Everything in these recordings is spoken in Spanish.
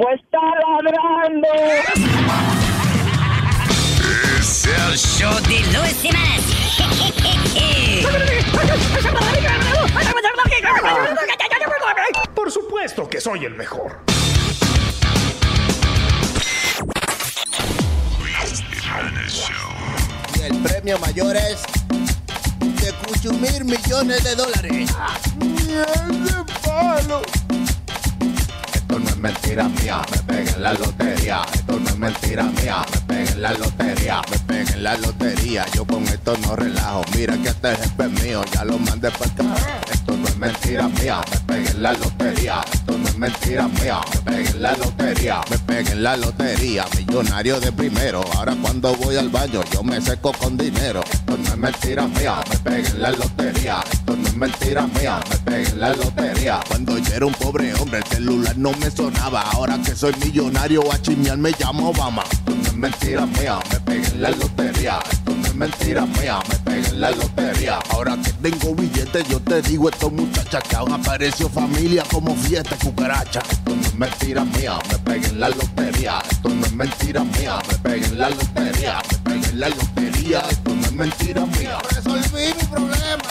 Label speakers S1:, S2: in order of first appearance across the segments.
S1: Pues está ladrando.
S2: Es el show
S3: Show de Luis Semanas.
S4: Por supuesto que soy el mejor.
S5: Y el premio mayor es de consumir millones de dólares.
S6: de palo!
S5: Esto no es mentira mía, me pegué en la lotería. Esto no es mentira mía, me pegué en la lotería. Me pegué en la lotería, yo con esto no relajo. Mira que este jefe es mío, ya lo mandé para acá. Esto no es mentira mía, me pegué en la lotería. Esto no es mentira mía, me pegué en la lotería. Me pegué en la lotería, millonario de primero. Ahora cuando voy al baño, yo me seco con dinero. Esto no es mentira mía, me pegué en la lotería. Esto no es mentira mía, me pegué en la lotería. Cuando yo era un pobre hombre, el celular no me sonaba. Ahora que soy millonario, a chismear me llamo Obama. Esto no es mentira mía, me pegué en la lotería. Esto no es mentira mía, me pegué en la lotería. Ahora que tengo billetes, yo te digo estos muchachas que aún apareció familia como fiesta y cucaracha. Esto no es mentira mía, me pegué en la lotería. Esto no es mentira mía, me pegué en la lotería. Me pegué en la lotería, esto no es mentira mía. Resolví mi problema.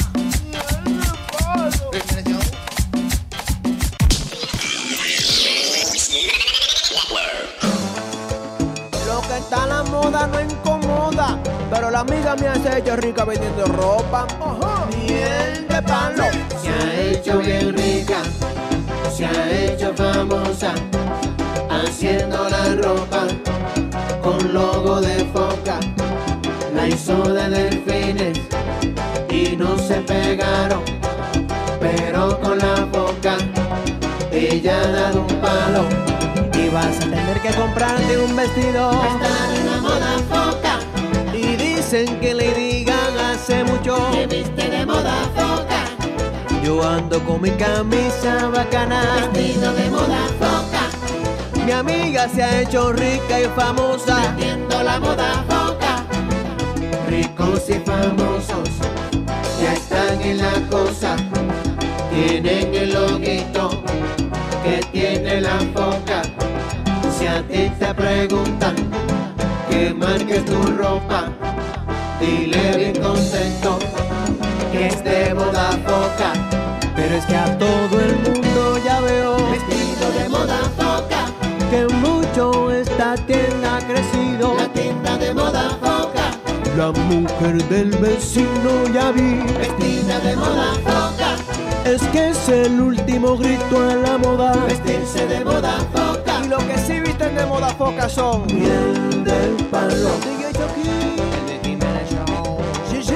S6: Lo que está en la moda no incomoda, pero la amiga me ha hecho rica vendiendo ropa. Miel de palo.
S7: Se ha hecho bien rica, se ha hecho famosa, haciendo la ropa con logo de foca. La hizo de delfines y no se pegaron, pero con la boca ella ha dado un palo. Y vas a tener que comprarte un vestido. Está de la moda foca. Y dicen que le digan hace mucho. Que viste de moda foca. Yo ando con mi camisa bacana. Vestido de moda foca. Mi amiga se ha hecho rica y famosa. Viendo la moda foca. Ricos y famosos. Ya están en la cosa. Tienen el loguito que tiene la foca. Si a ti te preguntan que marques tu ropa, dile bien contento que es de moda foca. Pero es que a todo el mundo ya veo vestido de moda foca. Que mucho esta tienda ha crecido. La tienda de moda foca. La mujer del vecino ya vi vestida de moda foca. Es que es el último grito a la moda. Vestirse de moda foca. Y lo que sí visten de moda foca son miel del palo. Sí, sí.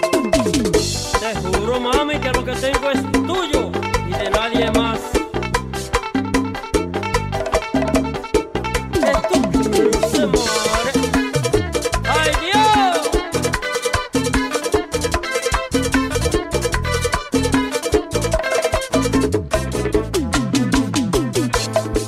S8: Te juro, mami, que lo que tengo es tuyo y de nadie más. Esto se muere. ¡Ay, Dios!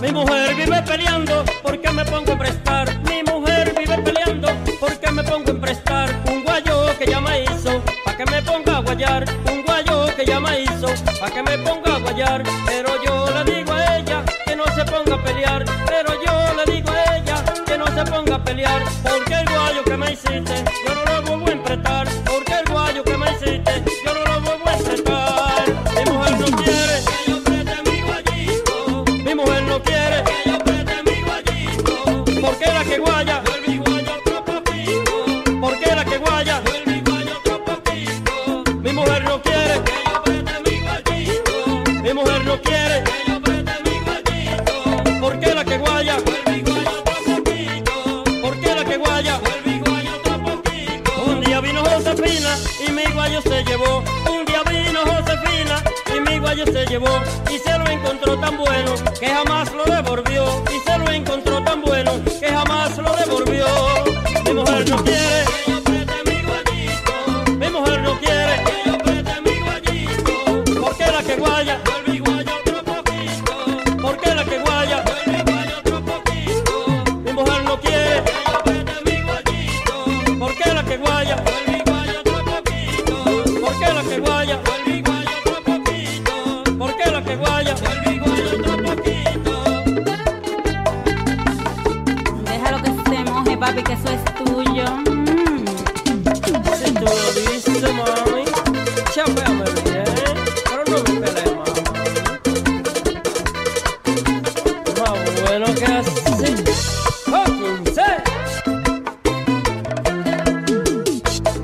S8: Mi mujer vive peleando porque me pongo a prestar. Mi mujer vive peleando porque me pongo a prestar. Un guayo que ya me hizo pa' que me ponga a guayar. Un guayo que ya me hizo pa' que me ponga a guayar. Pero yo le digo a ella que no se ponga a pelear. Pero yo le digo a ella que no se ponga a pelear. Porque el guayo que me hiciste yo no lo vuelvo a emprestar. Porque el guayo que me hiciste yo no lo vuelvo a emprestar. Mi mujer no quiere que yo preste mi guayito. Mi mujer no quiere que yo preste mi guayito. Porque la que guaya vuelve y guaya otro papito. Porque la que guaya vuelve y guaya otro papito. Mi mujer no quiere que yo preste mi guayito. Mi mujer no quiere que yo preste mi guayito. se llevó. Un día vino Josefina y mi guayo se llevó. Y se lo encontró tan bueno que jamás lo devolvió. Y se lo encontró tan bueno que jamás lo devolvió. Mi mujer no quiere. que yo apriete mi guayito. Mi mujer no quiere que yo apriete mi guayito, porque la que guaya vuelve y guaya otro poquito, porque la que guaya vuelve y guaya otro poquito, mi mujer no quiere que yo apriete mi guayito, porque la que guaya vuelve y guaya otro poquito, porque la que guaya vuelve y guaya otro poquito, porque la que guaya vuelve y guaya otro poquito.
S2: Déjalo que se moje, papi, que eso es tuyo. Mm.
S8: Si tú lo dices, mami, chapéame bien, pero no me pelees, mami. Más bueno que así. ¡Jóquense!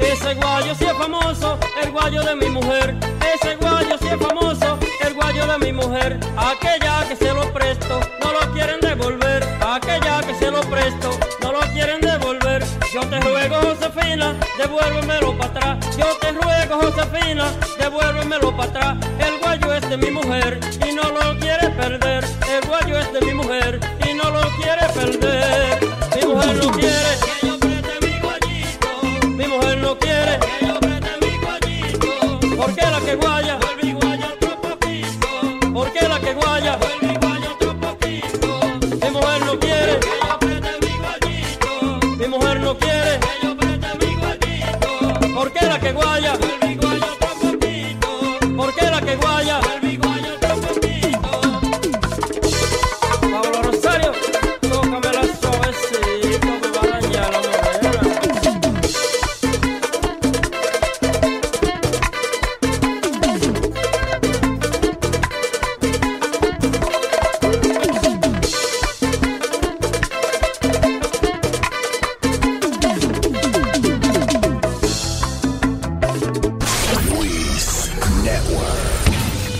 S8: Ese guayo sí es famoso, el guayo de mi mujer. Ese guayo sí es famoso, el guayo de mi mujer. Aquella que se lo presto, no lo quieren devolver. Aquella que se lo presto, no lo quieren devolver. Yo te ruego, Josefina, devuélvemelo para atrás. Yo te ruego, Josefina, devuélvemelo para atrás. El guayo es de mi mujer y no lo quiere perder. El guayo es de mi mujer y no lo quiere perder. Mi mujer no quiere que yo preste mi guayito. Mi mujer no quiere que yo preste mi guayito. Porque la que guaya vuelve y guaya otro poquito. Porque la que guaya vuelve y guaya otro poquito. Mi mujer no quiere que yo preste mi guayito. Mi mujer no quiere que yo preste mi guayito. Porque la que guaya vuelve y guaya otro poquito. Porque la que guaya vuelve y guaya otro poquito. Pablo Rosario, tócame la suavecito me va a dañar la mujer.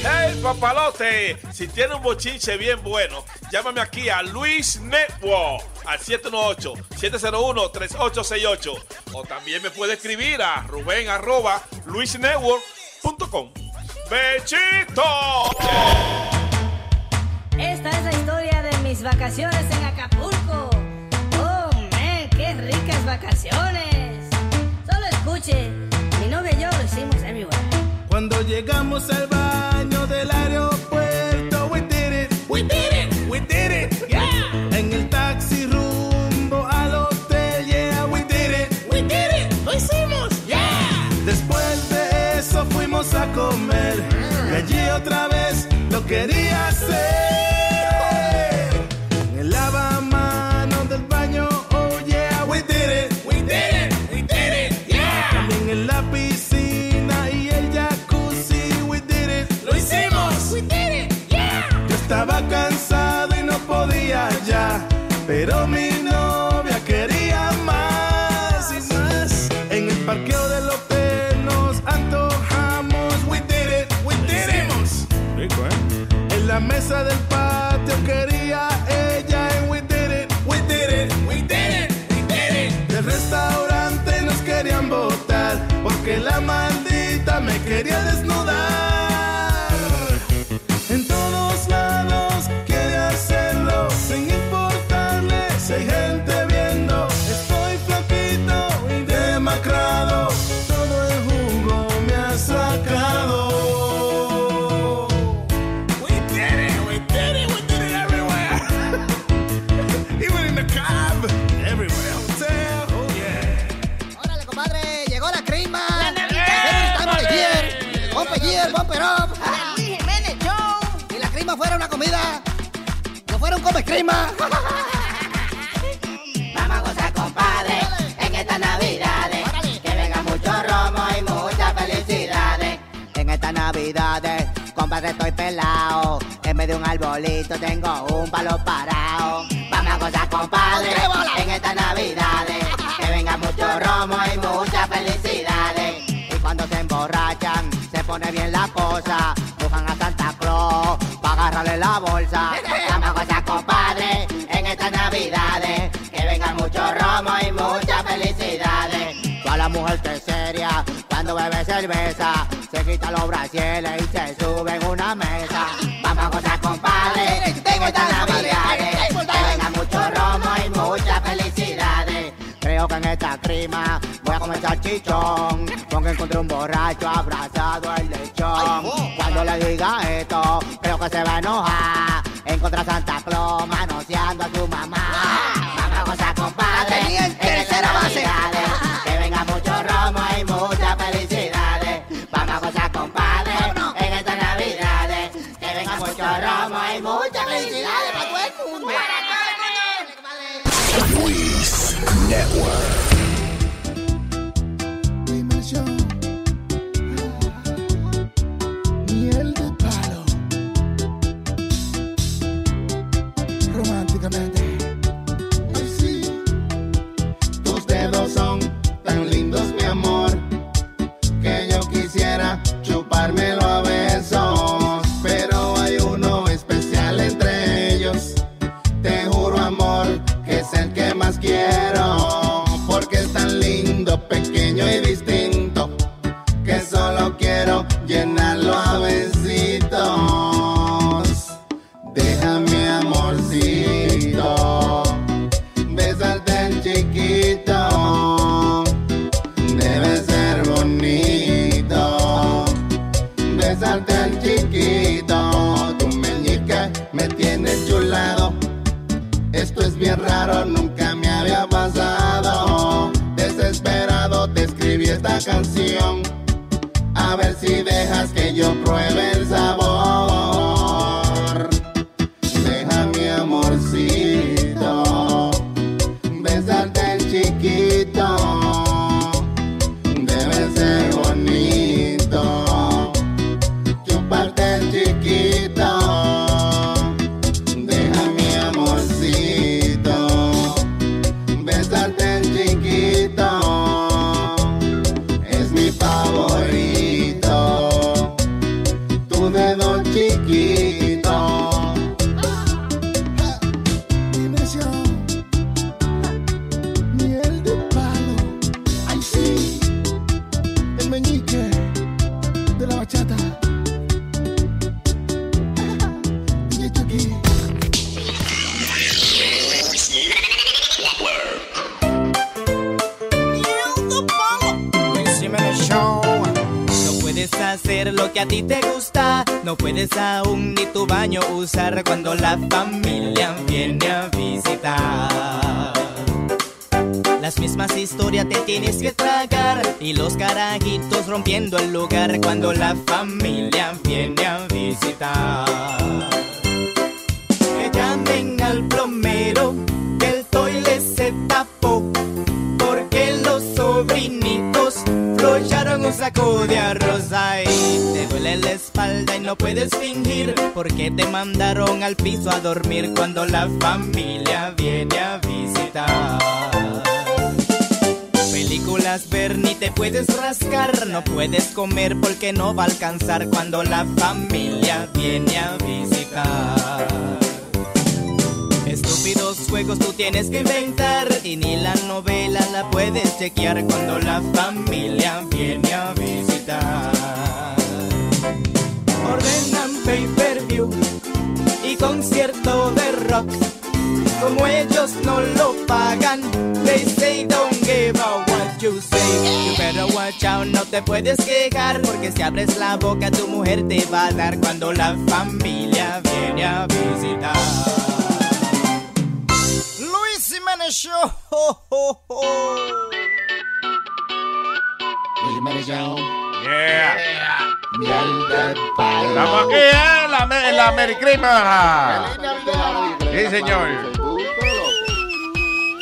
S9: ¡Hey, papalote! Si tiene un bochinche bien bueno, llámame aquí a Luis Network al 718-701-3868. O también me puede escribir a Rubén arroba luisnetwork.com. ¡Bechito!
S10: Esta es la historia de mis vacaciones en Acapulco. Oh, man, qué ricas vacaciones. Solo escuche, mi novia y yo lo hicimos everywhere.
S11: Cuando llegamos al baño del aeropuerto, we did it, we did it, we did it, yeah. En el taxi rumbo al hotel, yeah, we did it, we did it, lo hicimos, yeah. Después de eso fuimos a comer, y allí otra vez lo quería hacer. En el lavamanos del baño, oh yeah, we did it, we did it, we did it, yeah. También en la piscina y el jacuzzi, we did it, lo hicimos, we did it, yeah. Yo estaba cansado y no podía ya, pero mi novia quería más y más. En el parqueo del hotel nos antojamos, we did it, we did it.
S12: Rico, ¿eh?
S11: En la mesa del patio quería ella and we did it, we did it, we did it, we did it. Del restaurante nos querían botar porque la maldita me quería desnudar. En todos lados quiere hacerlo sin importarle si hay gente viendo. Estoy flaquito y demacrado, todo el jugo me ha sacado. We did it, we did it, we did it everywhere. Even in the cab, everywhere. Hotel, oh yeah.
S13: Órale, compadre, llegó la crema.
S11: ¡La Navidad!
S13: Estamos
S11: ¡Órale!
S13: here. Bump it here, bump it up. Si la crema fuera una comida, no fuera un come crema. Vamos a gozar, compadre, en estas navidades. Que venga mucho romo y muchas felicidades.
S14: En estas navidades, compadre, estoy pelado. En vez de un arbolito tengo un palo parado. Vamos a gozar, compadre, en estas navidades. Que venga mucho romo y muchas felicidades. Y cuando se emborrachan, se pone bien la cosa. Buscan a Santa Claus para agarrarle la bolsa. Vamos a gozar, compadre, en eh. estas navidades. eh. Que venga mucho romo y muchas felicidades. Toda la mujer que es seria, cuando cuando bebe cerveza. Se quita los brasieles y se sube en una mesa. Vamos a gozar, compadre, en eh. estas navidades. Que venga mucho romo y muchas felicidades. Creo que en esta crima voy a comenzar chichón. Porque encontré un borracho abrazado al lechón. Cuando le diga esto, creo que se va a enojar. Encontré a Santa Claus manoseando a su mamá. Vamos a gozar, compadre. en tercera base. Que venga mucho romo y muchas felicidades. Vamos a gozar, compadre. En estas navidades. Que venga mucho romo y muchas felicidades para todo el mundo.
S15: Luis Network.
S16: Miel de palo. Románticamente. Ay, sí. Tus dedos son tan lindos, mi amor, que yo quisiera chupármelo a besos. Pero hay uno especial entre ellos. Te juro, amor, que es el que más quiero. Porque es tan lindo, pequeño y distinto que solo quiero llenarlo a besitos. Déjame amorcito, besarte al chiquito. Debe ser bonito, besarte al chiquito. Tu meñique me tienes chulado. Esto es bien raro, nunca me había pasado. Desesperado te escribí esta canción. A ver si dejas que yo pruebe el sabor. Deja mi amorcito, besarte al chiquito. Debe ser bonito, chuparte al chiquito. Deja mi amorcito, besarte al chiquito. Es mi favorito, tu dedo chiquito.
S15: Dimensión.
S16: Miel de palo, ay sí, el meñique de la bachata. DJ Chucky.
S17: Luis Jiménez Show. No puedes hacer lo que a ti te gusta, no puedes aún ni tu baño usar cuando la familia viene a visitar. Las mismas historias te tienes que tragar y los carajitos rompiendo el lugar cuando la familia viene a visitar. Que llamen al plomero que el toile se tapó porque los sobrinitos flocharon un saco de arroz ahí. Te duele la espalda y no puedes fingir porque te mandaron al piso a dormir cuando la familia viene a visitar. Películas ver ni te puedes rascar, no puedes comer porque no va a alcanzar cuando la familia viene a visitar. Estúpidos juegos tú tienes que inventar y ni la novela la puedes chequear cuando la familia viene a visitar. Ordenan pay-per-view y concierto de rock. Como ellos no lo pagan, they say don't give a what you say. You better watch out, no te puedes quejar porque si abres la boca tu mujer te va a dar cuando la familia viene a visitar. Luis Jiménez Show.
S16: Luis Jiménez Show.
S18: Yeah.
S16: Miel de palo.
S9: Estamos aquí, ¿eh? En la, me- en la Merry Christmas.
S16: Feliz Navidad.
S9: Sí, señor.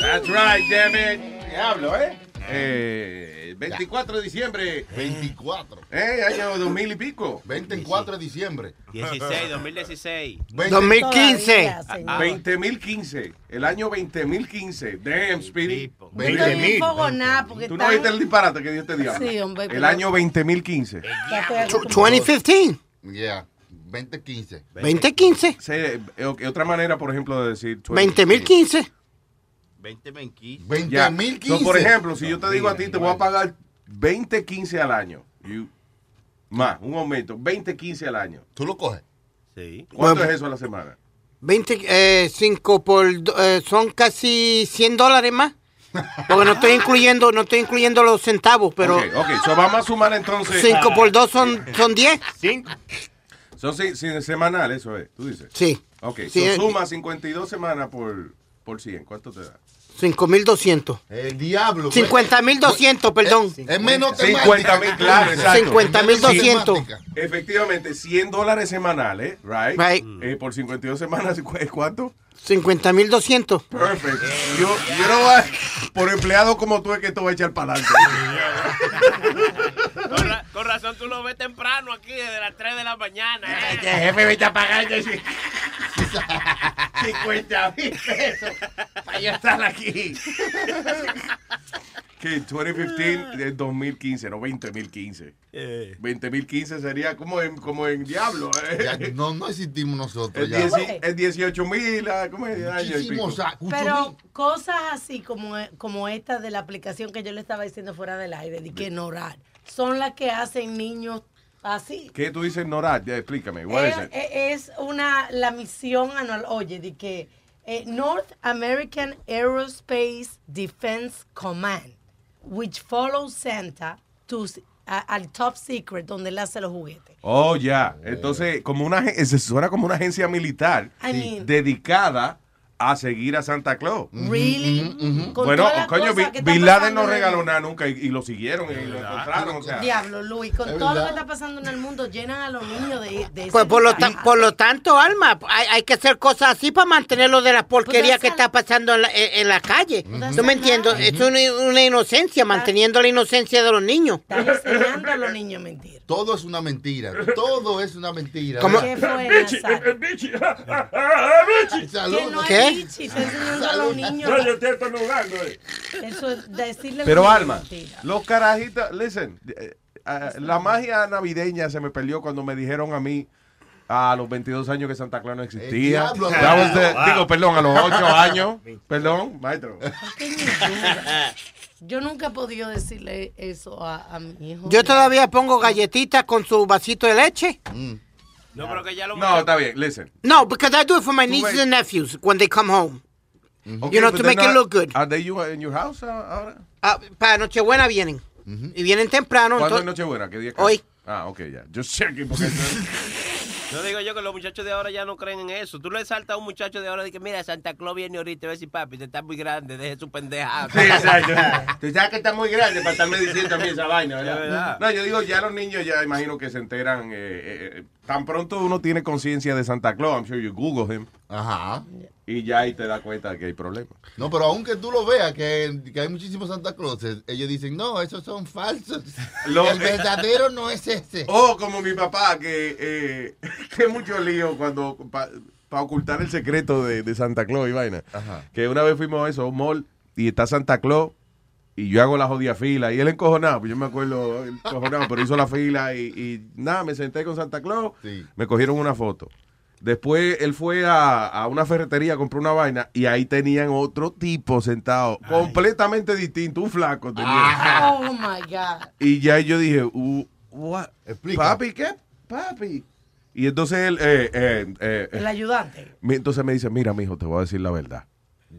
S9: That's right, damn it.
S19: Diablo, ¿eh?
S9: Eh, 24 de diciembre.
S19: 24.
S9: Eh, año 2000 y pico.
S19: 24 de diciembre.
S7: 16, 2016.
S9: 2015.
S7: Ah,
S9: 20.015. El año 20.015. Damn, Speedy.
S11: Estoy bien fogonada porque
S9: Tú no
S11: tan-
S9: viste el disparate que dio este diablo.
S11: Sí, hombre,
S9: El
S11: pero-
S9: año 20.015.
S11: Ya estoy acostumbrada.
S20: 2015.
S9: Yeah. 2015.
S20: 2015.
S9: eh, otra manera, por ejemplo, de decir.
S20: 20.015.
S7: 20, 20.
S9: Ya. So, por ejemplo, si yo te digo a ti, te voy a pagar 20, 15 al año. You- más, un aumento, 20, 15 al año. ¿Tú lo coges? Sí. ¿Cuánto
S21: Bueno, eh,
S9: es eso a la semana?
S21: 25 por do- eh, son casi 100 dólares más. Porque no estoy incluyendo, no estoy incluyendo los centavos, pero
S9: ok, ok, so vamos a sumar entonces.
S21: 5 por 2 son, son 10.
S9: Son si- si- semanal, eso es, tú dices.
S21: Sí.
S9: Ok,
S21: Sí,
S9: so
S21: eh.
S9: suma 52 semanas por, por 100. ¿Cuánto te da?
S21: 5200.
S9: El Eh, diablo. pues. eh,
S21: 50200, perdón.
S9: Es menos 50 mil, claro, exacto.
S21: 50200.
S9: Efectivamente, 100 dólares semanales, right?
S21: Right.
S9: Eh, por 52 semanas, ¿cu- ¿cuánto?
S21: 50200.
S9: Perfect. Yo, yo no voy a- por empleado como tú es que te voy a echar para adelante.
S22: Con, ra- con razón tú lo ves temprano aquí, desde las 3 de la mañana. ¿eh?
S9: El jefe me está pagando
S22: 50 mil pesos para yo estar aquí.
S9: Que 2015 es 2015, no 20.015.
S20: Ah. Eh.
S9: 20.015 sería como en, como en Diablo. ¿eh?
S20: Ya, no, no existimos nosotros.
S9: Es,
S20: Ya.
S9: dieci- es 18 mil, ah, ¿cómo es? Años y pico.
S20: Muchísimos a- mucho
S22: mil.
S20: mil.
S22: mil.
S20: Pero
S22: cosas así como, como esta de la aplicación que yo le estaba diciendo fuera del aire, de que ignorar, son las que hacen niños así.
S9: ¿Qué tú dices, Norad? Ya, explícame. What
S22: Es,
S9: is it?
S22: es una, la misión anual, oye, de que eh, North American Aerospace Defense Command, which follows Santa to, s- a- al top secret donde le hace los juguetes.
S9: Oh, ya. Entonces, como una, agen- se suena como una agencia militar
S22: I mean-
S9: dedicada a seguir a Santa Claus.
S22: Really? Con
S9: Bueno,
S22: todas las
S9: coño,
S22: cosas
S9: Bi-
S22: que están
S9: Bin Laden
S22: pasando
S9: no
S22: en el-
S9: regaló nada nunca y, y lo siguieron y lo encontraron. O sea,
S22: Diablo, Luis, con
S9: Es
S22: todo lo
S9: verdad.
S22: que está pasando en el mundo, llenan a los niños de, de
S21: Pues
S22: ese
S21: por lo,
S22: desastre.
S21: ta- por lo tanto, Alma, hay, hay que hacer cosas así para mantenerlo de la porquería que está pasando en la, en- en la calle. ¿Tú me entiendes? Es una, una inocencia, manteniendo la inocencia de los niños.
S22: enseñando a los niños a mentir.
S20: Todo es una mentira. Todo es una mentira.
S21: ¿Cómo?
S22: ¿Qué fue, Nazario?
S9: ¡Ah,
S22: Que no hay
S20: ¿Qué?
S22: bichi, está enseñando a los niños.
S9: No, yo te estoy anulando, eh.
S22: Eso es decirle a los
S9: Pero
S22: niños
S9: Alma,
S22: mentira.
S9: los carajitos, listen, eh, eh, la magia navideña se me perdió cuando me dijeron a mí a los 22 años que Santa Claus no
S22: Eh,
S9: existía.
S20: diablo,
S9: That was the-
S22: ah.
S20: wow.
S9: Digo, perdón, a los 8 años. Perdón, maestro.
S22: Yo nunca he podido decirle eso a, a mi hijo.
S21: Yo todavía pongo galletitas con su vasito de leche.
S9: Mm.
S22: No, pero que ya lo
S9: No, está bien, listen.
S21: No, because I do it for my nieces and nephews when they come home. You know,
S9: but they're
S21: to make it
S9: not-
S21: look good.
S9: Are they you in your house ahora? Mm-hmm.
S21: Ah, para Nochebuena vienen. Y vienen temprano.
S9: ¿Cuándo es
S21: entonces-
S9: Nochebuena? ¿Qué día cae?
S21: Hoy.
S9: Ah, ok, ya. Yo checking porque...
S22: No
S7: digo yo que los muchachos de ahora ya no creen en eso. Tú le saltas a un muchacho de ahora y que mira, Santa Claus viene ahorita y va a decir, papi, te estás muy grande, deje su pendeja.
S9: Sí, exacto. Tú sabes que está muy grande para estarme diciendo a mí esa vaina, ¿verdad?
S7: Es verdad.
S9: No, yo digo, ya los niños ya imagino que se enteran. eh, eh, eh, tan pronto uno tiene conciencia de Santa Claus, I'm sure you Google him.
S20: Ajá.
S9: Y ya ahí te das cuenta que hay problemas.
S20: No, pero aunque tú lo veas, que, que hay muchísimos Santa Claus, ellos dicen, no, esos son falsos.
S9: Lo-
S20: El verdadero no es ese.
S9: Oh, como mi papá, que, eh, que mucho lío cuando para ocultar el secreto de, de Santa Claus y vaina. Que una vez fuimos a eso, a un mall, y está Santa Claus, y yo hago la jodida fila, y él encojonado, pues yo me acuerdo encojonado, pero hizo la fila y, y nada, me senté con Santa Claus, me cogieron una foto. Después él fue a, a una ferretería, compró una vaina y ahí tenían otro tipo sentado, completamente distinto, un flaco tenía.
S11: Ah.
S22: Oh my God.
S9: Y ya yo dije, uh, what? papi, ¿qué? Papi. Y entonces él, eh, eh, eh, eh,
S22: El ayudante.
S9: mi- entonces me dice, mira, mijo, te voy a decir la verdad.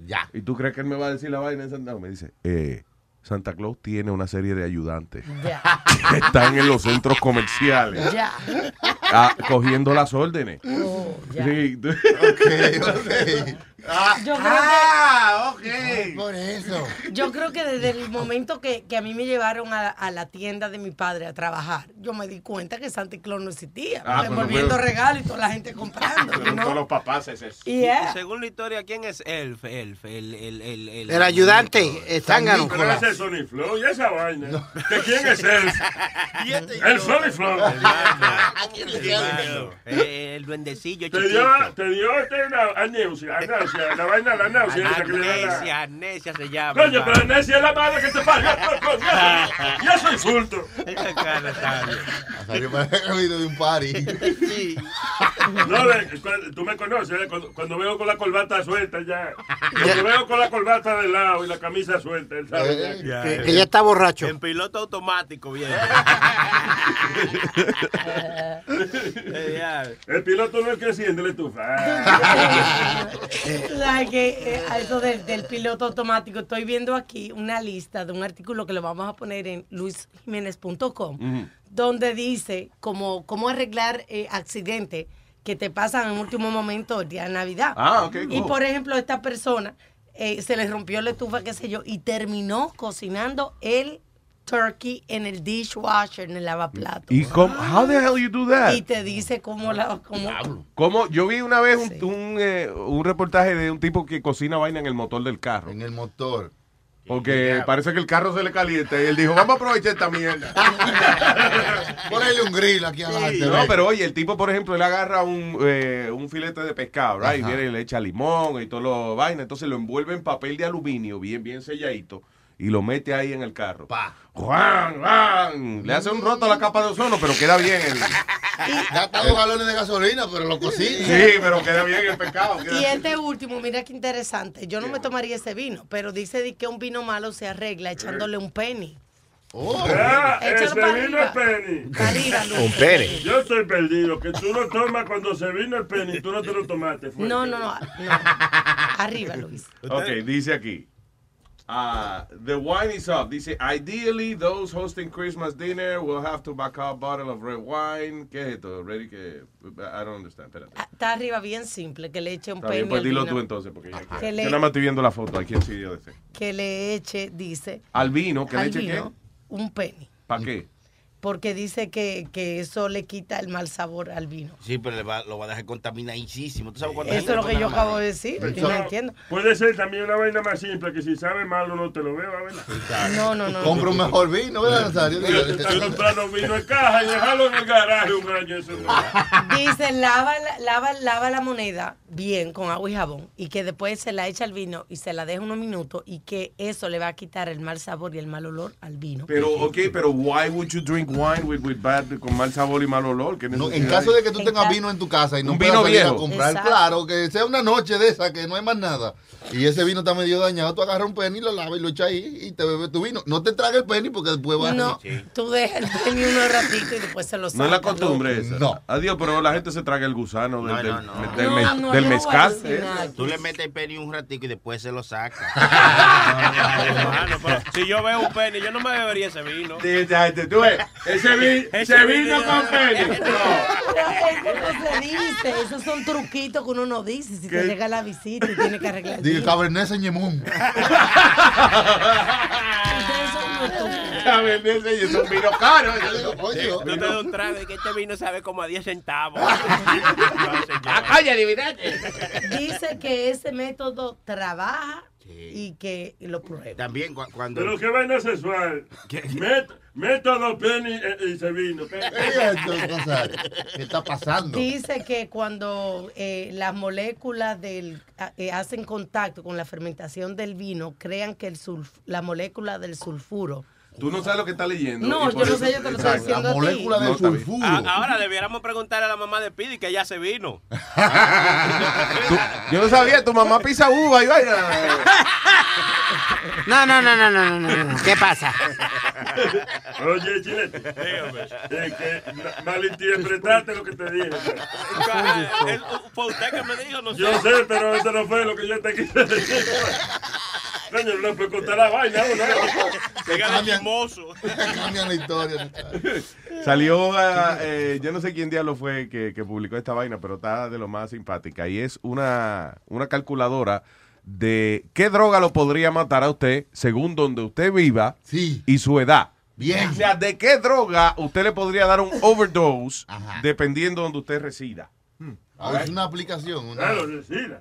S20: Ya.
S9: ¿Y tú crees que él me va a decir la vaina? en Santa- No, me dice, eh, Santa Claus tiene una serie de ayudantes
S22: Ya.
S9: que están en los centros comerciales
S22: Ya.
S9: ah, cogiendo las órdenes.
S22: Oh, ya.
S9: Sí, tú-
S22: Yo creo
S9: ah,
S22: que,
S20: Por eso.
S22: Yo creo que desde el momento que, que a mí me llevaron a, a la tienda de mi padre a trabajar, yo me di cuenta que Santa Claus no existía.
S9: Ah, pues,
S22: revolviendo
S9: pero-
S22: regalos y toda la gente comprando.
S9: Pero
S22: ¿no?
S9: todos los papás es eso.
S22: Y es-
S7: Según la historia, ¿quién es Elf? Elf, el, el, el, el,
S21: El ayudante, el zángano.
S9: Pero ese es Sony Flow y esa vaina. ¿De quién es él? el Sony Flow.
S7: Hermano, eh, el duendecillo
S15: Te
S7: chiquito.
S15: dio, te dio este na- a náusea, a náusea, la vaina, la náusea. esa que le da la-
S7: Amnesia, amnesia se llama.
S15: Coño, pero
S7: hermano.
S15: Nancy es la madre que te paga. coño. Yo soy furto.
S7: Esa cara está bien.
S20: Salió para el camino de un party.
S23: No, de- cu- tú me conoces, ¿eh? cuando, cuando veo con la corbata suelta ya. Cuando veo con la corbata de lado y la camisa suelta, él sabe ya. que-
S11: Eh, Que- que ya está borracho.
S7: En piloto automático, bien. Eh,
S23: El piloto no es que enciende la estufa. Ah.
S22: Tú sabes que eh, a eso del, del piloto automático, estoy viendo aquí una lista de un artículo que lo vamos a poner en luisjiménez.com,
S9: Mm.
S22: donde dice cómo, cómo arreglar eh, accidentes que te pasan en último momento el día de Navidad.
S9: Ah, ok,
S22: Y
S9: cool.
S22: por ejemplo, esta persona eh, se le rompió la estufa, qué sé yo, y terminó cocinando el turkey en el dishwasher, en el lavaplato.
S9: ¿Y cómo? How the hell you do that?
S22: Y te dice cómo la... Cómo,
S9: ¿Cómo? Yo vi una vez un, un, eh, un reportaje de un tipo que cocina vaina en el motor del carro. En
S20: el motor.
S9: Porque parece que el carro se le calienta y él dijo, vamos a aprovechar esta mierda.
S20: Ponele un grill aquí adelante.
S9: No,
S20: ve.
S9: pero oye, el tipo, por ejemplo, él agarra un, eh, un filete de pescado, right? Y
S20: Ajá.
S9: viene y le echa limón y todo lo vaina. Entonces lo envuelve en papel de aluminio, bien, bien selladito, y lo mete ahí en el carro. ¡Juan, Juan! Le hace un roto a la capa de ozono, pero queda bien el.
S20: Gasta dos galones de gasolina, pero lo cocina.
S9: Sí, pero queda bien el pescado.
S22: Y este último, mira qué interesante. Yo no me tomaría ese vino, pero dice de que un vino malo se arregla echándole un penny.
S11: Oh.
S23: Ah,
S22: Échalo
S23: ese
S22: para
S23: vino
S22: arriba.
S23: es penny.
S24: Un pene.
S23: Yo estoy perdido, que tú lo tomas cuando se vino el penny, tú no te lo tomaste. fue.
S22: No, no, no, no. Arriba, Luis.
S9: Ok, dice aquí. ah, the wine is up. Dice, ideally, those hosting Christmas dinner will have to back up a bottle of red wine. ¿Qué es esto? Ready que... ah, I don't understand. Espérate.
S22: Está arriba bien simple, que le eche un
S9: Está
S22: penny.
S9: bien, pues
S22: al
S9: dilo
S22: vino.
S9: tú entonces, porque ya
S22: Que
S9: que-
S22: le-
S9: yo nada más estoy viendo la foto aquí en sitio de este. ese.
S22: Que le eche, dice,
S9: Al vino, que le
S22: al
S9: eche qué?
S22: vino un penny.
S9: ¿Para qué?
S22: Porque dice que, que eso le quita el mal sabor al vino.
S24: Sí, pero le va- lo va a dejar contaminadísimo. ¿Tú sabes cuánta
S22: Eso
S24: gente
S22: es lo que
S24: pone
S22: yo
S24: la mano?
S22: acabo de decir.
S24: Pero
S22: Yo
S24: Ah. eso-
S22: no entiendo.
S23: Puede ser también una vaina más simple, que si sabe malo no te lo beba, ¿verdad?
S22: No, no, no.
S20: Compra un mejor vino, ¿verdad, Nazario?
S23: Pero tú
S20: este,
S23: estás comprando vino en caja y dejarlo en el garaje un año. Eso no.
S22: Dice, lava, la- lava, lava la moneda bien con agua y jabón y que después se la echa al vino y se la deja unos minutos y que eso le va a quitar el mal sabor y el mal olor al vino.
S9: Pero, ok, pero why would you drink wine with, with bad, con mal sabor y mal olor? ¿Qué
S20: No, en
S9: necesidad
S20: caso
S9: hay?
S20: de que tú tengas vino en tu casa y no
S9: Un
S20: puedas
S9: vino
S20: salir a
S9: viejo.
S20: comprar,
S9: Exacto.
S20: claro, que sea una noche de esa que no hay más nada y ese vino está medio dañado, tú agarras un penny, lo lavas y lo echas ahí y te bebes tu vino. No te tragues el penny porque después vas
S22: No, tú dejas el penny unos ratito y después se lo
S9: No
S22: sacas.
S9: es la costumbre esa. No. Adiós, pero la gente se traga el gusano del, del, del
S22: No,
S9: mez-
S22: no, yo no
S9: del
S22: voy a
S9: mezcal.
S22: decir
S9: ¿eh?
S22: nada.
S24: Tú le metes el pene un ratico y después se lo saca.
S7: Hermano, pero si yo veo un penny, yo no me bebería ese vino.
S9: Tú ves, ese, vi- ese vino con penny.
S22: Pero eso no se dice, esos son truquitos que uno no dice. Si te llega la visita y tiene que arreglar. el
S20: Dije,
S22: vino.
S20: Cabernet Sañemón.
S22: Ustedes son unos estúpidos.
S9: es un vino caro.
S7: Yo te doy un trago y que este vino sabe como a 10 centavos.
S9: Ah,
S11: Oye, adivinaste.
S22: Dice que ese método trabaja y que y lo prueba.
S24: Eh, También cu- cuando.
S23: Pero qué vaina sexual. Met- Método penny eh, y se vino. ¿Qué
S20: ¿Qué está pasando?
S22: Dice que cuando eh, las moléculas del a- eh, hacen contacto con la fermentación del vino, crean que el sulf- la molécula del sulfuro.
S9: Tú no sabes lo que estás leyendo.
S22: No,
S9: y por
S22: yo no
S9: eso-
S22: sé, yo te lo estoy
S9: Exacto.
S22: diciendo a ti. Ah, molécula del
S9: No, está bien.
S7: A- ahora debiéramos preguntar a la mamá de Pidi que ya se vino.
S9: Yo no sabía, tu mamá pisa uva y vaina.
S11: No, no, no, no, no, no, no. ¿Qué pasa?
S23: Oye, Chilete, eh, que ma- malinterpretaste lo que te dije.
S7: Fue usted que me dijo, no sé.
S23: Yo sé, pero eso no fue lo que yo te quise decir. Coño, no puedo contar la vaina, ¿no?
S7: Llega de chismoso.
S20: Cambian la historia.
S9: Salió, ah, eh, yo no sé quién diablo fue que, que publicó esta vaina, pero está de lo más simpática. Y es una, una calculadora de qué droga lo podría matar a usted según donde usted viva y su edad.
S20: Bien.
S9: O sea, de qué droga usted le podría dar un overdose dependiendo donde usted resida.
S20: Ah, es una aplicación. Una...
S7: Claro,
S23: decida.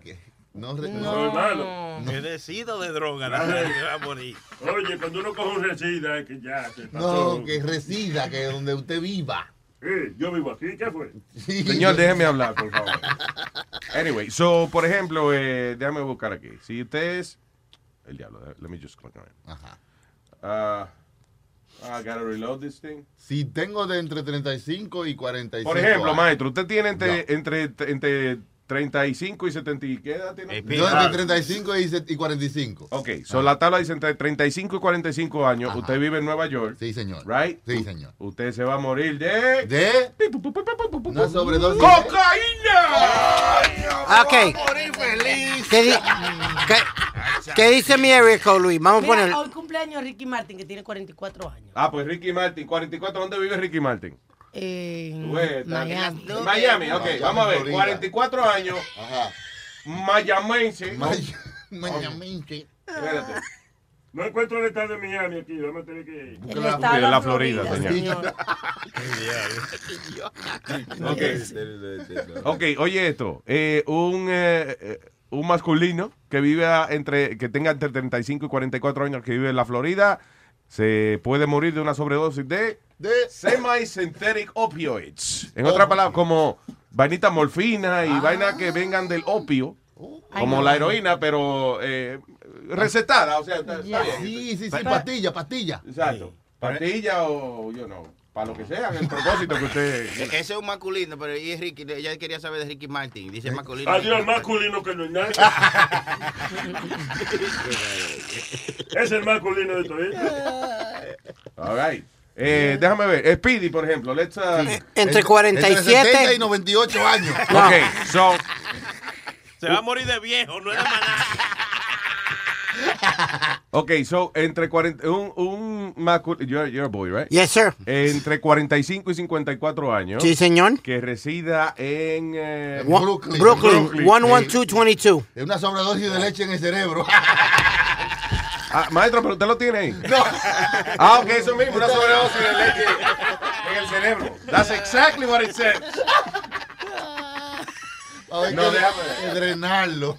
S20: No, re-
S7: No. Que decido de droga, la verdad que va a morir.
S23: Oye, cuando uno coge un resida, es que ya se pasó.
S20: No, que resida, que donde usted viva.
S23: Eh, yo vivo aquí, ¿qué fue?
S9: Señor, déjeme hablar, por favor. Anyway, so, por ejemplo, eh, déjame buscar aquí. Ah. Si usted es... El diablo, let me just click on it. Ajá. Ah, I gotta reload this thing.
S20: Si tengo de entre 35 y 45
S9: Por ejemplo,
S20: años.
S9: maestro, usted tiene entre, entre, entre 35 y 70. y- ¿Qué edad tiene?
S20: Yo entre 35 y se- y 45.
S9: Ok, so la tabla dice entre 35 y 45 años. Usted vive en Nueva York.
S20: Sí, señor.
S9: Right?
S20: Sí, señor.
S9: Usted se va a morir de.
S20: De.
S9: Una
S20: sobredosis.
S9: ¡Cocaína!
S21: Ok. ¿Qué, di- qué- qué dice Miracle, Luis? Vamos a
S22: Mira, oh.
S21: poner.
S22: hoy cumpleaños Ricky Martin, que tiene 44 años.
S9: Ah, pues Ricky Martin, 44. ¿Dónde vive Ricky Martin?
S22: En
S9: Tú ves, está-
S22: Miami.
S9: En Miami, ok,
S20: Miami,
S9: vamos a ver.
S20: Florida.
S9: 44 años. Mayamense.
S20: Miami.
S9: Espérate.
S15: No encuentro el estado de Miami aquí, vamos a tener que ir.
S9: El estado de la Florida, Florida, señor. Ok. Ok, oye esto. Eh, un, eh, eh, un masculino que vive a- entre que tenga entre 35 y 44 años que vive en la Florida se puede morir de una sobredosis de, semi-synthetic opioids. En
S20: Oh.
S9: otras palabras, como vainita morfina y vaina que vengan del opio,
S20: Ah. Ay,
S9: como
S20: no.
S9: la heroína, pero eh, recetada, o sea, está- está bien.
S20: Sí, sí, sí,
S9: Pero-
S20: pastilla, pastilla.
S9: Exacto. Pastilla o yo no, para lo que sea, el propósito que
S3: E-
S9: usted.
S3: Ese es un masculino, pero y es Ricky, ella quería saber de Ricky Martin.
S9: Eh.
S3: Dice masculino.
S15: Adiós, masculino que no es nadie. es el masculino de todo
S9: All right. Eh, déjame ver. Speedy, por ejemplo. Let's, uh,
S21: Entre 47
S20: Entre 70 y 98 años.
S9: Ok, so.
S18: Se va a morir de viejo, no es de maná.
S9: Ok, so entre 40, un, un macu- you're, you're a boy, right?
S21: Yes, sir.
S9: Entre 45 y 54 años.
S21: Sí, señor.
S9: Que resida en eh,
S21: Wa- Brooklyn, 11222.
S20: Es una sobredosis de leche en el cerebro.
S9: Ah, maestro, pero usted lo tiene ahí.
S20: No.
S9: Ah, ok, eso mismo, una sobredosis de leche en el cerebro. That's exactly what it says.
S20: no,
S9: No,
S20: déjame.
S9: déjame.
S20: Drenarlo.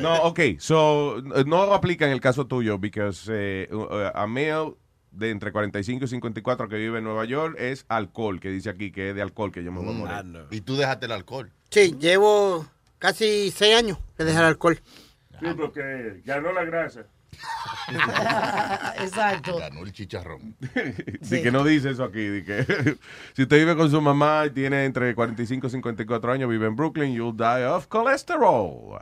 S9: No, ok. So, no aplica en el caso tuyo, because eh, uh, a male de entre 45 y 54 que vive en Nueva York es alcohol, que dice aquí que es de alcohol que yo
S18: Mm,
S9: me voy a morir.
S18: ah,
S20: Y tú dejaste el alcohol.
S21: Sí, llevo casi 6 años de dejar alcohol.
S15: Sí, porque ganó la grasa.
S22: Exacto.
S20: Ganó el chicharrón.
S9: Sí, que no dice eso aquí. di que- si usted vive con su mamá y tiene entre 45 y 54 años, vive en Brooklyn, you'll die of cholesterol.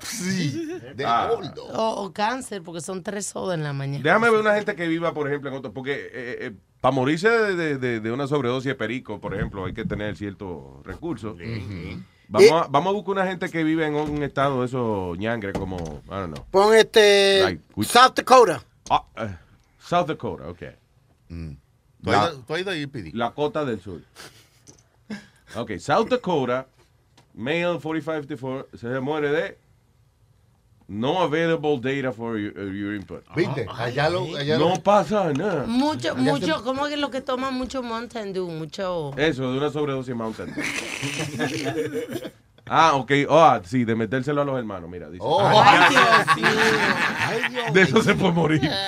S20: De
S9: Ah.
S20: gordo.
S22: O, o cáncer, porque son tres sodas en la mañana.
S9: Déjame ver una gente que viva, por ejemplo, en otro. Porque eh, para morirse de, de- de- de una sobredosis de perico, por ejemplo, hay que tener ciertos recursos. Vamos, a, vamos a buscar una gente que vive en un estado de esos ñangre, como, I don't know.
S21: Pon este.
S9: Like, we-
S21: South Dakota. Mm.
S9: Ah, eh, South Dakota, ok.
S20: ¿Tú has ido- tú has ido ahí, Pidi?
S9: La Cota del Sur. Ok, South Dakota, male 4554, se muere de no available data for your, uh, your input.
S20: Ah, ¿Viste?
S9: ah,
S20: Allá lo- allá
S9: no
S20: lo-
S9: pasa nada.
S22: Mucho, mucho, ¿cómo que lo que toman mucho Mountain Dew? Mucho.
S9: Eso, de una sobredosis Mountain. ah, ok. Ah, sí, de metérselo a los hermanos, mira. Dice.
S20: Oh.
S9: Ay,
S20: Ay,
S9: Dios mío. de eso se puede morir.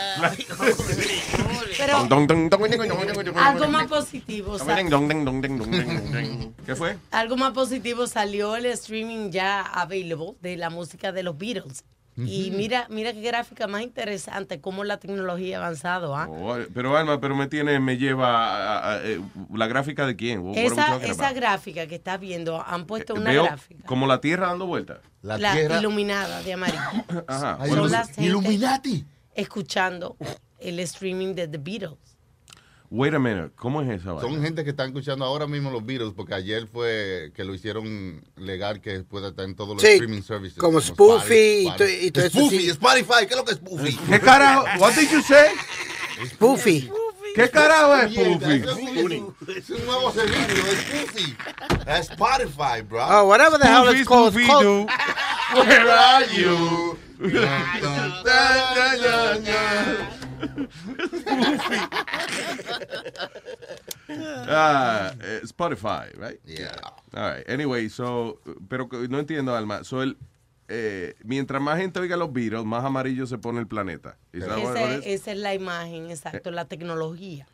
S22: Pero
S9: Dun, dun, dun, dun,
S22: algo más positivo. o sea,
S9: dun, dun, dun, dun, dun, dun, dun. ¿Qué fue?
S22: algo más positivo salió el streaming ya available de la música de los Beatles. Y
S9: Ujú.
S22: mira, mira qué gráfica más interesante, cómo la tecnología ha avanzado. ¿ah?
S9: Oh, pero Alma, pero me tiene, me lleva a- a- a- eh, la gráfica de quién. What are we
S22: Esa,
S9: talking
S22: esa
S9: about?
S22: gráfica que estás viendo, han puesto una
S9: Eh, Veo
S22: gráfica
S9: como la Tierra dando vueltas.
S22: la iluminada de amarillo.
S9: Ajá.
S22: Son
S9: Bueno,
S22: las gente
S20: Illuminati.
S22: Escuchando el streaming de The Beatles.
S9: Wait a minute, ¿cómo es esa? vaina?
S20: Son gente que están escuchando ahora mismo los Beatles porque ayer fue que lo hicieron legal que pueda estar en todos los
S21: Sí,
S20: streaming services.
S21: como Spoofy y
S20: Spotify,
S21: to- y todo eso,
S20: Spoofy,
S21: sí.
S20: Spotify, ¿qué es lo que es Spoofy?
S9: ¿Qué carajo? What did you say?
S21: Spoofy.
S9: ¿Qué carajo es
S20: Mierda,
S9: Spoofy?
S20: eso Es un- es un nuevo servicio, es Spoofy. Es Spotify, bro.
S21: Oh, whatever the hell it's called. it's called-
S20: Where are you?
S9: Ah, eh, Spotify, right?
S20: Yeah.
S9: All right. Anyway, so, pero que- no entiendo, Alma. So, el, eh, mientras más gente oiga los Beatles, más amarillo se pone el planeta. Is that what- what
S22: Esa,
S9: it is?
S22: esa es la imagen, exacto, la tecnología.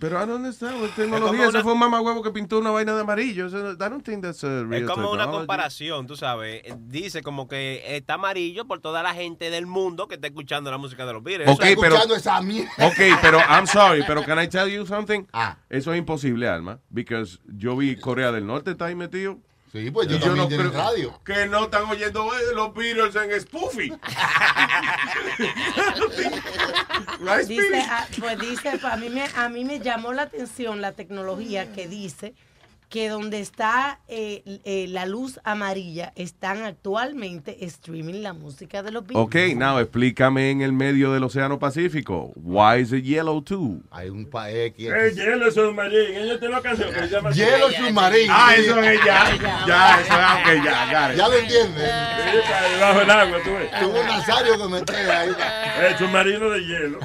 S9: Pero I don't understand. with
S7: Es
S9: tecnología.
S7: como
S9: Ese
S7: una-
S9: fue un mamagüevo que pintó una vaina de amarillo. Eso no- I don't think that's a real
S7: Es como una
S9: technology.
S7: comparación, tú sabes. Dice como que está amarillo por toda la gente del mundo que está escuchando la música de los Beatles.
S9: Ok,
S7: Eso es-
S9: pero. Ok, pero I'm sorry, pero can I tell you something?
S20: Ah.
S9: Eso es imposible, Alma, because yo vi Corea del Norte está ahí metido.
S20: Sí, pues yo también tienen radio.
S9: Que no están oyendo eh, los Beatles en Spoofy. Nice
S22: Dice,
S9: finish.
S22: ah, pues dice, pues a mí, me, a mí me llamó la atención la tecnología que dice que donde está eh, eh, la luz amarilla están actualmente streaming la música de los Beatles.
S9: Ok, now explícame en el medio del Océano Pacífico. Why is it yellow too?
S20: Hay un eh, país que.
S15: El Eh, hielo submarino. Ella tiene una canción que se llama
S20: Hielo submarino.
S15: Ah, eso es ya. Ya, eso es ah, ok, ya, got it.
S20: Ya lo entiendes.
S15: Debajo del agua, tú ves.
S20: Tuvo un Nazario que me trae ahí.
S15: El submarino de hielo.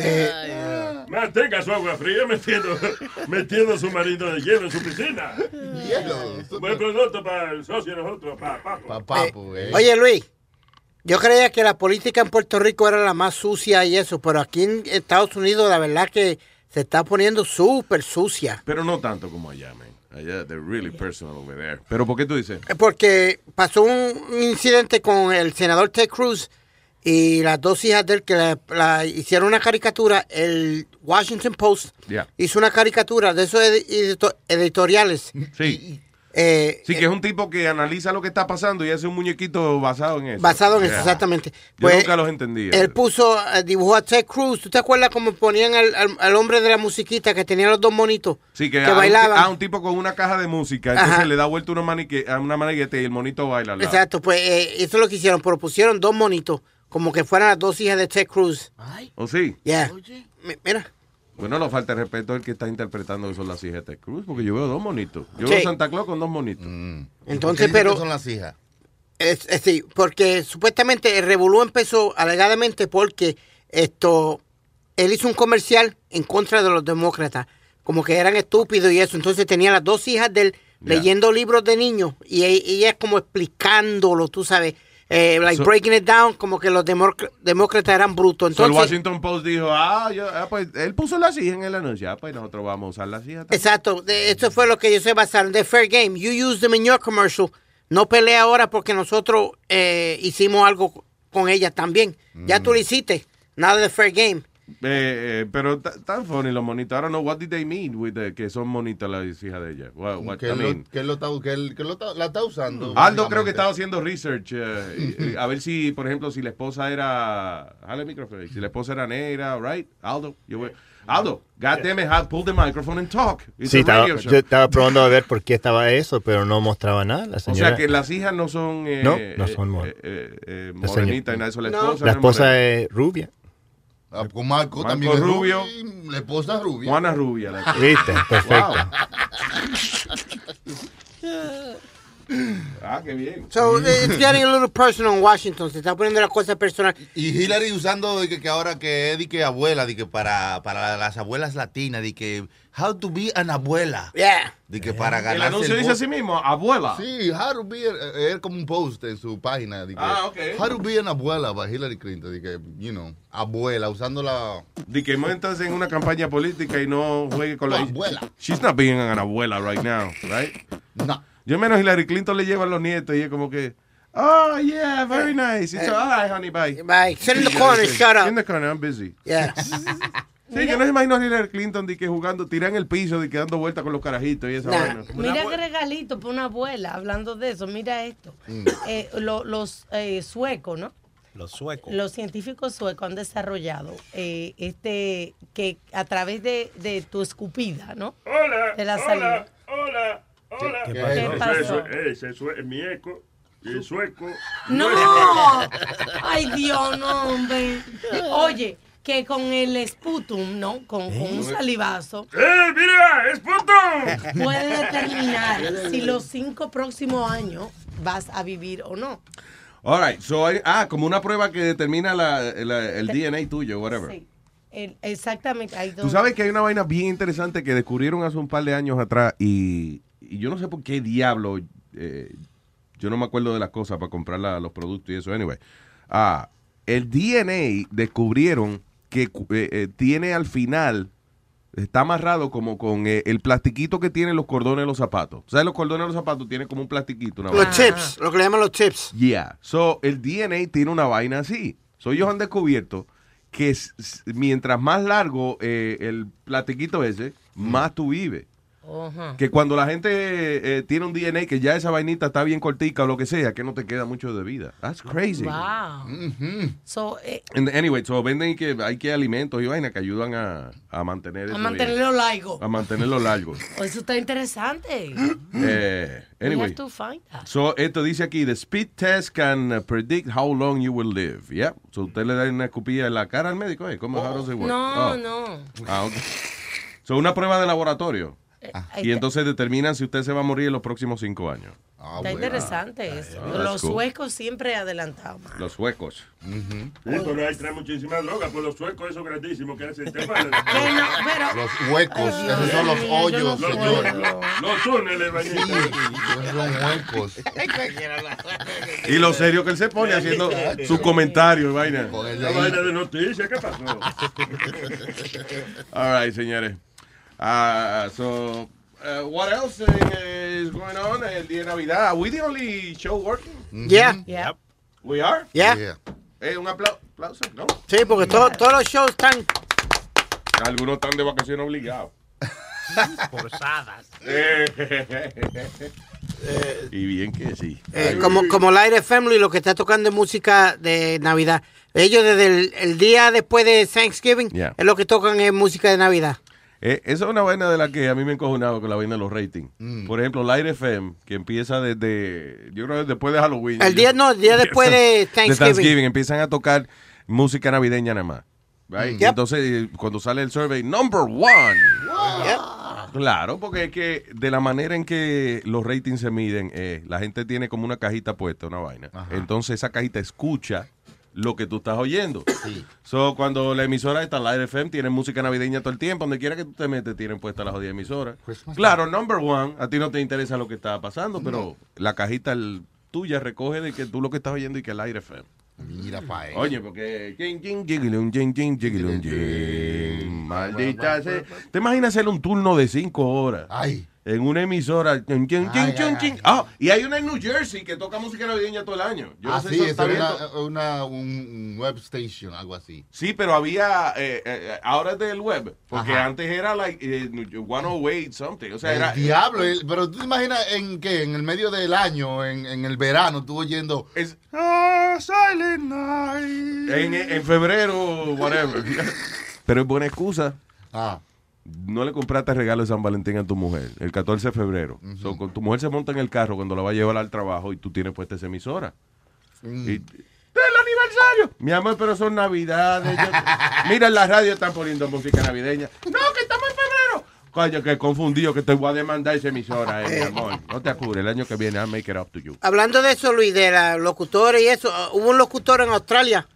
S20: Eh,
S15: Mantenga su agua fría metiendo, metiendo su marino de hielo en su piscina.
S20: Hielo.
S15: Buen producto para el socio de nosotros, para Papo.
S20: Eh,
S21: Oye, Luis, yo creía que la política en Puerto Rico era la más sucia y eso, pero aquí en Estados Unidos la verdad que se está poniendo súper sucia.
S9: Pero no tanto como allá, man. Allá, they're really personal over there. Pero ¿por qué tú dices?
S21: Eh, Porque pasó un un incidente con el senador Ted Cruz y las dos hijas de él que la, la hicieron una caricatura. El Washington Post
S9: Yeah.
S21: hizo una caricatura de esos edi- edito- editoriales.
S9: Sí.
S21: Eh,
S9: Sí, que es un tipo que analiza lo que está pasando y hace un muñequito basado en eso.
S21: Basado en eso,
S9: Yeah.
S21: exactamente.
S9: Yo
S21: Pues,
S9: nunca los entendía.
S21: Él puso, eh, dibujó a Ted Cruz. ¿Tú te acuerdas cómo ponían al, al- al hombre de la musiquita que tenía los dos monitos?
S9: Sí, que,
S21: que
S9: a un ti-
S21: bailaban.
S9: a un tipo con una caja de música, entonces
S21: Ajá.
S9: le da vuelta una, manique, a una manigueta y el monito baila. al lado.
S21: Exacto, pues eh, eso es lo que hicieron, pero pusieron dos monitos, como que fueran las dos hijas de Ted Cruz.
S9: ¿O sí?
S21: Yeah. Mi- Mira,
S9: Bueno, no falta el respeto al que está interpretando eso las hijas de Ted Cruz, porque yo veo dos monitos. Yo
S21: Sí.
S9: veo Santa Claus con dos monitos.
S20: Mm.
S21: entonces, pero...
S20: las hijas?
S21: Es, es- sí, porque supuestamente el revolú empezó alegadamente porque esto él hizo un comercial en contra de los demócratas, como que eran estúpidos y eso. Entonces tenía las dos hijas de él
S9: Ya.
S21: leyendo libros de niños y e- y ella como explicándolo, tú sabes, eh, like
S9: So-
S21: breaking it down, como que los demócr- demócratas eran brutos.
S9: So, el
S21: Entonces,
S9: Washington Post dijo, ah, yo- ah, pues él puso las hijas en el anuncio, ah, pues nosotros vamos a usar las hijas.
S21: Exacto, de- esto fue lo que ellos se basaron de Fair Game. You use them in your commercial. No pelea ahora porque nosotros eh, hicimos algo con ella también.
S9: Mm.
S21: Ya tú lo hiciste. Nada de Fair Game.
S9: Eh, eh, pero ta- tan funny los monitos. I don't know, what did they mean with the- que son monitas las hijas de ella? What, what-
S20: Que
S9: I
S20: él
S9: mean.
S20: lo- que él lo está- que él- que lo está- la está usando.
S9: Aldo creo que
S20: básicamente.
S9: estaba haciendo research. eh, eh, a ver si, por ejemplo, si la esposa era. Jale el micrófono. Si la esposa era negra, right? Aldo, yo voy- Aldo, God damn it, Hal, pull the microphone and talk. It's
S4: Sí,
S9: a
S4: estaba-
S9: radio show.
S4: yo estaba probando a ver por qué estaba eso, pero no mostraba nada. La
S9: O
S4: señora,
S9: sea que las hijas no son. eh,
S4: No, no
S9: eh,
S4: son mo-
S9: eh, eh, eh,
S4: la señora-
S9: morenitas y nada de eso. La
S4: No.
S9: esposa,
S4: La
S9: es
S4: esposa es rubia.
S20: Ah, Con Marco,
S9: Marco
S20: también. es
S9: Rubio.
S20: rubio. La esposa es rubia.
S9: Juana Rubia, la esposa.
S4: Viste, perfecto.
S9: morena. Ah, qué bien.
S21: So eh, it's getting a little personal en Washington. Se está poniendo la cosa personal.
S20: Y Hillary usando de que, que ahora que es de que abuela, de que para, para las abuelas latinas, de que how to be an abuela.
S21: Yeah.
S20: De que para ganar.
S9: El anuncio dice así mismo, abuela.
S20: Sí, how to be, eh, es como un post en su página. De que,
S9: Ah, ok.
S20: How to be an abuela by Hillary Clinton. De que, you know, abuela, usando la.
S9: De que metas en una campaña política y no juegue con la
S20: abuela.
S9: She's not being an abuela right now, right?
S20: No.
S9: Yo menos Hillary Clinton le lleva a los nietos y es como que, oh yeah, very nice. It's
S21: Eh.
S9: all right, honey, bye.
S21: Bye. Sit in the corner, shut up.
S9: In the corner, I'm busy.
S21: Yeah.
S9: Sí, yo no me imagino a Hillary Clinton de que jugando, tiran el piso de que dando vueltas con los carajitos y esa
S22: Nah.
S9: vaina.
S22: Mira qué regalito para una abuela, hablando de eso, mira esto. Eh, lo- los eh, suecos, ¿no?
S7: Los suecos.
S22: Los científicos suecos han desarrollado eh, este que a través de, de tu escupida, ¿no?
S15: Hola,
S22: De la
S15: hola,
S22: salida.
S15: hola, hola.
S22: ¿Qué- qué pasó? ¿Qué pasó?
S15: Eso es- ese sue- es mi eco. y el sueco.
S22: ¡No! ¡Ay, Dios, no, hombre! Oye, que con el sputum, ¿no? Con, con un salivazo.
S15: ¡Eh, mira! ¡Es puto!
S22: Puede determinar si los cinco próximos años vas a vivir o no.
S9: All right, so hay- ah, como una prueba que determina la- la- el DNA tuyo, whatever.
S22: Sí. El- exactamente. hay
S9: Tú
S22: dos-
S9: sabes que hay una vaina bien interesante que descubrieron hace un par de años atrás y, y yo no sé por qué diablo, eh, yo no me acuerdo de las cosas para comprar la- los productos y eso, anyway. Ah, el DNA descubrieron que cu- eh, eh, tiene al final, está amarrado como con eh, el plastiquito que tienen los cordones de los zapatos. ¿Sabes? Los cordones de los zapatos tienen como un plastiquito. Una
S21: Los
S9: vaina.
S21: chips, lo que le llaman los chips.
S9: Yeah. So, el DNA tiene una vaina así. So, ellos han descubierto que s- s- mientras más largo eh, el plastiquito ese,
S22: Mm.
S9: más tú vives. Que cuando la gente eh, eh, tiene un DNA que ya esa vainita está bien cortica o lo que sea, que no te queda mucho de vida. That's crazy.
S22: Wow. So, eh,
S9: And anyway, so venden y que hay que alimentos y vaina que ayudan a, a mantener
S22: A
S9: eso
S22: mantenerlo largo.
S9: A mantenerlo largo.
S22: oh, eso está interesante.
S9: Eh,
S22: We
S9: anyway.
S22: have to find that.
S9: So, esto dice aquí, the speed test can uh, predict how long you will live. Yeah. So, usted le da una escupilla en la cara al médico, ¿eh? ¿Cómo? How does it work?
S22: No,
S9: Oh.
S22: no.
S9: Ah, ok. So, una prueba de laboratorio. Ah,
S20: Ah.
S22: ahí
S9: Y
S22: Eh, está.
S9: entonces determinan si usted se va a morir en los próximos cinco años.
S22: Está interesante eso.
S9: Ah, that's
S22: Los
S9: cool.
S22: suecos siempre adelantados. man.
S9: Los huecos.
S15: Sí, pero ahí trae muchísima droga, por los suecos, eso gratísimo que hacen. este ¿Te
S20: Los huecos, esos son los hoyos,
S15: Los
S20: señores.
S15: túneles, los túneles, vainita.
S20: Son huecos.
S9: Y lo serio que él se pone haciendo su comentario y vaina.
S15: La vaina de noticias, ¿qué pasó?
S9: All right, señores. Ah, so, uh, what else eh, is going on el día de Navidad? Are we the only show working?
S21: Yeah.
S22: Yep.
S9: We are?
S21: Yeah.
S9: Eh, un apla- aplauso, ¿no?
S21: Sí, porque to- todos los shows están.
S9: Algunos están de vacaciones obligados.
S7: Forzadas.
S9: Eh. y bien que sí.
S21: Eh, como, como Light FM y lo que está tocando es música de Navidad. Ellos desde el, el día después de Thanksgiving
S9: Yeah.
S21: es lo que tocan es música de Navidad.
S9: Eh, esa es una vaina de la que a mí me he encojonado con la vaina de los ratings.
S21: Mm.
S9: Por ejemplo, Light FM, que empieza desde, yo creo que después de Halloween.
S21: El día- no, el día después de Thanksgiving.
S9: Empiezan a tocar música navideña nada más. Right?
S21: Mm.
S9: Y Entonces, eh, cuando sale el survey, number one. Claro, porque es que de la manera en que los ratings se miden, eh, la gente tiene como una cajita puesta, una vaina. Entonces esa cajita escucha lo que tú estás oyendo. So, cuando la emisora está Live FM, tiene música navideña todo el tiempo. Donde quiera que tú te metes, tienen puesta las jodidas emisoras.
S20: Pues,
S9: Claro, number one, a ti no te interesa lo que está pasando, pero la cajita el- tuya recoge de que tú lo que estás oyendo y que el aire FM.
S20: Mira pa' eso.
S9: Oye, porque... jing, jing, jigilum, jing, jing, jigilum, jing. Maldita sea. ¿Te imaginas hacer un turno de cinco horas? En una emisora. Chin, chin,
S20: Ay,
S9: chin,
S20: ay,
S9: chin. Ah, y hay una en New Jersey que toca música navideña todo el año. Yo no sé
S20: Así
S9: si
S20: Ah, es,
S9: está abierto.
S20: una, una, un, un web station, algo así.
S9: Sí, pero había. eh, eh, ahora es del web. Porque
S20: Ajá.
S9: antes era like eh, 108 something. O sea,
S20: El
S9: era.
S20: diablo, el- pero tú te imaginas en qué, en el medio del año, en, en el verano, tú oyendo.
S25: Silent Night.
S9: En, en febrero, whatever. Pero es buena excusa.
S20: Ah.
S9: No le compraste regalo de San Valentín a tu mujer el 14 de febrero. So, con tu mujer se monta en el carro cuando la va a llevar al trabajo y tú tienes puesta esa emisora. Y- ¡Del aniversario! mi amor, pero son navidades. yo- mira, en la radio están poniendo música navideña. No, que estamos en febrero. Coño, que confundido, que te voy a demandar esa emisora, eh, mi amor. No te apures, el año que viene I'll make it up to you.
S21: Hablando de eso, Luis, de la- locutores y eso, ah, hubo un locutor en Australia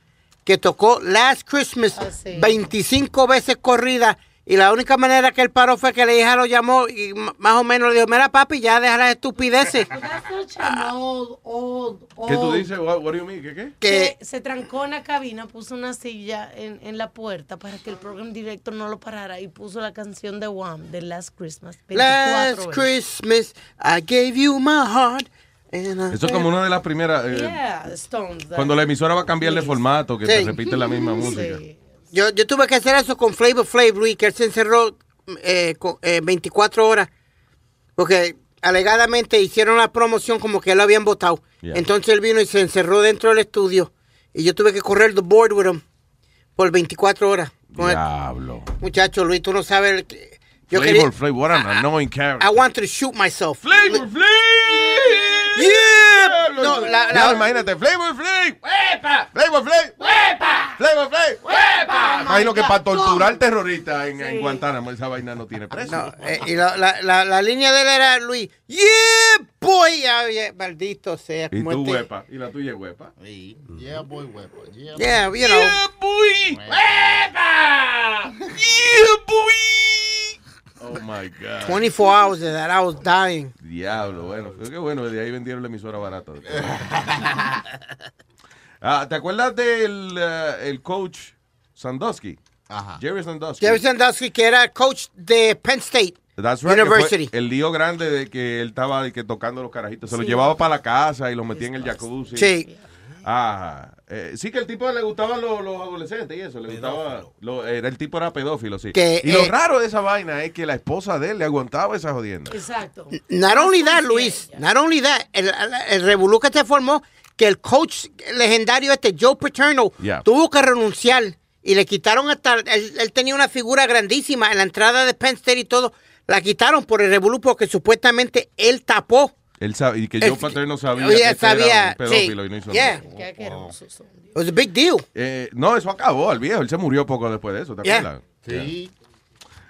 S21: que tocó Last Christmas 25 veces corrida y la única manera que él paró fue que la hija lo llamó y m- más o menos le dijo, mira papi, ya deja las estupideces.
S22: Such an old, old,
S9: ¿Qué tú
S22: old-
S9: dices? What, what do you mean? ¿Qué qué?
S22: que se trancó en la cabina, puso una silla en, en la puerta para que el program director no lo parara y puso la canción de Wham de Last Christmas. 24
S21: Last
S22: veces.
S21: Christmas, I gave you my heart.
S9: Eso es como una de las primeras. eh,
S22: Yeah, Stones. that-
S9: Cuando la emisora va a cambiar de formato, que te
S21: Sí.
S9: repite la misma música.
S21: Yo, yo tuve que hacer eso con Flavor Flav, Luis, que él se encerró eh, co- eh, 24 horas porque alegadamente hicieron la promoción como que lo habían votado.
S26: Yeah.
S21: Entonces él vino y se encerró dentro del estudio y yo tuve que correr the board with him por 24 horas. Con él.
S9: Diablo.
S21: Muchacho, Luis, tú no sabes... el que- Yo
S9: Flavor,
S21: quería...
S9: Flav, what
S21: ah.
S9: an annoying character.
S21: I want to shoot myself.
S9: Flavor Flav!
S21: Yeah! No, la, la,
S9: No, imagínate, Flavor Flav. ¡Huepa! ¡Flavor Flav! ¡Huepa! ¡Flavor Flav!
S21: Oh
S9: ¡Huepa! Imagino que para torturar terroristas en, en Guantánamo, esa vaina no tiene precio.
S21: No, eh, y la, la- la- la línea de él era Luis. ¡Yeah, boy! Ah, yeah, maldito sea.
S9: y
S21: como
S9: tú,
S21: este-
S9: huepa. Y la tuya es huepa.
S20: Yeah, boy, huepa. Yeah,
S21: Yeah,
S20: boy.
S21: you know.
S25: boy. Huepa. Yeah, boy.
S9: Oh my God.
S21: 24 hours de that I was dying.
S9: Diablo, bueno. Creo que bueno, de ahí vendieron la emisora barata. Ah, ¿Te acuerdas del eh, el coach Sandusky? Jerry Sandusky.
S21: Jerry Sandusky, que era coach de Penn State
S9: That's right, que fue
S21: University.
S9: el lío grande de que él estaba de que tocando los carajitos. Se los
S21: Sí.
S9: llevaba para la casa y los metía en el jacuzzi.
S21: Sí.
S9: Ah, eh, sí que el tipo le gustaban los, los adolescentes y eso. Le gustaba, lo- era, el tipo era pedófilo, sí.
S21: Que,
S9: y lo
S21: eh,
S9: raro de esa vaina es que la esposa de él le aguantaba esa jodienda.
S22: Exacto.
S21: Not only that, Luis, not only that, el, el revolú que se formó, que el coach legendario este, Joe Paterno,
S9: Yeah.
S21: tuvo que renunciar y le quitaron hasta, él, él tenía una figura grandísima en la entrada de Penn State y todo, la quitaron por el revolú porque supuestamente él tapó.
S9: Él sabe, y que
S21: El-
S9: yo paterno sabía
S21: Oye,
S9: que este
S21: sabía,
S9: era un pedófilo
S21: sí.
S9: y no hizo
S21: Yeah.
S9: nada.
S22: Qué asqueroso son.
S21: It was a big deal.
S9: Eh, no, eso acabó al viejo. Él se murió poco después de eso, ¿te
S21: Yeah.
S9: acuerdas?
S20: Sí.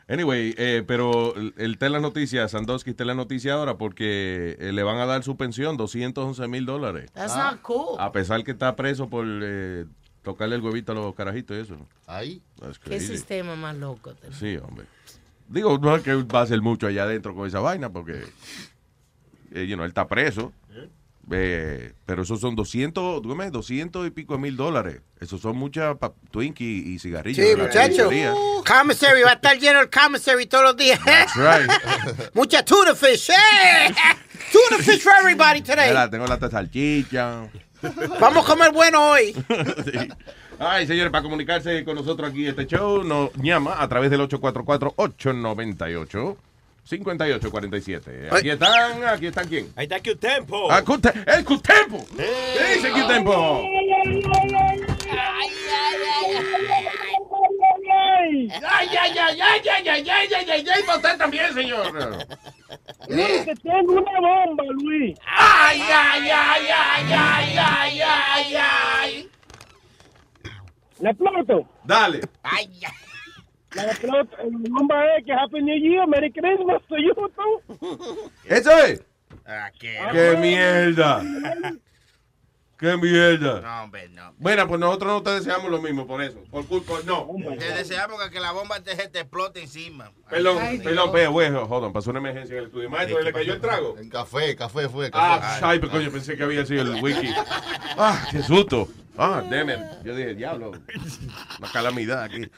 S9: Anyway, eh, pero el- el está en las noticias, Sandusky está en las noticias ahora porque eh, le van a dar su pensión, 211 mil dólares.
S22: That's not cool.
S9: A pesar que está preso por eh, tocarle el huevito a los carajitos y eso.
S20: Ahí.
S22: Qué sistema más loco.
S9: Sí, hombre. Digo, no es que va a ser mucho allá adentro con esa vaina porque, eh, you know, él está preso. Eh, pero esos son 200, dígame, 200 y pico de mil dólares. Esos son muchas pa- Twinkies y cigarrillos.
S21: Sí,
S9: de la
S21: muchacho. Uh,
S9: carnicería.
S21: Commissary, va a estar lleno el commissary todos los días.
S9: That's right.
S21: Mucha tuna fish, eh. Tuna fish for everybody today.
S9: Mira, tengo lata de salchicha.
S21: Vamos a comer bueno hoy.
S9: Sí. Ay, señores, para comunicarse con nosotros aquí en este show, nos llama a través del 844-898-5847. Aquí están, aquí están quién.
S27: Ahí está Eh. Q-Tempo.
S9: Ah, Cute- ¡El Cutempo! ¿Qué dice Cutempo?
S11: Ay, ay, ay, ay, ay, ay, ay, ay, ay, ay, para usted también, señor.
S28: Luis, que tengo una bomba, Luis.
S11: Ay, ay, ay, ay, ay, ay, ay, ay.
S28: ¿La exploto?
S9: Dale.
S28: Ay, ya. La eh, exploto. La bomba es que Happy New Year, Merry Christmas to you, tú.
S9: ¡Eso es! ¡Qué mierda! ¡Qué mierda!
S24: No, hombre, no.
S9: Bueno, pues nosotros no te deseamos lo mismo por eso. Por culpa, no.
S24: Te deseamos que, que la bomba te, se te explote encima.
S9: Perdón,
S24: Ay,
S9: perdón,
S24: Dios.
S9: pero, güey, jodan, pasó una emergencia en el estudio. Maestro, ¿le cayó el trago?
S20: En café, café fue.
S9: Ah,
S20: Café.
S9: ay, pero coño, pensé que había sido el wiki. Ah, qué susto. Ah, damn it. Yo dije, diablo. Una calamidad aquí.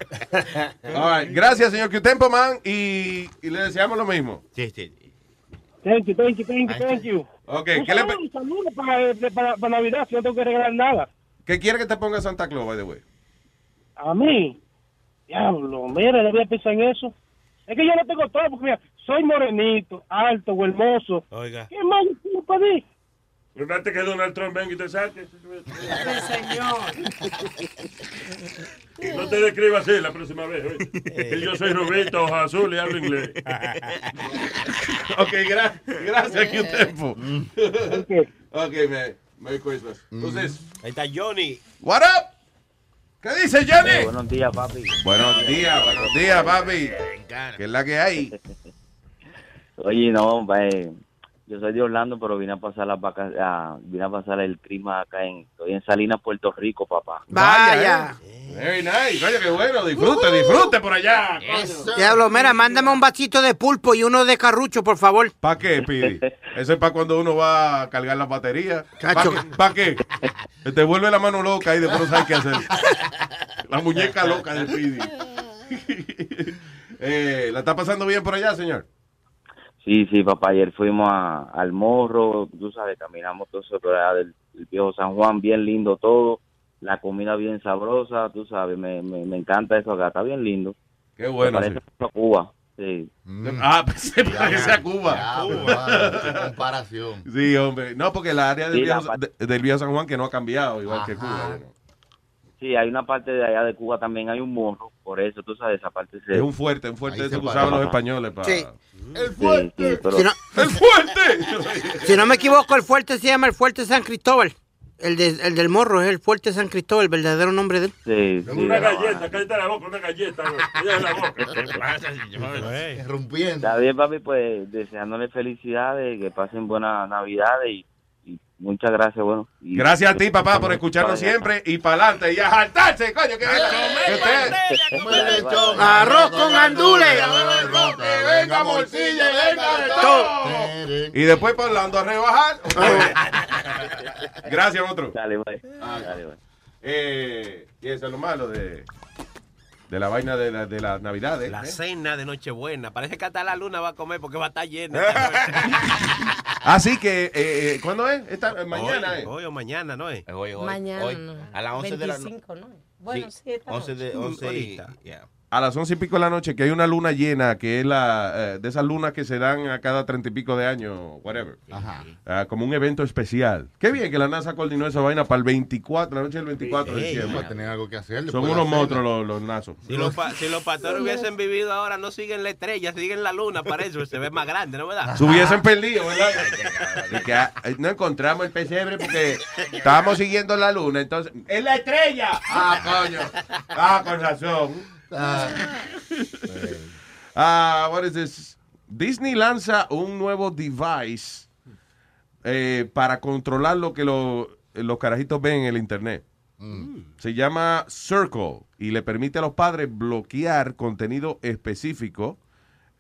S9: All right, Gracias, señor Cutempo, man. Y, y le deseamos lo mismo. Sí, sí.
S28: Thank you, thank you, thank you, thank you.
S9: Ok,
S28: Un
S9: ¿qué, le,
S28: saludo, un saludo para, eh, para, para Navidad, si no tengo que regalar nada.
S9: ¿qué quiere que te ponga Santa Claus, by the way?
S28: A mí, diablo, mira, no había pensado en eso. Es que yo no tengo todo, porque mira, soy morenito, alto, hermoso.
S27: Oiga.
S28: ¿Qué más yo puedo pedir?
S23: ¿Verdad que Donald Trump venga y te saque? No te describas así la próxima vez. oye. Que yo soy Roberto Hoja Azul y hablo inglés.
S9: ok, gra- gracias, Cutempo. ok, man. Merry Christmas. Entonces,
S27: Ahí está Johnny.
S9: what up? ¿Qué dice Johnny?
S29: buenos días, papi.
S9: Buenos días, buenos días, papi. ¿Qué es la que hay?
S29: Oye, no, va, eh, yo soy de Orlando, pero vine a pasar las vacaciones, vine a pasar el clima acá en, estoy en Salinas, Puerto Rico, papá.
S9: Ah,
S21: Vaya.
S9: ¿eh? Very nice. Oye, qué bueno. Disfrute, disfrute por allá.
S21: Diablo, mira, mándame un vasito de pulpo y uno de carrucho, por favor.
S9: ¿Para qué, Pidi? Eso es para cuando uno va a cargar las baterías. ¿Para
S21: Cacho.
S9: qué? ¿Pa qué? Se Te vuelve la mano loca y después no sabes qué hacer. La muñeca loca de Pidi. Eh, ¿La está pasando bien por allá, señor?
S29: Sí, sí, papá, ayer fuimos a- al morro, tú sabes, caminamos todo eso por allá del, del viejo San Juan, bien lindo todo, la comida bien sabrosa, tú sabes, me, me, me encanta eso acá, está bien lindo.
S9: Qué bueno,
S29: Me parece mucho a Cuba, sí.
S9: Ah, se parece a Cuba.
S20: comparación.
S9: Sí, hombre. No, porque la área del,
S29: Sí, la
S9: viejo, de- del viejo San Juan que no ha cambiado, igual que Cuba. ¿no?
S29: Sí, hay una parte de allá de Cuba también, hay un morro, por eso, tú sabes, esa parte se-
S9: Es un fuerte, un fuerte
S29: Ahí
S9: de
S29: se
S9: eso que
S29: paró.
S9: usaban los españoles para...
S29: Sí.
S9: El
S29: fuerte. Sí, sí, pero-
S21: Si no-
S9: ¡El fuerte!
S21: Si no me equivoco, el fuerte se llama el fuerte San Cristóbal. El, de- el del morro es el fuerte San Cristóbal, el verdadero nombre de él.
S29: Sí,
S23: Una galleta, cállate la boca, una galleta. güey. Cállate la boca.
S29: Está bien, papi, pues deseándole felicidades, que pasen buenas navidades y, y muchas gracias, bueno. y-
S9: Gracias a ti, papá, por escucharnos siempre y para adelante y a jaltarse, coño, que venga. Que usted-
S21: Arroz con andules.
S9: Que venga Ah, morcilla, que venga de todo. Y después para Orlando a rebajar.
S11: pues.
S9: Gracias, otro. pues.
S29: Dale, bye.
S9: Ah, Eh, y eso es lo malo de, de de la vaina de, la- de las navidades.
S7: La
S9: ¿eh?
S7: cena de Nochebuena. Parece que hasta la luna va a comer porque va a estar llena. esta noche.
S9: Así que, eh, eh, ¿cuándo es? Esta, eh, mañana
S7: hoy,
S9: es.
S7: hoy o mañana, ¿no es?
S11: Hoy,
S22: Mañana,
S7: hoy.
S22: no.
S7: A las 11 de la noche.
S22: 25, ¿no? Bueno, sí, esta noche.
S9: A las once y pico de la noche, que hay una luna llena, que es la eh, de esas lunas que se dan a cada treinta y pico de año, whatever.
S11: Ajá.
S9: Ah, como un evento especial. Qué bien que la NASA coordinó esa vaina para el 24, la noche del 24 de
S11: Ey,
S9: diciembre.
S11: va a tener algo que hacer
S9: Son
S11: después de
S9: unos
S11: la
S9: monstruos los, los nazos.
S7: Si los, pa- si los pastores hubiesen vivido ahora, no siguen la estrella, siguen la luna, para eso se ve más grande, ¿no verdad?
S9: Se hubiesen perdido, ¿verdad? De que, ah, no encontramos el pesebre porque estábamos siguiendo la luna, entonces... ¡Es la estrella! ¡Ah, coño! ¡Ah, con razón! Ah, what is this? Disney lanza un nuevo device eh, para controlar lo que lo- los carajitos ven en el internet. Se llama Circle y le permite a los padres bloquear contenido específico.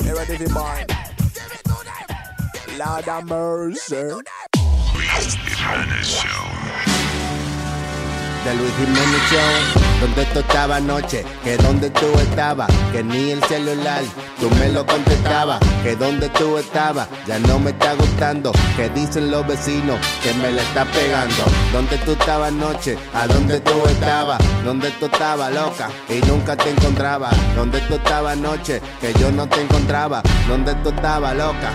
S18: they ready to bind. Lord have mercy.
S5: de Luis Jiménez Show. ¿Dónde tú estabas anoche? ¿Que dónde tú estabas? Que ni el celular, tú me lo contestabas. ¿Que dónde tú estabas? Ya no me está gustando. ¿Que dicen los vecinos? Que me la está pegando. ¿Dónde tú estabas anoche? ¿A dónde tú estabas? ¿Dónde tú estabas, loca? Y nunca te encontraba. ¿Dónde tú estabas anoche? Que yo no te encontraba. ¿Dónde tú estabas, loca?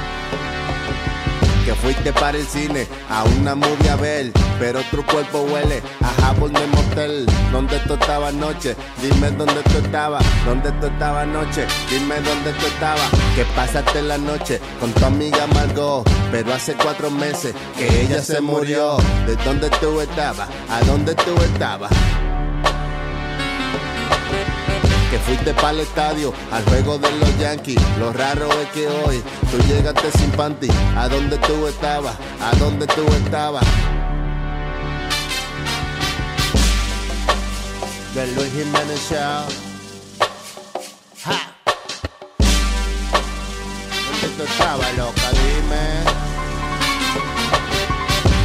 S5: Que fuiste para el cine a una movie a ver Pero tu cuerpo huele a jabón de motel ¿Dónde tú estabas anoche? Dime dónde tú estabas ¿Dónde tú estabas anoche? Dime dónde tú estabas Que pasaste la noche con tu amiga Margot Pero hace cuatro meses que ella se murió ¿De dónde tú estabas? ¿A dónde tú estabas? que fuiste para el estadio al juego de los Yankees. Lo raro es que hoy tú llegaste sin panty. ¿A dónde tú estabas? ¿A dónde tú estabas? De Luis Jiménez Show. Ja. ¿Dónde tú estabas, loca? Dime.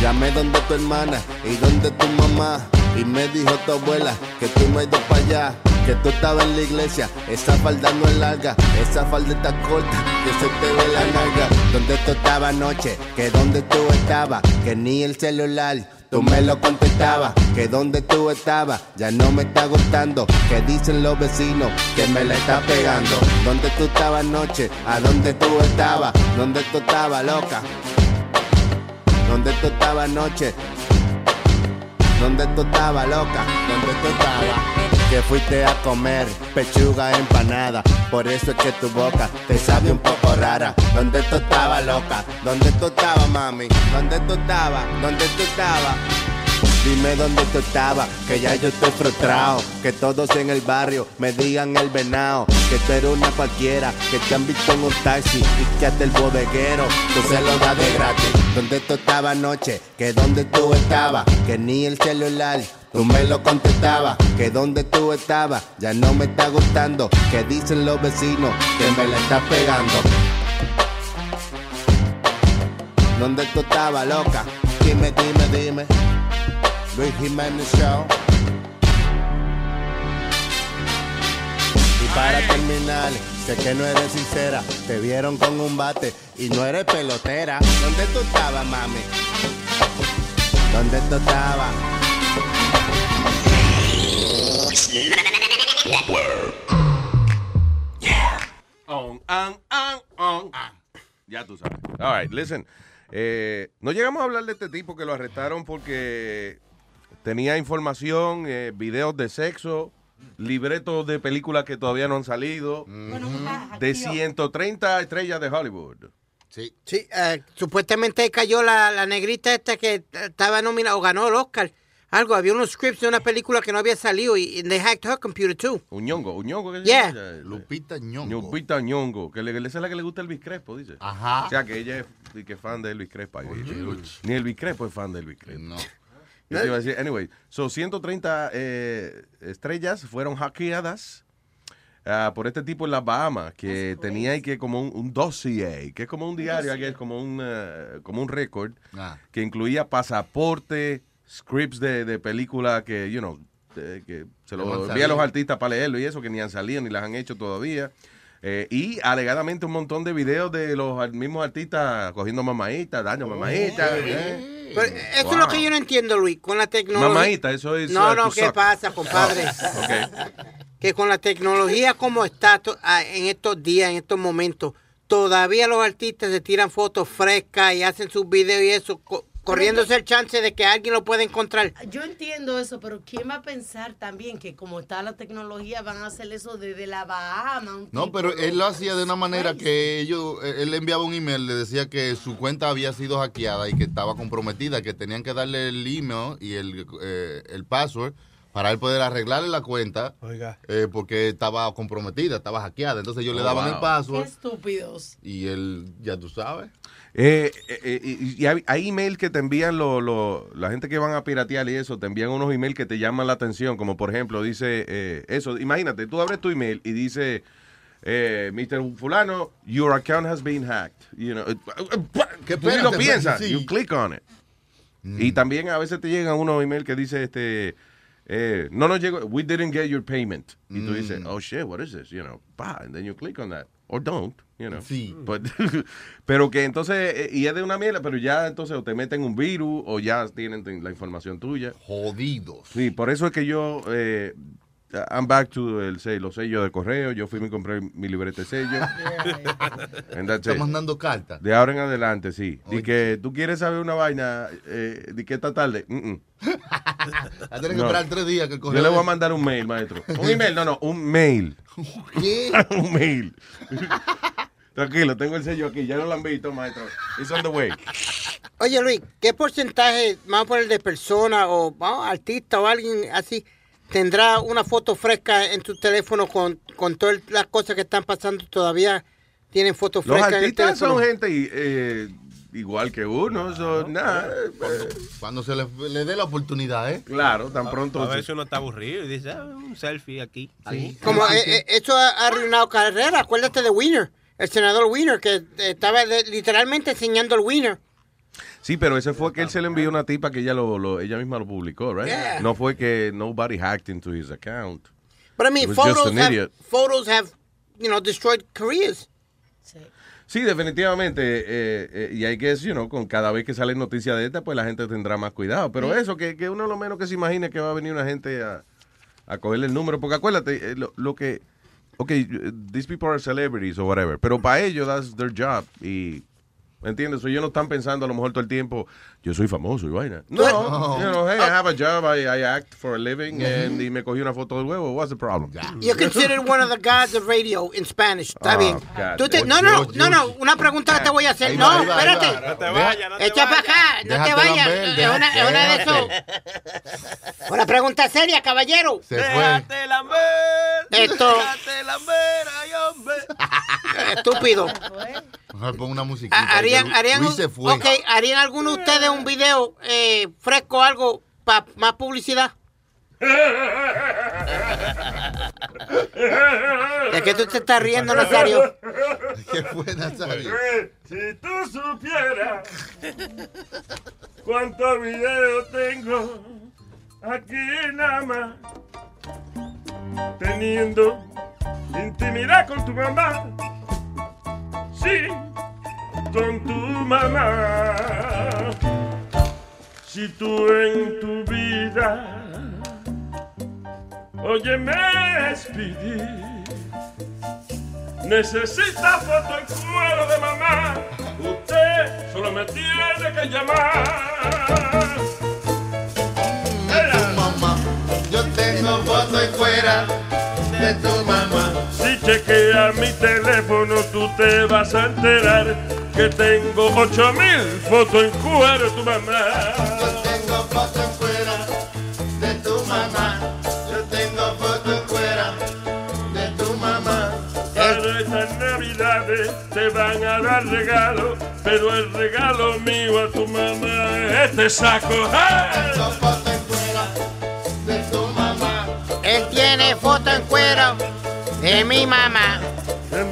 S5: Llamé donde tu hermana y donde tu mamá. Y me dijo tu abuela que tú no has ido para allá. Que tú estabas en la iglesia, esa falda no es larga, esa falda está corta, que se te ve la nalga. ¿Dónde tú estabas anoche? Que dónde tú estabas, que ni el celular, tú me lo contestabas. Que dónde tú estabas, ya no me está gustando. Que dicen los vecinos que me la está pegando. ¿Dónde tú estabas anoche? ¿A dónde tú estabas? ¿Dónde tú estabas, loca? ¿Dónde tú estabas anoche? ¿Dónde tú estabas, loca? ¿Dónde tú estabas? Que fuiste a comer pechuga empanada. Por eso es que tu boca te sabe un poco rara. ¿Dónde tú estabas, loca? ¿Dónde tú estabas, mami? ¿Dónde tú estabas? ¿Dónde tú estabas? Dime dónde tú estabas, que ya yo estoy frustrado. Que todos en el barrio me digan el venado. Que tú eres una cualquiera, que te han visto en un taxi. Y que hasta el bodeguero, tú se lo das de gratis. ¿Dónde tú estabas anoche? Que dónde tú estabas, que ni el celular. Tú me lo contestabas, que dónde tú estabas, ya no me está gustando. Que dicen los vecinos que me la estás pegando. ¿Dónde tú estabas, loca? Dime, dime, dime. Luis Jiménez Show. Y para terminar, sé que no eres sincera, te vieron con un bate y no eres pelotera. ¿Dónde tú estabas, mami? ¿Dónde tú estabas?
S9: On, on, on, on. Ya tú sabes. All right, listen. Eh, no llegamos a hablar de este tipo que lo arrestaron porque tenía información, eh, videos de sexo, libretos de películas que todavía no han salido, de 130 estrellas de Hollywood.
S11: Sí.
S21: Sí, eh, supuestamente cayó la, la negrita esta que estaba nominada o ganó el Oscar. Algo, había unos scripts de una película que no había salido y and they hacked her computer too.
S9: Un ñongo, un ñongo. ¿qué se
S21: Yeah.
S9: llama?
S11: Lupita Ñongo.
S9: Lupita ñongo, que le, esa es la que le gusta el Luis Crespo, dice.
S11: Ajá.
S9: O sea, que ella es, y que es fan de Luis Crespo. Ni el Luis Crespo es fan de Luis Crespo. No. Yo te iba a decir, anyway, so 130 eh, estrellas fueron hackeadas ah, por este tipo en las Bahamas, que tenía y que como un, un dossier, Ah. que es como un diario, que es como un, eh, como un récord, que incluía pasaporte, scripts de, de película que, you know, de- que se
S30: Que no han
S9: lo envía a los
S30: salido.
S9: artistas para leerlo y eso, que ni han salido ni las han hecho todavía. Eh, y alegadamente un montón de videos de los ar- mismos artistas cogiendo mamaitas, daño mamaitas. eh.
S21: Pero eso es lo que yo no entiendo, Luis, con la tecnología.
S9: Mamaita, eso es,
S21: No,
S9: uh,
S21: no,
S9: to
S21: ¿qué
S9: suck.
S21: pasa, compadre?
S9: Ah, Ok.
S21: que con la tecnología como está to- ah, en estos días, en estos momentos, todavía los artistas se tiran fotos frescas y hacen sus videos y eso, co- corriéndose el chance de que alguien lo pueda encontrar.
S22: Yo entiendo eso, pero ¿quién va a pensar también que como está la tecnología van a hacer eso desde la Bahama? un
S20: No,
S22: tipo
S20: pero él lo
S22: loco?
S20: hacía de una manera que ellos, eh, él le enviaba un email, le decía que su cuenta había sido hackeada y que estaba comprometida, que tenían que darle el email y el, eh, el password para él poder arreglarle la cuenta
S23: Oiga.
S20: eh, porque estaba comprometida, estaba hackeada. Entonces ellos le
S9: Oh,
S20: daban
S9: wow.
S20: el password
S22: Qué estúpidos.
S20: y él, ya tú sabes.
S9: Eh, eh, eh, y y hay, hay email que te envían lo- lo- la gente que van a piratear y eso, te envían unos email que te llaman la atención, como por ejemplo dice eh, eso, imagínate, tú abres tu email y dice, eh, Mr. Fulano, your account has been hacked. You know,
S20: ¿Qué
S9: tú ni lo
S20: espérate,
S9: piensas,
S20: sí. Mm.
S9: you click on it. Y también a veces te llegan unos email que dice, este, eh, no nos llegó, we didn't get your payment. Y tú dices,
S20: Mm.
S9: oh shit, what is this? You know, pa, and then you click on that. Or don't, you know.
S20: Sí.
S9: But- Pues, pero que entonces, eh, y es de una mierda, pero ya entonces o te meten un virus o ya tienen tu- la información tuya.
S20: Jodidos.
S9: Sí, por eso es que yo, eh, I'm back to el, se- los sellos de correo. Yo fui y me compré mi libreta de sellos. And that's
S20: Está
S9: it.
S20: mandando cartas.
S9: De ahora en adelante, sí. Y que tú quieres saber una vaina, eh, de que esta tarde. mm, mm.
S20: Va a tener Ah, que
S9: No.
S20: esperar tres días que el
S9: Yo
S20: correo-
S9: le voy a mandar un mail, maestro. Un email, no, no, un mail.
S20: ¿Qué?
S9: un mail. Tranquilo, tengo el sello aquí, ya no lo han visto, maestro. It's on the way.
S21: Oye, Luis, ¿qué porcentaje, vamos a poner de personas o vamos, artista o alguien así, tendrá una foto fresca en tu teléfono con, con todas las cosas que están pasando todavía? ¿Tienen fotos
S9: Los
S21: frescas en el
S9: artistas son
S21: teléfono?
S9: gente i- eh, igual que uno, son Pues nada.
S20: Eh,
S9: eh,
S20: Cuando, cuando se le, le dé la oportunidad, ¿eh?
S9: Claro, tan
S7: A ver si uno está aburrido y dice, ah, un selfie aquí. Ahí.
S21: Como eh, eh, eso ha ha arruinado carrera. Acuérdate de Winner, el senador Winner, que eh, estaba de- literalmente enseñando el Winner.
S9: Sí, pero ese fue que él se le envió una tipa que ella lo, lo- ella misma lo publicó, right?
S21: Yeah.
S9: No fue que nobody hacked into his account.
S21: Pero I
S9: He
S21: mean,
S9: was just
S21: photos
S9: an
S21: have,
S9: idiot.
S21: photos have, you know, destroyed careers.
S9: Sí, definitivamente. eh, eh, y hay que, you know, con cada vez que sale noticia de esta, pues la gente tendrá más cuidado. Pero
S30: Mm.
S9: eso, que, que uno lo menos que se imagine que va a venir una gente a, a cogerle el número. Porque acuérdate, eh, lo, lo que. Ok, eh, these people are celebrities or whatever. Pero para ellos, that's their job. Y. ¿Me entiendes? So, ellos no están pensando a lo mejor todo el tiempo, yo soy famoso y vaina. No,
S21: No. Ah.
S9: you know, hey, I have a job, I, I act for a living, and, y me cogí una foto del huevo. What's the problem?
S21: You're considered one of the gods of radio in Spanish. Está
S9: Ah,
S21: bien.
S9: God.
S21: Tú te- no, no,
S9: Dios,
S21: no, no. Una pregunta que te voy a hacer.
S9: Ahí
S21: No,
S9: va, ahí va, ahí
S21: espérate.
S9: va. No te vayas,
S21: no te Echa para acá. No te
S20: Déjate
S21: vayas.
S20: lamber,
S21: Es una, es una de
S20: déjate.
S21: esos- Una pregunta seria, caballero.
S20: Se fue.
S21: Esto, estúpido.
S20: Mejor pon una musiquita.
S21: Ah, harían,
S20: Lu-
S21: harían,
S20: Luis
S21: un-
S20: se fue.
S21: ok, ¿harían alguno de ustedes un video eh, fresco, algo para más publicidad? ¿De qué tú te estás riendo, Nazario?
S20: ¿Qué fue, Nazario?
S15: Pues, Si tú supieras cuánto video tengo aquí nada más, teniendo intimidad con tu mamá, sí, con tu mamá. Si tú en tu vida, oye, me despedí. Necesita foto en cuero de mamá. Usted solo me tiene que llamar.
S20: mamá, yo tengo foto en cuera de tu mamá.
S15: Si chequea mi teléfono, tú te vas a enterar que tengo 8000 fotos en cuero de tu mamá.
S20: Yo tengo foto en cuera de tu mamá. Yo tengo foto en cuera de tu mamá.
S15: Para estas navidades te van a dar regalo, pero el regalo mío a tu mamá es este saco. ¡Hey!
S20: Tengo foto
S21: tiene foto en cuero de mi mamá.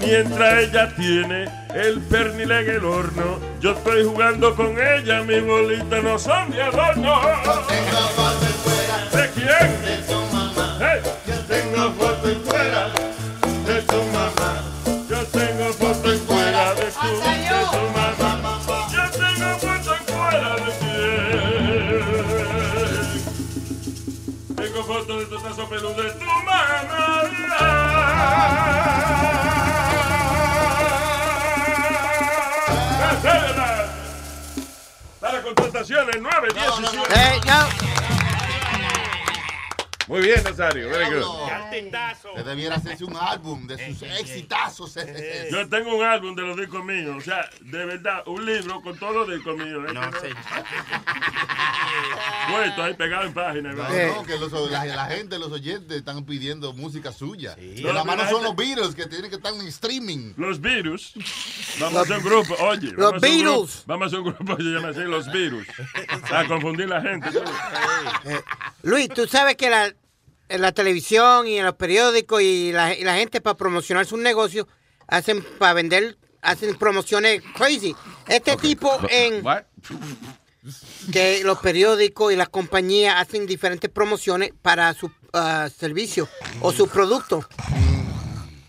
S23: Mientras ella tiene el pernil en el horno, yo estoy jugando con ella, mis bolitas no son de adorno. ¿De quién? De tu mamá. Yo tengo foto en fuera de tu mamá. Yo tengo foto en fuera de tu, de tu mamá. Yo tengo foto en fuera de quién. Tengo foto de tu tazo peludo de tu mamá. Para contrataciones 9, 17.
S20: Eh,
S9: Muy bien, Nazario. Very good.
S20: Que debiera hacerse un álbum de
S23: Eh,
S20: sus exitazos. eh,
S23: Yo tengo un álbum de los discos míos, o sea, de verdad, un libro con todos los discos míos. No, sé. Puesto ahí pegado en páginas.
S20: No,
S23: ¿verdad?
S20: no, que los- la, la gente, los oyentes están pidiendo música
S23: No,
S20: suya. Que
S23: la
S20: la mano son
S23: gente-
S20: los virus que tienen que estar en streaming.
S23: Los virus. Vamos a hacer un grupo, oye.
S20: Los
S23: vamos a hacer un
S20: Beatles.
S23: grupo- Vamos a hacer un grupo que se llama así, Los Virus. Para confundir la gente. tú.
S21: Eh, Luis, tú sabes que la- en la televisión y en los periódicos y la, y la gente para promocionar sus negocios hacen para vender, hacen promociones crazy. Este tipo en que los periódicos y las compañías hacen diferentes promociones para sus ah, servicios o sus productos.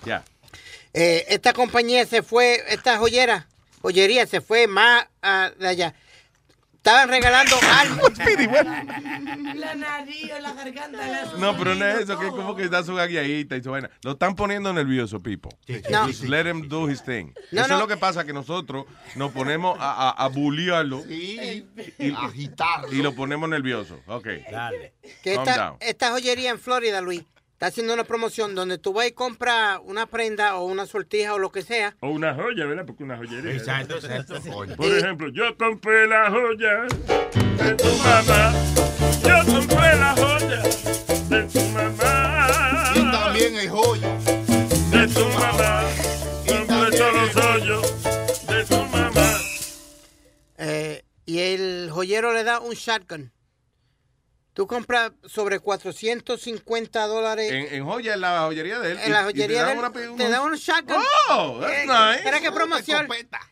S9: Ya.
S21: Eh, esta compañía se fue, esta joyera, joyería se fue más ah, de allá. Estaban regalando algo.
S22: La nariz, la garganta, la
S9: No, pero no es eso, que es como que da su gagueadita y su vaina. Lo están poniendo nervioso, Pipo.
S21: No.
S9: Just let him do his thing.
S21: No,
S9: eso
S21: no.
S9: es lo que pasa, que nosotros nos ponemos a, a, a bullearlo y,
S20: agitarlo.
S9: y lo ponemos nervioso. Ok.
S20: Dale.
S21: Que eh,
S9: Calm
S21: esta,
S9: down.
S21: esta joyería en Florida, Luis, está haciendo una promoción donde tú vas y compras una prenda o una sortija o lo que sea.
S23: O una joya, ¿verdad? Porque una joyería.
S21: Exacto,
S23: ¿verdad?
S21: exacto.
S23: Por ejemplo, yo compré la joya de tu mamá. Yo compré la joya de tu mamá. Y
S20: también hay joya
S23: de tu mamá. Compré todos los hoyos de tu mamá.
S21: Eh, y el joyero le da un shotgun. Tú compras sobre 450 dólares.
S9: En, en joya, en la joyería de él.
S21: En la
S9: y- y te
S21: joyería
S9: dan
S21: del-
S9: una
S21: te
S9: pe-
S21: dan un shotgun.
S9: Oh, that's
S21: Eh,
S9: nice.
S21: Era que promoción.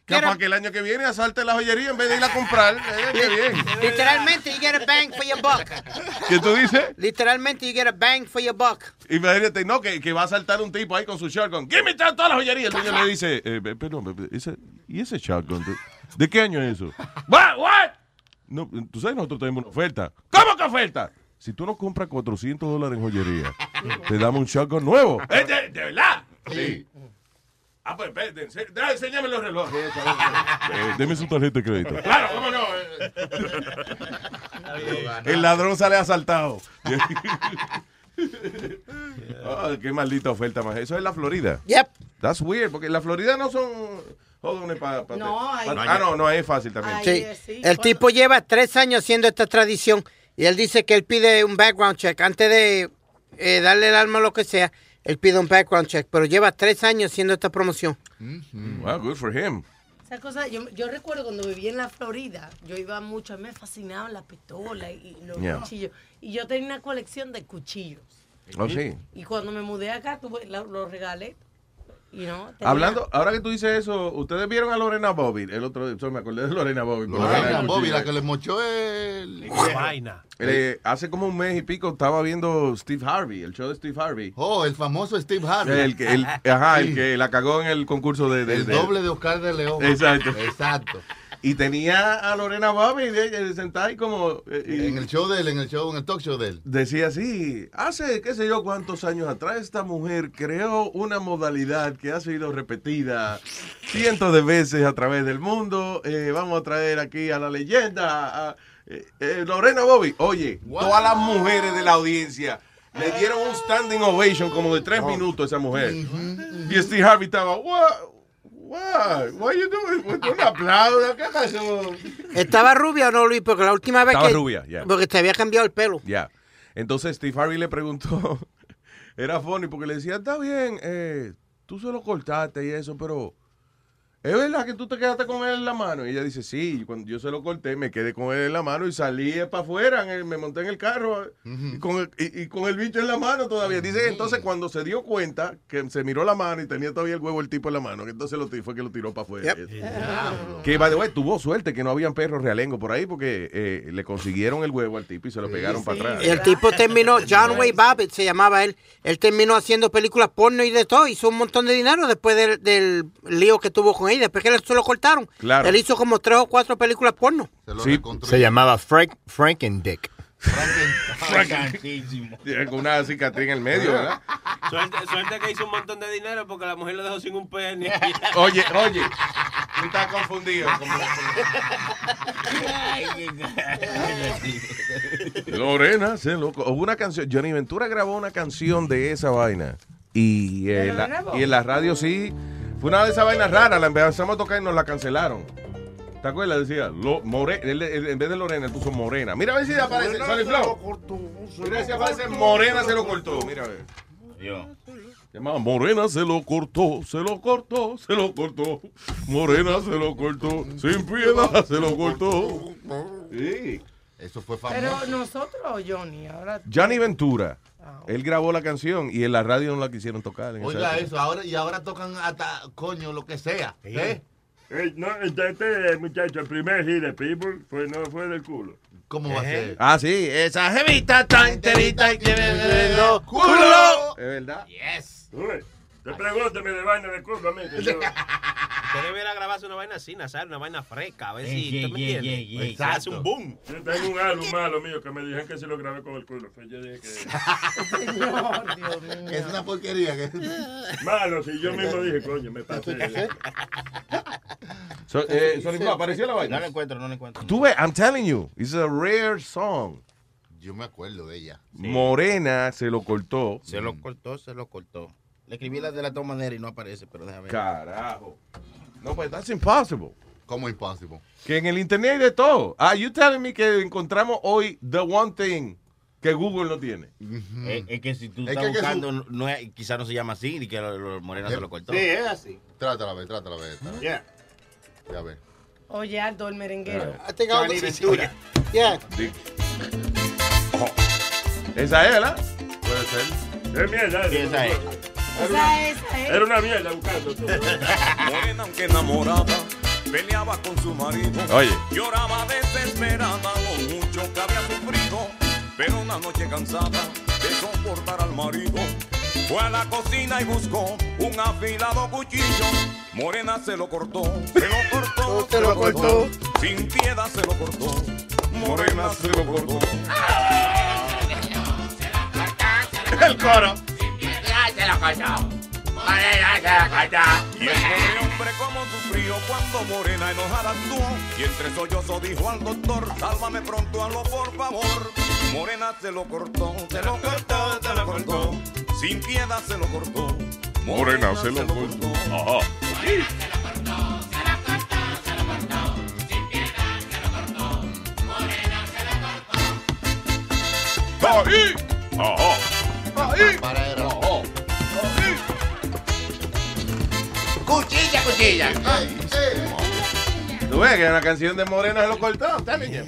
S9: Capaz que el año que viene asalte la joyería en vez de ir a comprar. Eh, qué bien.
S21: Literalmente, you get a bang for your buck.
S9: ¿Qué tú dices?
S21: Literalmente, you get a bang for your buck.
S9: Imagínate, no, que, que va a saltar un tipo ahí con su shotgun. ¡Give me toda la joyería! El niño le dice, eh, pe- perdón, pe- pe- ese- ¿y ese shotgun? ¿De, de qué año es eso?
S11: What? What?
S9: No, tú sabes, nosotros tenemos una oferta. ¿Cómo que oferta? Si tú no compras 400 dólares en joyería, te damos un shotgun nuevo.
S11: ¿Es de, de verdad?
S9: Sí.
S11: Ah, pues espérate, ense- da- enséñame los relojes.
S9: Eh, deme su tarjeta de crédito.
S11: Claro, cómo no.
S9: El ladrón sale asaltado. Ah, qué maldita oferta más. Eso es la Florida.
S21: Yep.
S9: That's weird, porque en la Florida no son jodones para...
S21: No, ahí-
S9: Ah, no, no, ahí es fácil también.
S21: Sí. El tipo lleva tres años haciendo esta tradición y él dice que él pide un background check. Antes de eh, darle el arma o lo que sea, él pide un background check, pero lleva tres años haciendo esta promoción.
S9: Mm. Wow, good for him.
S22: Esa cosa, yo, yo recuerdo cuando vivía en la Florida, yo iba mucho, a mí me fascinaban las pistolas y los
S9: Yeah.
S22: cuchillos. Y yo tenía una colección de cuchillos.
S9: Oh, sí.
S22: Y cuando me mudé acá, tuve, la- los regalé. Y no, tenía-
S9: Hablando, ahora que tú dices eso, ustedes vieron a Lorena Bobby el otro día, Sorry, me acordé de Lorena Bobby. por la vaina
S20: Lorena
S9: del
S20: Bobby,
S9: cuchillo.
S20: la que le mochó el...
S31: vaina.
S9: Eh, hace como un mes y pico estaba viendo Steve Harvey, el show de Steve Harvey.
S20: Oh, el famoso Steve Harvey.
S9: El que, el, ajá, el que la cagó en el concurso de... de-
S20: El
S9: de-
S20: doble de Oscar de León.
S9: Exacto.
S20: Exacto.
S9: Y tenía a Lorena Bobby de- de- sentada ahí como... eh, y-
S20: En el show de él, en el show, en el talk show de él.
S9: Decía así, hace qué sé yo cuántos años atrás esta mujer creó una modalidad que ha sido repetida cientos de veces a través del mundo. Eh, vamos a traer aquí a la leyenda, a- eh, eh, Lorena Bobby. Oye, todas las mujeres de la audiencia le dieron un standing ovation como de tres
S20: Oh.
S9: minutos a esa mujer. Y Steve Harvey estaba, what, what, what you doing? Un aplauso, ¿qué pasó?
S21: ¿Estaba rubia o no, Luis? Porque la última vez
S9: Estaba
S21: que...
S9: rubia, yeah.
S21: Porque te había cambiado el pelo.
S9: Ya. Entonces Steve Harvey le preguntó, era funny porque le decía, está bien, eh, tú se lo cortaste y eso, pero ¿Es verdad que tú te quedaste con él en la mano? Y ella dice, sí, y cuando yo se lo corté, me quedé con él en la mano y salí para afuera, en el- me monté en el carro y, con el, y- y con el bicho en la mano todavía. Dice, entonces cuando se dio cuenta que se miró la mano y tenía todavía el huevo el tipo en la mano, que entonces lo tiró, fue que lo tiró para afuera.
S11: Eh,
S9: Que, by the way, tuvo suerte que no habían perros realengo por ahí porque eh, le consiguieron el huevo al tipo y se lo pegaron para atrás.
S21: El tipo terminó, John Wayne Babbitt se llamaba él, él terminó haciendo películas porno y de todo, hizo un montón de dinero después del, del lío que tuvo con ella, después que él se lo cortaron.
S9: Claro.
S21: Él hizo como tres o cuatro películas porno.
S4: Sí, se llamaba Frank, Frankendick.
S9: Tiene con una cicatriz en el medio, ¿verdad?
S7: Suerte, suerte que hizo un montón de dinero porque la mujer lo dejó sin un penny.
S9: Oye, oye, tú estás confundido. Lorena se loco. Hubo una canción. Johnny Ventura grabó una canción de esa vaina. Y, eh,
S30: lo
S9: la-
S30: grabó?
S9: y en la radio sí. Fue una de esas vainas raras. La empezamos a tocar y nos la cancelaron. ¿Te acuerdas? Decía, lo, more- él- él- en vez de Lorena, él puso Morena. Mira a ver si aparece.
S30: Morena
S9: Sale
S30: se
S9: Flow.
S30: lo
S9: Mira si aparece Morena se lo cortó. Mira a ver. Llamaba Morena se lo cortó, se lo cortó, se lo cortó. Morena se lo cortó, sin piedad se lo cortó. Sí.
S20: Eso fue
S22: Pero nosotros o Johnny, ahora.
S9: Johnny Ventura. Él grabó la canción y en la radio no la quisieron tocar. en esa
S20: Oiga
S9: época.
S20: eso, ahora, y ahora tocan hasta coño, lo que sea. ¿eh?
S23: Eh, no, este, este, eh, muchacho, el primer hit de People fue, no fue del culo.
S20: ¿Cómo
S23: va a
S26: ¿Eh?
S20: ser?
S9: Ah, sí, esa jevita tan enterita que me
S23: ¡Culo!
S9: culo. Es verdad.
S23: Yes. Te pregúntame de vaina de culo a mí. que yo-
S7: Usted debiera grabarse una vaina así, Nazar, una vaina fresca, a ver si
S23: Yeah,
S7: ¿tú me
S23: yeah, yeah,
S7: entiendes? Pues,
S23: yeah, yeah.
S7: Se hace un boom.
S23: Yo tengo un álbum malo mío que me dijeron que si lo grabé con el culo. Pues yo dije que.
S20: Señor, Dios mío. Es una porquería que-
S23: Malo, si yo mismo dije, coño, me pasé.
S9: So, eh, Sonic Flow, ¿apareció la vaina?
S20: No la encuentro, no la encuentro.
S9: Tú ves, I'm telling you, it's a rare song.
S20: Yo me acuerdo de ella. Mm.
S9: Morena se lo cortó. Mm.
S3: Se lo cortó, se lo cortó. Le escribí la de la dos maneras y no aparece, pero déjame ver.
S9: Carajo. No, pues that's impossible.
S20: ¿Cómo impossible?
S9: Que en el internet hay de todo. Are you telling me que encontramos hoy the one thing que Google no tiene?
S3: Es, es que si tú
S20: Es
S3: estás
S20: que- que
S3: buscando, no, no es- quizás no se llama así, y que los lo, Morena se lo cortó.
S23: Sí, es así.
S20: Trátala a ver, trátala a ver. trátala a ver.
S23: Yeah.
S20: Ya ver.
S22: Oye, Aldo, el merenguero.
S20: I think I Johnny was- Ventura.
S21: Yeah.
S9: Esa es, ¿verdad?
S23: Puede ser. Es mierda.
S3: Sí, esa es.
S23: Era,
S22: Esa es, esa es.
S23: era una mierda buscando.
S11: Morena aunque enamorada, peleaba con su marido.
S9: Oye.
S11: Lloraba desesperada lo mucho que había sufrido. Pero una noche cansada de soportar al marido, fue a la cocina y buscó un afilado cuchillo. Morena se lo cortó, se lo cortó, Oh, se lo cortó. Sin piedad se lo cortó, Morena se lo cortó.
S9: El coro.
S11: se lo cortó. Morena se lo cortó. Y el pobre hombre como sufrió cuando Morena enojada actuó. Y entre sollozos dijo al doctor, sálvame pronto, hazlo por favor. Morena se lo cortó, se lo cortó, se lo cortó. Sin piedad se lo cortó.
S9: Morena se lo cortó. Ajá.
S11: ¡Ahí!
S9: ¡Ajá!
S11: ¡Ahí!
S3: Cuchilla,
S20: pues,
S3: cuchilla.
S9: Tú ves que una canción de Morena se lo cortó. Está bien.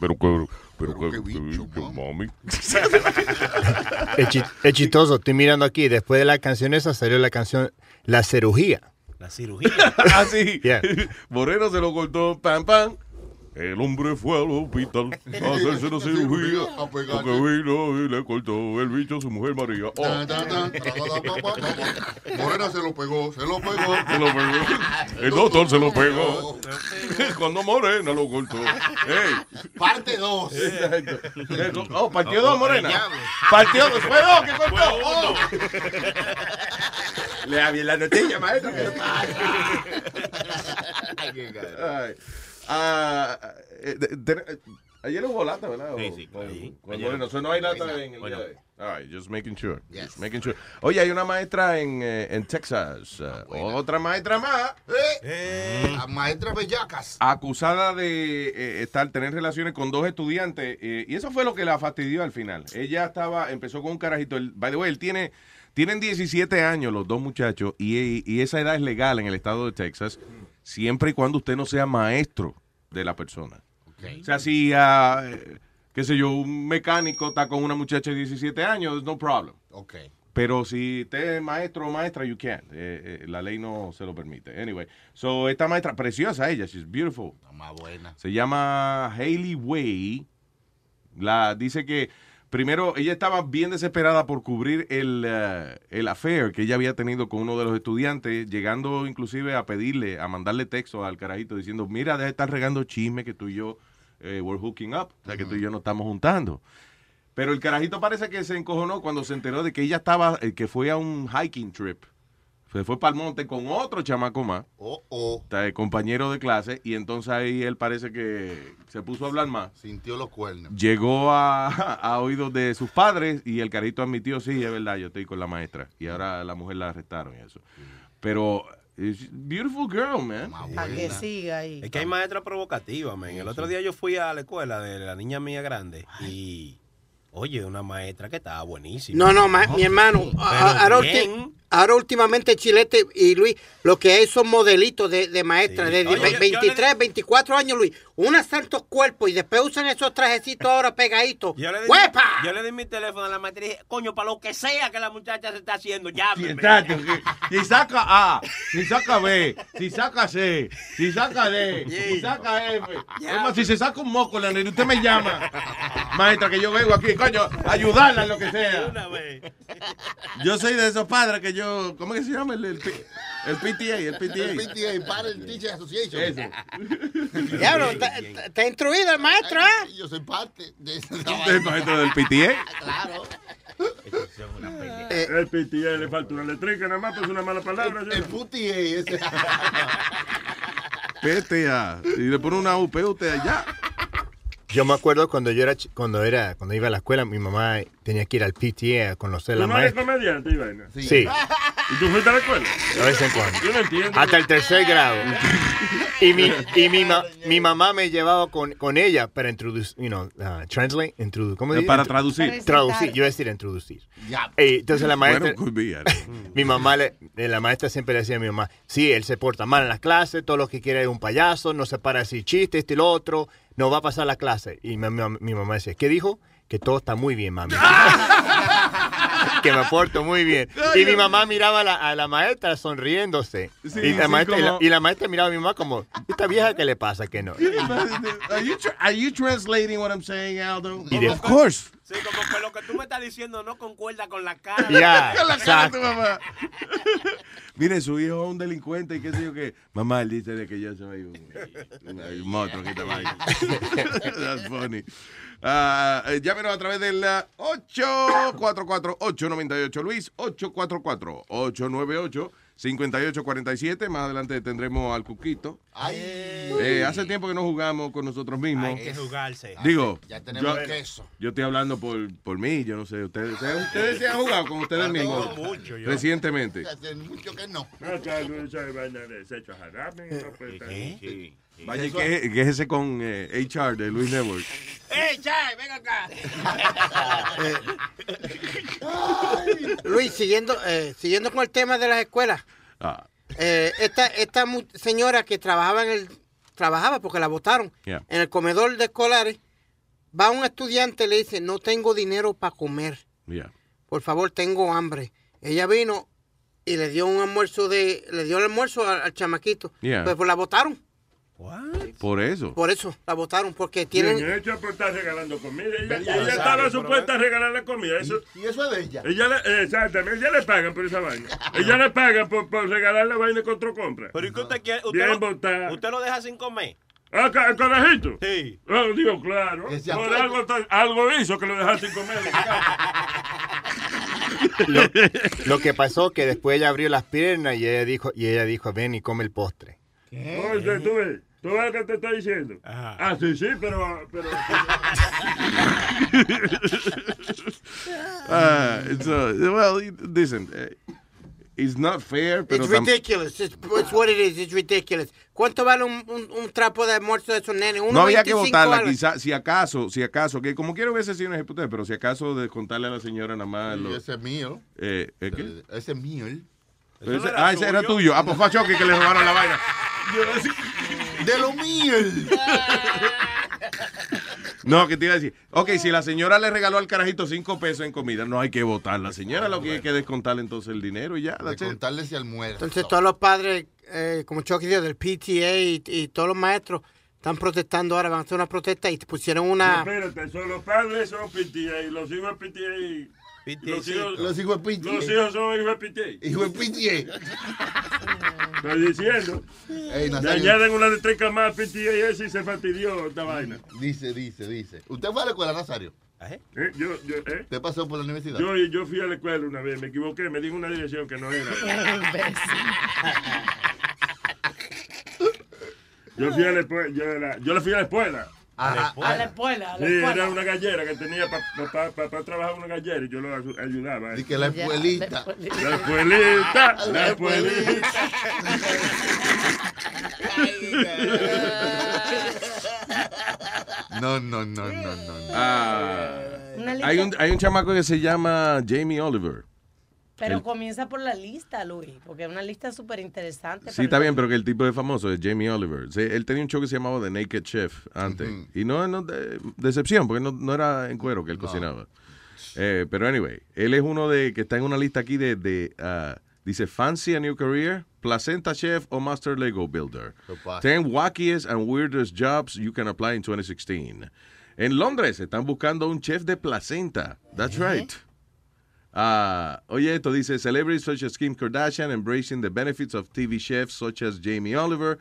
S16: Pero, pero, pero, que- que- mami.
S4: Es, chi- es chistoso, estoy mirando aquí. Después de la canción esa salió la canción La cirugía.
S7: La cirugía.
S9: Así.
S4: Yeah.
S9: Morena Ah, se lo cortó. Pam, pam. El hombre fue al hospital a hacerse una cirugía. Porque vino y le cortó el bicho a su mujer María. Oh.
S20: Morena se lo pegó, se lo pegó.
S9: Se lo pegó. El doctor se lo pegó. Cuando Morena lo cortó. Ey.
S20: Parte 2.
S9: Exacto. Oh, partió dos, Morena.
S20: Diablo.
S9: Partió dos. Fue dos que
S20: Fue
S9: cortó.
S20: uno.
S9: Oh. Lea bien la noticia, maestro. que le Ay. Ah, eh, de- de- Ayer hubo lata, ¿verdad?
S18: Sí,
S9: O-
S18: sí,
S9: o-
S18: sí.
S9: con
S18: Ayer-
S9: Moreno. So, no hay lata
S18: Bueno,
S9: en el
S18: bueno.
S9: día de hoy. All right, just making sure.
S18: Yes.
S9: Just making sure. Oye, hay una maestra en, eh, en Texas. eh, otra maestra más.
S20: La maestra Eh, Bellacas.
S9: Ah. acusada de eh, estar tener relaciones con dos estudiantes eh, y eso fue lo que la fastidió al final. Ella estaba empezó con un carajito, el, by the way, él tiene tienen 17 años los dos muchachos y, y esa edad es legal en el estado de Texas siempre y cuando usted no sea maestro de la persona. O sea, si ah, eh, qué sé yo, un mecánico está con una muchacha de 17 años, no problem.
S20: Ok.
S9: Pero si usted es maestro o maestra, you can. Eh, eh, la ley no se lo permite. Anyway, so esta maestra, preciosa ella, she's beautiful.
S20: Más buena.
S9: Se llama Hailey Way. La, dice que primero ella estaba bien desesperada por cubrir el, eh, el affair que ella había tenido con uno de los estudiantes, llegando inclusive a pedirle, a mandarle texto al carajito diciendo, mira, deja de estar regando chisme que tú y yo eh, we're hooking up, o sea que tú y yo nos estamos juntando. Pero el carajito parece que se encojonó cuando se enteró de que ella estaba, eh, que fue a un hiking trip. Se fue para el monte con otro chamaco más.
S20: Oh, oh.
S9: Está el compañero de clase y entonces ahí él parece que se puso a hablar más.
S20: Sintió los cuernos.
S9: Llegó a, a oídos de sus padres y el carito admitió, sí, es verdad, yo estoy con la maestra. Y ahora la mujer la arrestaron y eso. Pero, it's beautiful girl, man.
S22: Para que siga ahí.
S7: Es que hay maestras provocativas, men. El otro día yo fui a la escuela de la niña mía grande y. Oye, una maestra que estaba buenísima.
S21: No, no, ma- mi hermano.
S7: Pero
S21: a- Ahora, ulti-
S7: Oh, bien.
S21: ahora últimamente Chilete y Luis, lo que hay son modelitos de, de maestra, de, de
S7: Oye, yo- yo
S21: 23, 24 años, Luis. Unas tantos cuerpos y después usan esos trajecitos ahora pegaditos.
S7: Yo le, di,
S21: ¡Huepa!
S7: yo le di mi teléfono a la maestra y dije, coño, para lo que sea que la muchacha se está haciendo, llámeme.
S9: Exacto. Si saca A, si saca B, si saca C, si saca D, si saca F. Es más, si se saca un moco, la nena, usted me llama. Maestra, que yo vengo aquí, coño, a ayudarla en lo que sea. Yo soy de esos padres que yo. ¿Cómo que se llama? El, el, P- el PTA, el PTA.
S20: El PTA, para el Teacher Association.
S21: Diablo, está- está está instruido el maestro, ¿eh?
S20: Yo soy parte de esa
S9: ¿Usted es maestro del PTA?
S20: Claro.
S23: El PTA le falta una letrica nada más, pues una mala palabra. El,
S20: ese.
S9: PTA. Y le pone una UP usted allá.
S4: Yo me acuerdo cuando yo era chi- cuando era cuando iba a la escuela, mi mamá tenía que ir al PTA a conocer a
S23: ¿Tú
S4: la
S23: no eres
S4: maestra.
S23: comediante, Ivana?
S4: Sí. Sí.
S23: ¿Y tú fuiste a la escuela?
S4: De vez en cuando.
S23: Yo no entiendo.
S4: Hasta el tercer grado. Y mi, y mi, ma- mi mamá me llevaba con, con ella para introducir, you know, uh, translate, introdu- ¿cómo se dice?
S9: Eh, Para traducir.
S4: Traducir, yo iba a decir introducir. Eh, entonces la maestra,
S9: Bueno, could be, I don't know.
S4: mi mamá, le- eh, la maestra siempre le decía a mi mamá, sí, él se porta mal en las clases, todo lo que quiere es un payaso, no se para decir chistes, esto y lo otro, no va a pasar la clase. Y mi, mi- mi mamá decía, ¿qué dijo? Que todo está muy bien, mami. que me porto muy bien. Y mi mamá miraba a la, a la maestra sonriéndose.
S9: Sí,
S4: y, la
S9: sí,
S4: maestra, y la-
S9: como-
S4: y la maestra miraba a mi mamá como, ¿esta vieja qué le pasa que no?
S9: Are you, tra- are you translating what I'm saying, Aldo?
S4: Y de- Of course.
S7: Sí, como que lo que tú me estás diciendo no concuerda con la cara.
S9: Ya,
S7: Con la cara de tu
S9: exacto.
S7: mamá.
S9: Mire, su hijo es un delincuente y qué sé yo qué. Mamá, él dice de que yo soy un, un monstruo que te va a That's funny. Ah, eh, llámenos a través del ah, 844-898 Luis, 844-898-5847. Más adelante tendremos al Cuquito. Eh, hace tiempo que no jugamos con nosotros mismos.
S7: Hay que jugarse.
S9: Digo,
S7: Ya tenemos
S9: yo,
S7: queso.
S9: yo estoy hablando por, por mí, yo no sé, ustedes, ustedes, ustedes se han jugado con ustedes mismos recientemente.
S20: Hace mucho que no.
S23: No,
S20: Eh,
S23: claro, esa vaina de desecho jarabe. no pues, puede estar.
S9: Vaya, que que es ese con eh, HR de Luis Network.
S7: ¡Eh, Chay, ven acá!
S21: Luis, siguiendo, eh, siguiendo con el tema de las escuelas.
S9: Ah.
S21: Eh, esta esta mu- señora que trabajaba en el trabajaba porque la votaron
S9: Yeah.
S21: en el comedor de escolares va un estudiante y le dice no tengo dinero para comer
S9: Yeah.
S21: por favor tengo hambre ella vino y le dio un almuerzo de le dio el almuerzo al, al chamaquito
S9: Yeah.
S21: pues, pues la votaron
S9: Por eso.
S21: por eso la votaron porque
S23: Bien
S21: tienen
S23: hecho por estar regalando comida. Ella,
S21: Verdad.
S23: ella estaba
S21: Sabe,
S23: supuesta a regalar la comida. Eso,
S20: y eso es de ella.
S23: Ella le, eh, exactamente, ella le pagan por esa vaina. Ella le paga por, por regalar la vaina contra compra.
S7: Pero ¿y qué usted quiere? Usted,
S23: Bien
S7: lo-
S23: votada.
S7: usted lo deja sin comer.
S23: Ah, ca- el conejito.
S7: Sí.
S23: Oh, digo, claro.
S7: se
S23: Por
S7: acuerda.
S23: algo, tan- algo hizo que lo dejaste sin comer.
S4: lo, lo que pasó que después ella abrió las piernas y ella dijo, y ella dijo, ven y come el postre.
S23: Oye, tú ves. ¿Tú ves lo que te estoy diciendo? Ah, sí, sí, pero... pero...
S9: Ah, so, well, listen, eh, it's not fair, pero
S21: It's
S9: tam-
S21: ridiculous. It's, it's what it is. It's ridiculous. ¿Cuánto vale un, un- un trapo de almuerzo de esos nenes?
S9: no había que
S21: 1.25
S9: votarla,
S21: dólares.
S9: quizás, si acaso, si acaso, que como quiero hubiese sido una ejecutiva, pero si acaso de contarle a la señora nada más.
S20: Sí,
S9: lo-
S20: ese es mío.
S9: Eh, ¿eh, qué?
S20: Ese es mío. ¿eh?
S9: Pero ese- ah, ese era tuyo. Ah, pues fue a Chucky que le robaron la vaina.
S20: De lo mío.
S9: No, que te iba a decir. Ok, si la señora le regaló al carajito cinco pesos en comida, no hay que votar. La señora lo que hay que descontarle entonces el dinero y ya.
S20: Descontarle ese almuerzo.
S21: Entonces todos los padres, eh, como Chucky dijo, del PTA y, y todos los maestros están protestando ahora, van a hacer una protesta y te pusieron una...
S23: No, espérate, son los padres son PTA y los hijos de PTA. Los hijos,
S20: Los hijos de PTA.
S23: Los hijos son hijos de PTA.
S20: Hijos de
S23: PTA. Estoy diciendo.
S20: Ey,
S23: Le
S20: Nazario.
S23: añaden una de tres más a PTA y así se fastidió esta vaina.
S20: Dice, dice, dice. ¿Usted fue a la escuela, Nazario?
S23: Eh, Yo, yo, ¿eh?
S20: ¿Usted pasó por la universidad?
S23: Yo, yo fui a la escuela una vez, me equivoqué, me dijo una dirección que no era. Yo fui a la escuela, yo, era- yo le fui a la escuela.
S21: Ajá. A la escuela, a la
S23: Sí,
S21: escuela.
S23: era una gallera que tenía para trabajar una gallera y yo lo ayu- ayudaba. ¿eh?
S20: Y que la Ya, escuelita. la escuelita.
S23: La escuelita. La
S20: La
S23: escuelita.
S20: No, no, no, no, no. no.
S9: Ah,
S22: Una lista.
S9: hay, un, hay un chamaco que se llama Jamie Oliver.
S22: Pero
S9: El-
S22: comienza por la lista, Luis, porque es una lista súper interesante.
S9: Sí, está bien, pero que el tipo es famoso, es Jamie Oliver. Sí, él tenía un show que se llamaba The Naked Chef antes. Y no, no de- decepción, porque no, no era en cuero que él cocinaba. Eh, pero anyway, él es uno de que está en una lista aquí de, de, ah, dice Fancy a New Career, Placenta Chef o Master Lego Builder.
S20: ¿Qué pasa?
S9: 10 wackiest and weirdest jobs you can apply in 2016. En Londres están buscando un chef de placenta. That's right. Ah, oye, esto dice celebrities such as Kim Kardashian embracing the benefits of TV chefs such as Jamie Oliver.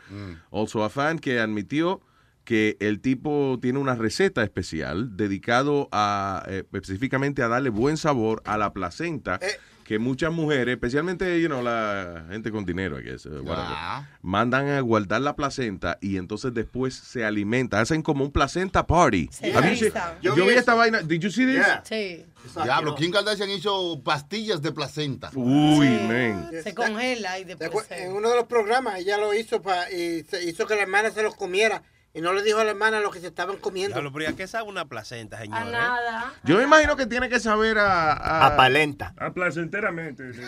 S9: Also a fan que admitió que el tipo tiene una receta especial dedicado a eh, específicamente a darle buen sabor a la placenta
S20: Eh.
S9: que muchas mujeres, especialmente you know, la gente con dinero, I guess, uh, whatever,
S20: Ah.
S9: mandan a guardar la placenta y entonces después se alimenta, hacen como un placenta party. A mí se- yo, vi esta vaina, did you see this?
S22: Sí.
S21: Ah,
S20: Diablo, Kim Kardashian hizo pastillas de placenta.
S9: Uy, men.
S22: Se congela y después
S21: En uno de los programas ella lo hizo pa- y se hizo que la hermana se los comiera y no le dijo a la hermana lo que se estaban comiendo.
S7: Diablo, pero ¿y a qué sabe una placenta, señor? eh?
S22: nada.
S9: Yo me imagino que tiene que saber a... A,
S4: palenta.
S23: A placenteramente. sí.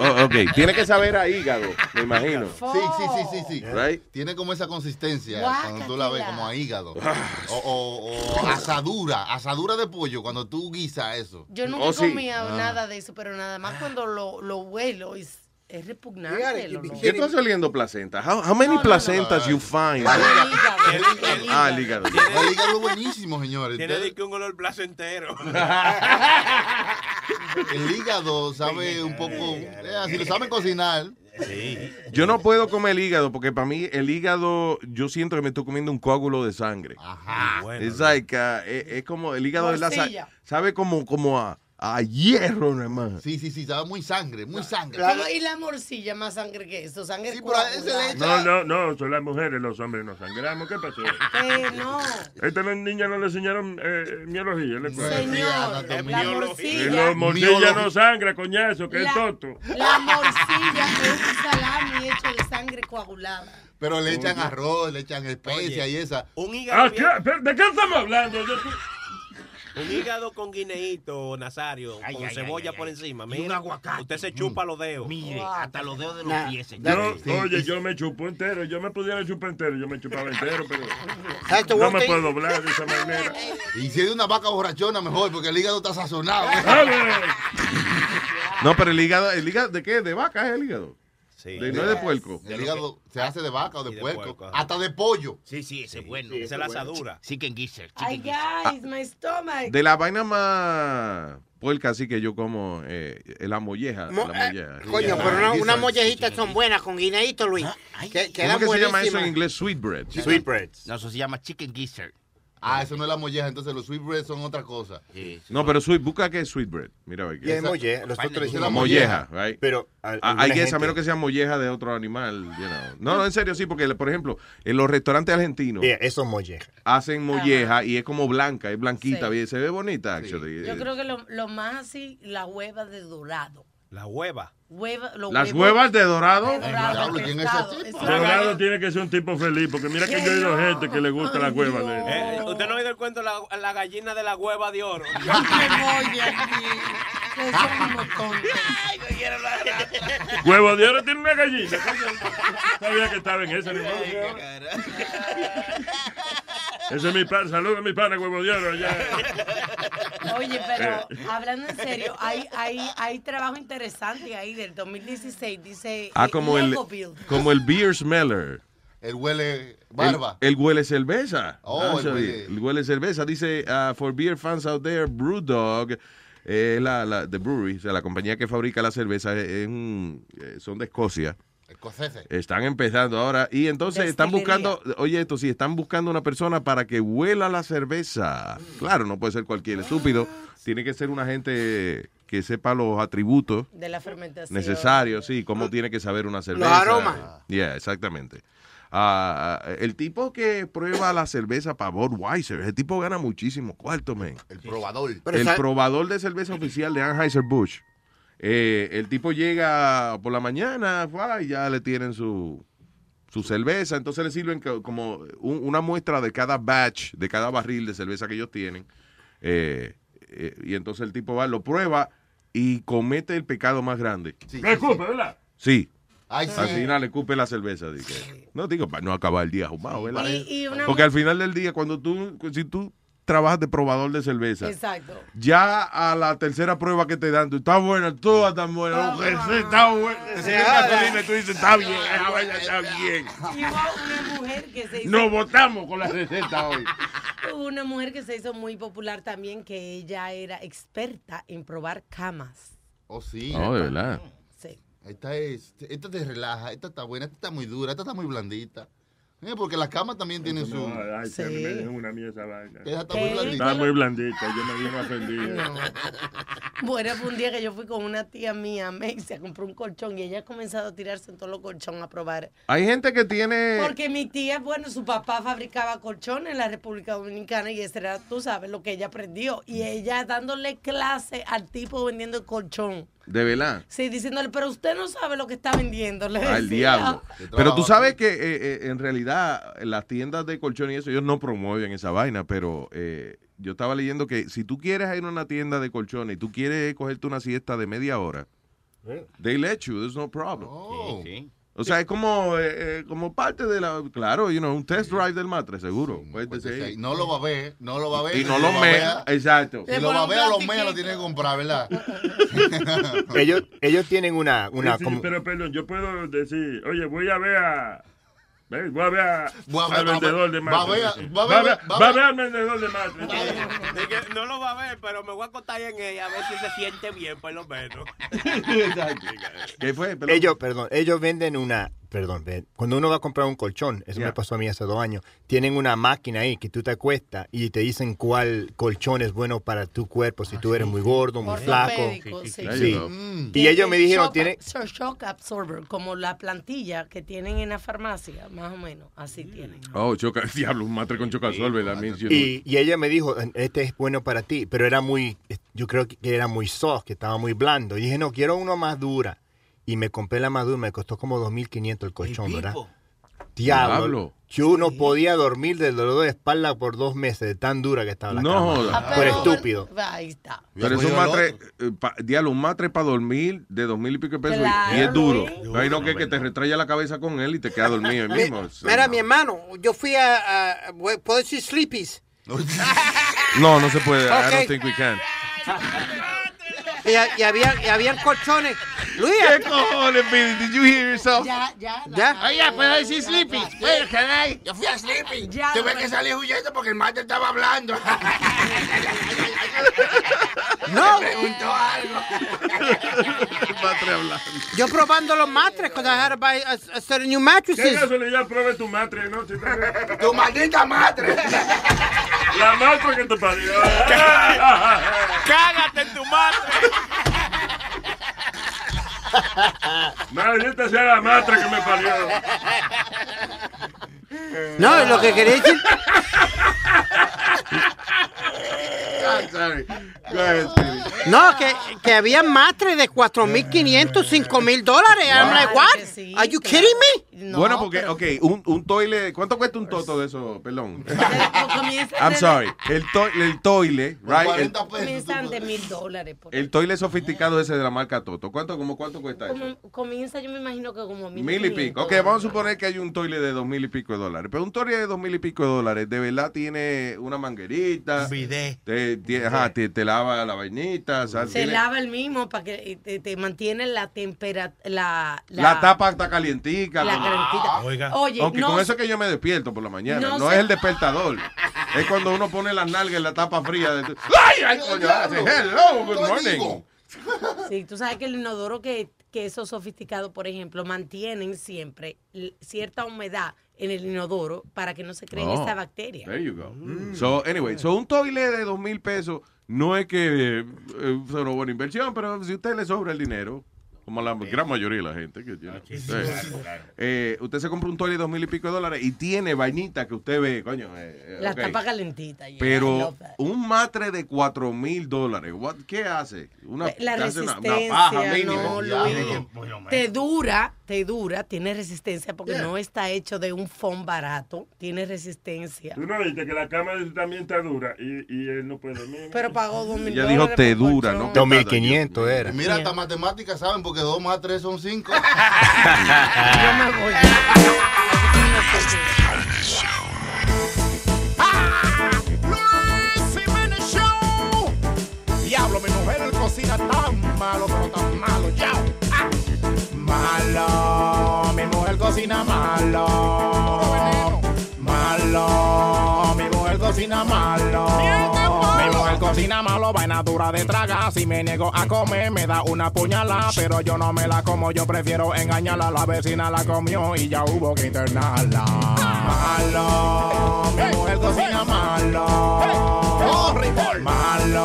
S9: Oh, ok, tiene que saber a hígado, me imagino.
S20: Sí, sí, sí, sí, sí.
S9: Right?
S20: Tiene como esa consistencia
S9: Guácatela.
S20: cuando tú la ves, como a hígado.
S9: Ah.
S20: O, o- o asadura, asadura de pollo, cuando tú guisas eso.
S9: Oh,
S20: Ah.
S22: Yo nunca he comía
S9: Ah.
S22: nada de eso, pero nada más cuando lo, lo huelo es, es repugnante. el olor.
S9: ¿Qué estás oliendo placenta? How, how many placentas you find? Ah, el hígado.
S20: El hígado es buenísimo, señores.
S7: Tiene
S20: Ustedes-
S7: de que un olor placentero.
S20: El hígado sabe un poco. eh, si lo saben cocinar.
S7: Sí.
S9: Yo no puedo comer hígado porque para mí el hígado, yo siento que me estoy comiendo un coágulo de sangre.
S20: Ajá.
S9: Es like, ah, es, es como el hígado de la sa-
S20: Morcilla.
S9: sabe como, como a, a hierro, hermano.
S20: Sí, sí, sí, sabe muy sangre, muy sangre.
S22: ¿Cómo? ¿Y la morcilla más sangre que eso? Sangre coagulada.
S23: No, no, no, son las mujeres, los hombres no sangramos. ¿Qué pasó?
S22: Eh, no.
S23: Esta las niñas no le enseñaron eh, miología. ¿le fue?
S22: Señor, la
S23: Y
S22: morcilla.
S23: los morcillas no sangra, coñazo, que
S22: La-
S23: es toto.
S22: La morcilla es un salami hecho de sangre coagulada.
S20: Pero le echan arroz, le echan especias y esa.
S7: Un hígado,
S23: Ah,
S7: bien-
S23: ¿qué? Pero, ¿De qué estamos hablando? Yo-
S7: un hígado con guineíto, Nazario, con cebolla por encima. Mira, un aguacate. Usted se chupa los dedos. Mire, hasta los dedos de los pies,
S23: Yo, oye, yo me chupo entero, yo me pudiera chupar entero, yo me chupaba entero, pero
S20: Exacto,
S23: no
S20: vos
S23: me
S20: te-
S23: puedo doblar de esa manera.
S20: Y si es de una vaca borrachona, mejor, porque el hígado está sazonado.
S9: No, pero el hígado, ¿el hígado de qué? ¿De vaca es el hígado?
S20: Sí.
S9: De- no es de puerco.
S20: El hígado se hace de vaca o de,
S7: Y de
S20: puerco.
S7: puerco, ajá.
S20: Hasta de pollo.
S7: Sí, sí, ese es bueno.
S20: sí,
S7: esa
S20: ese
S7: es la
S20: es bueno.
S7: asadura. Chicken geezer.
S22: Ay, guys, my stomach.
S9: Ah, De la vaina más puerca así que yo como eh, eh, la molleja.
S21: Mo- eh,
S9: la molleja.
S21: Coño, pero una- unas mollejitas son buenas con guineíto, Luis. Que,
S9: Ah, ¿Cómo
S21: quedan
S9: que se llama eso
S21: buenísimas.
S9: en inglés? Sweetbread.
S7: Sweetbread.
S3: No, eso se llama chicken gizzard.
S20: Ah, eso no es la molleja, entonces los sweetbreads son otra cosa.
S9: No, pero sweet, busca que es sweetbread. Mira, a ver.
S20: Y es molleja, los otros dicen la
S9: molleja,
S20: molleja.
S9: right?
S20: Pero,
S9: Ah,
S20: alguna
S9: I guess, a
S20: gente-
S9: menos que sea molleja de otro animal. you know. No, no, en serio, sí, porque, por ejemplo, en los restaurantes argentinos
S4: Yeah, eso es molleja.
S9: hacen molleja y es como blanca, es blanquita,
S22: Ah, Sí.
S9: bien, se ve bonita, actually.
S22: Yo creo que lo, lo más así, la hueva de dorado.
S9: La hueva.
S22: Hueva, los
S9: ¿Las
S22: huevos
S9: huevas de dorado?
S22: de dorado tostado. Eso era
S23: Dorado tiene que ser un tipo feliz, porque mira que yo he oído gente que le gusta la cueva de
S7: Eh, ¿Usted no ha oído el cuento la, la gallina de la hueva de oro?
S23: Huevo de oro tiene una gallina. Sabía que estaba en ese. ni modo. Ese es mi pan. Saludos a mi pana, huevo de oro. allá.
S22: Oye, pero
S9: Eh.
S22: hablando en serio, hay, hay, hay trabajo interesante ahí del 2016, dice
S9: Ah,
S22: eh,
S9: como el,
S22: Lego Build.
S9: como el beer smeller.
S20: El huele barba.
S9: El, el huele cerveza.
S20: Oh,
S9: Ah,
S20: el
S9: sorry.
S20: huele-
S9: el huele cerveza. Dice, ah, for beer fans out there, Brewdog, eh, la, la, the brewery, o sea, la compañía que fabrica la cerveza, eh, es un- eh, son de Escocia.
S20: Escoceses.
S9: Están empezando ahora. Y entonces están
S20: Destilería.
S9: buscando, oye, esto sí, están buscando una persona para que huela la cerveza. Claro, no puede ser cualquier estúpido. Tiene que ser una gente que sepa los atributos
S22: De la fermentación.
S9: necesarios, sí, cómo tiene que saber una cerveza.
S22: aromas.
S9: Yeah, exactamente. Ah, el tipo que prueba la cerveza para Budweiser, ese tipo gana muchísimo cuarto, men.
S20: El probador.
S9: el probador de cerveza oficial de Anheuser-Busch. Eh, el tipo llega por la mañana fa, y ya le tienen su, su cerveza. Entonces le sirven co- como un- una muestra de cada batch, de cada barril de cerveza que ellos tienen. Eh, eh, y entonces el tipo va, lo prueba y comete el pecado más grande.
S23: Me escupe, ¿verdad?
S9: Sí.
S20: Ay,
S9: Al
S20: sí.
S9: final le cupe la cerveza. dije. No digo para no acabar el día jumado, ¿verdad?
S22: Y- y una
S9: Porque
S22: mu-
S9: al final del día, cuando tú, si tú trabajas de probador de cerveza,
S22: Exacto.
S9: ya a la tercera prueba que te dan, tú estás buena, todas están
S11: Ah,
S9: buenas, mujer, sí, está buena. Sí,
S15: Nada.
S9: Catalina, tú dices, está bien, esa vaina está bien.
S22: Y hubo una mujer que se hizo...
S9: Nos votamos con la receta hoy.
S22: Hubo una mujer que se hizo muy popular también, que ella era experta en probar camas.
S20: Oh, sí.
S9: Oh, de verdad.
S22: Sí.
S20: Esta es, esta te relaja, esta está buena, esta está muy dura, esta está muy blandita. Eh, porque las camas también tienen su...
S23: Ay, se me dejó una mía esa vaina.
S20: Esa está muy ¿Qué? blandita.
S23: Está muy blandita, yo me vine ofendido.
S22: Bueno, fue un día que yo fui con una tía mía a Mexia, compró un colchón y ella ha comenzado a tirarse en todos los colchones a probar.
S9: Hay gente que tiene.
S22: Porque mi tía, bueno, su papá fabricaba colchones en la República Dominicana y ese era, tú sabes, lo que ella aprendió. Y ella dándole clase al tipo vendiendo el colchón.
S9: De verdad.
S22: Sí, diciéndole, pero usted no sabe lo que está vendiendo. le
S9: Al
S22: decía.
S9: Ah, diablo. Pero tú sabes que eh, eh, en realidad las tiendas de colchón y eso, ellos no promueven esa vaina, pero eh, yo estaba leyendo que si tú quieres ir a una tienda de colchones y tú quieres cogerte una siesta de media hora,
S22: ¿Eh?
S9: they let you, there's no problem.
S20: Oh.
S9: O sea, es como, eh, eh, como parte de la, claro, you know, un test drive del matre, seguro. Puede ser.
S20: Sí, No lo va a ver, no lo va a ver.
S9: Y no
S20: si
S9: lo mea,
S20: babea-
S9: exacto.
S20: Si lo va a ver, lo mea, lo tiene que comprar, ¿verdad?
S4: ellos, ellos tienen una... una
S23: Sí, sí,
S4: como-
S23: Pero perdón, yo puedo decir, oye, voy a ver a. ¿ves? Voy a ver a-
S4: Voy a ver-
S23: al
S4: va a ver-
S23: vendedor de
S4: va a
S23: matres.
S4: ver a-
S23: Sí.
S4: va a ver- va a ver-
S23: va a ver al vendedor de matres.
S7: De que no lo va a ver, pero me voy a acostar en ella a ver si se siente bien, por lo menos.
S9: ¿Qué fue?
S4: Ellos, perdón, ellos venden una... Perdón, ven- cuando uno va a comprar un colchón, eso me pasó a mí hace dos años, tienen una máquina ahí que tú te acuestas y te dicen cuál colchón es bueno para tu cuerpo, si tú eres muy gordo, muy flaco.
S22: Ortopédico, sí. Mm.
S4: Sí. Y ellos me dijeron,
S22: shock,
S4: tiene...
S22: so- shock absorber, como la plantilla que tienen en la farmacia, más o menos, así tienen.
S9: Oh, choca, diablo, un matre con chocasol, ¿verdad? I mean, you
S4: Y, y ella me dijo, este es bueno para ti, pero era muy, yo creo que era muy soft, que estaba muy blando. Y dije, no, quiero uno más dura. Y me compré la más dura, me costó como 2.500 el colchón, ¿verdad? Diablo.
S9: Diablo.
S4: Yo no podía dormir del dolor de espalda por dos meses, de tan dura que estaba la
S9: No
S4: cama.
S9: joda. Ah,
S4: Por
S9: pero-
S4: estúpido.
S22: Va, Ahí está.
S9: Pero es un matre, eh, pa- diablo, un matre para dormir de dos mil y pico de pesos y- y es
S22: Claro.
S9: duro. No hay no que, que te retraya la cabeza con él y te queda dormido ahí mismo. O sea,
S21: Mira, mi hermano, yo fui a, a- ¿puedo decir Sleepies?
S9: No, no se puede. I don't
S21: Ok.
S9: think we can.
S21: Y, ha- y había, y habían colchones. Luis.
S9: ¿Qué cojones, Billy? Did you hear yourself?
S21: Ya, ya.
S15: Oye, puedo decir Sleepy. Bueno, caray, yo fui a Sleepy.
S22: Ya,
S15: Tuve
S22: bueno.
S15: que salir huyendo porque el mate estaba hablando.
S21: No.
S15: Me preguntó algo.
S21: Yo probando los matres cuando I had to buy a, a set of new
S23: ¿Qué
S21: mattresses.
S23: gasolina ya pruebe tu matre? No, Si está-
S15: ¡Tu maldita madre!
S23: La madre que te parió.
S15: Cágate en tu madre.
S23: Maldita sea la madre que me parió.
S21: No, lo que quería decir. No, que, que había matres de 4.500, 5.000 dólares. I'm like, what? Are you kidding me?
S9: bueno, porque, ok, un, un toile, ¿cuánto cuesta un toto de eso? Perdón.
S22: Comienza
S9: I'm
S22: de-
S9: sorry. El, to- el toile, right? El,
S22: Comienzan de mil dólares. por-
S9: el toile sofisticado ese de la marca Toto. ¿Cuánto, como, cuánto cuesta eso?
S22: Como- comienza, yo me imagino que como mil.
S9: Mil y pico. Ok, vamos a suponer que hay un toile de dos mil y pico de dólares. Pero un toile de dos mil y pico de dólares, de verdad tiene una manguerita. Te, ti- ajá, te, te lava la vainita. o sea,
S22: Se
S9: tiene-
S22: lava el mismo para que eh, te, te mantiene la temperatura. La,
S9: la, tapa está calientica.
S22: la
S9: con-
S22: calentita.
S9: Oiga.
S22: Oye,
S9: Aunque
S22: no-
S9: con eso es que yo me despierto por la mañana.
S22: No
S9: No,
S22: se-
S9: es el despertador. es cuando uno pone las nalgas en la tapa fría. De tu- ¡Ay, ay, coño! hace, Hello, good morning.
S22: Sí, tú sabes que el inodoro que, que esos sofisticados, por ejemplo, mantienen siempre l- cierta humedad en el inodoro para que no se creen
S9: Oh,
S22: esta bacteria.
S9: There you go.
S18: Mm.
S9: So, anyway, so un toile de dos mil pesos no es que eh, eh, sea una buena inversión, pero si a usted le sobra el dinero, como a la gran mayoría de la gente que tiene.
S15: sí,
S9: Sí.
S15: claro, claro.
S9: Eh, usted se compra un toile de dos mil y pico de dólares y tiene vainita que usted ve, coño. eh, eh,
S22: La
S9: ok.
S22: tapa calentita. yeah, I
S9: Pero
S22: love that.
S9: un matre de cuatro mil dólares, what- ¿qué hace? Una,
S22: La
S9: te hace
S22: resistencia, no,
S9: Ya,
S22: Luis.
S9: mínimo.
S22: Te dura, te dura, tiene resistencia porque
S23: Yeah.
S22: no está hecho de un foam barato, tiene resistencia.
S23: Tú no viste que la cama de él también está dura y, y él no puede dormir.
S22: Pero pagó dos mil
S9: Ella dijo te dura, ¿no?
S4: 2500 era.
S20: Mira, hasta matemáticas saben porque 2 más 3 son 5.
S15: Luis Jiménez Show. Diablo, mi mujer él cocina tan malo, pero tan malo, ya. Ah. Malo, mi mujer cocina malo. Malo, mi mujer cocina malo. Mi mujer cocina malo, vaina dura de tragar. Si me niego a comer, me da una puñalada. Pero yo no me la como, yo prefiero engañarla. La vecina la comió y ya hubo que internarla. Malo, mi mujer cocina malo. Malo,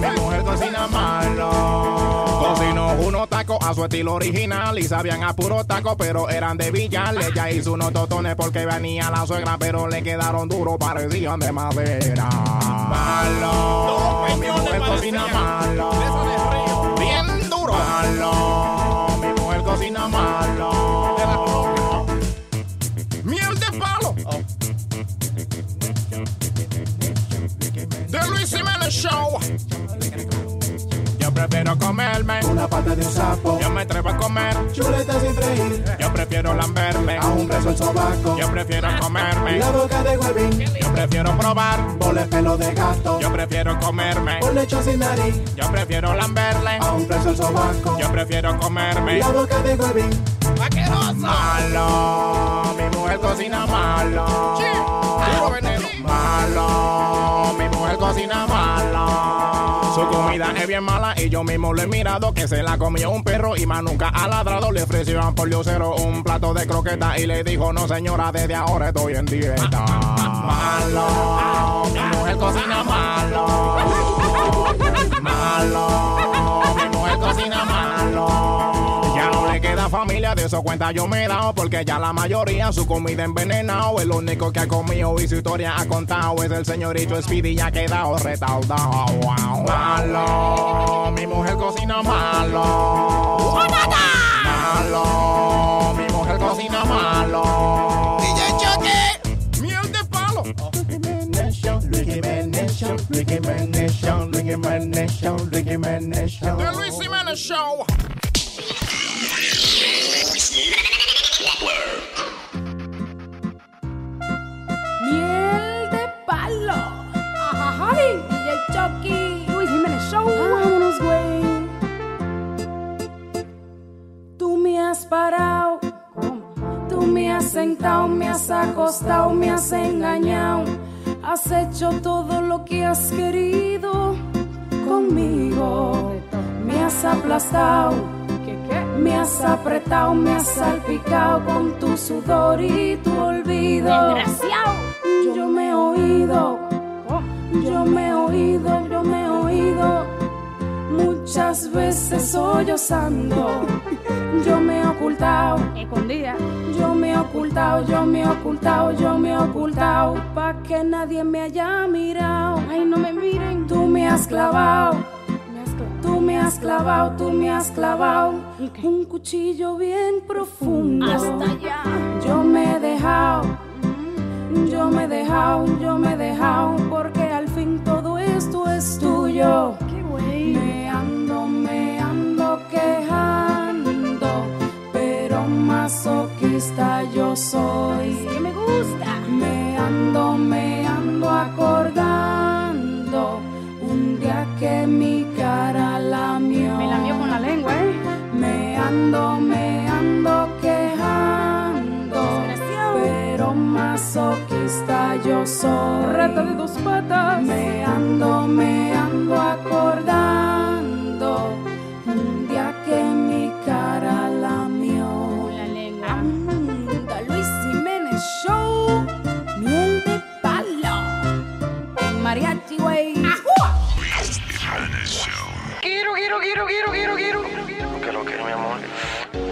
S15: mi mujer cocina malo. Cocinó unos tacos a su estilo original y sabían a puro taco, pero eran de billar. Ella hizo unos totones porque venía la suegra, pero le quedaron duros, parecían de madera. Malo, mi mujer cocina malo. Bien duro. Malo, mi mujer cocina malo. Miel de palo. The Luis Jiménez Show. Yo prefiero comerme una pata de un sapo. Yo me atrevo a comer chuletas sin freír. Yo prefiero lamberme a un preso el sobaco. Yo prefiero comerme
S30: La boca
S15: de huevín. Yo prefiero probar boles pelo de gato. Yo prefiero comerme
S30: Un
S15: lecho sin nariz. Yo prefiero lamberle a un preso el sobaco. Yo prefiero comerme
S30: La
S15: boca de huevín. Malo, mi mujer cocina malo. Malo, mi mujer cocina malo. Su comida es bien mala y yo mismo lo he mirado que se la comió un perro y más nunca ha ladrado. Le ofreció a Poliocero un plato de croqueta y le dijo, no señora, desde ahora estoy en dieta. Malo, mi mujer cocina malo. Malo, mi mujer cocina malo. Ya no le queda familia, de eso cuenta yo me he dado, porque ya la mayoría su comida envenenado. El único que ha comido y su historia ha contado es el señorito Speedy, ya ha quedado retardado. Malo, mi mujer cocina malo. Malo, mi mujer cocina malo. DJ Choque, miel de palo. The Luis Jiménez Show.
S2: Miel de palo. Ajajay, DJ Chucky, Luis Jiménez Show. Vámonos, güey. Tú me has parado. Tú me has sentado, me has acostado, me has engañado. Has hecho todo lo que has querido conmigo. Me has aplastado. Me has apretado, me has salpicado con tu sudor y tu olvido. Desgraciado. Yo me he oído yo me he oído, yo me he oído muchas veces sollozando. Yo me he ocultado, escondida. Yo me he ocultado, yo me he ocultado, yo me he ocultado, pa que nadie me haya mirado. Ay, no me miren, tú me has clavado. Tú me has clavado, tú me has clavado un cuchillo bien profundo. Hasta allá. Yo me he dejado, yo me he dejado, yo me he dejado, porque al fin todo esto es tuyo. Me ando, me ando quejando, pero masoquista yo soy. que me gusta. Me ando, me ando acordando un día que mi cara lamió. Me lamió con la lengua, ¿eh? Me ando, me ando quejando. Pero masoquista yo soy. Rata de dos patas. Me ando, me ando acordando. Un día que mi cara lamió. La lengua. Anda, Luis Jiménez Show. Miel de palo. En Mariachi Way.
S15: Quiero, quiero, quiero, quiero, quiero, quiero. Que lo quiero, mi amor.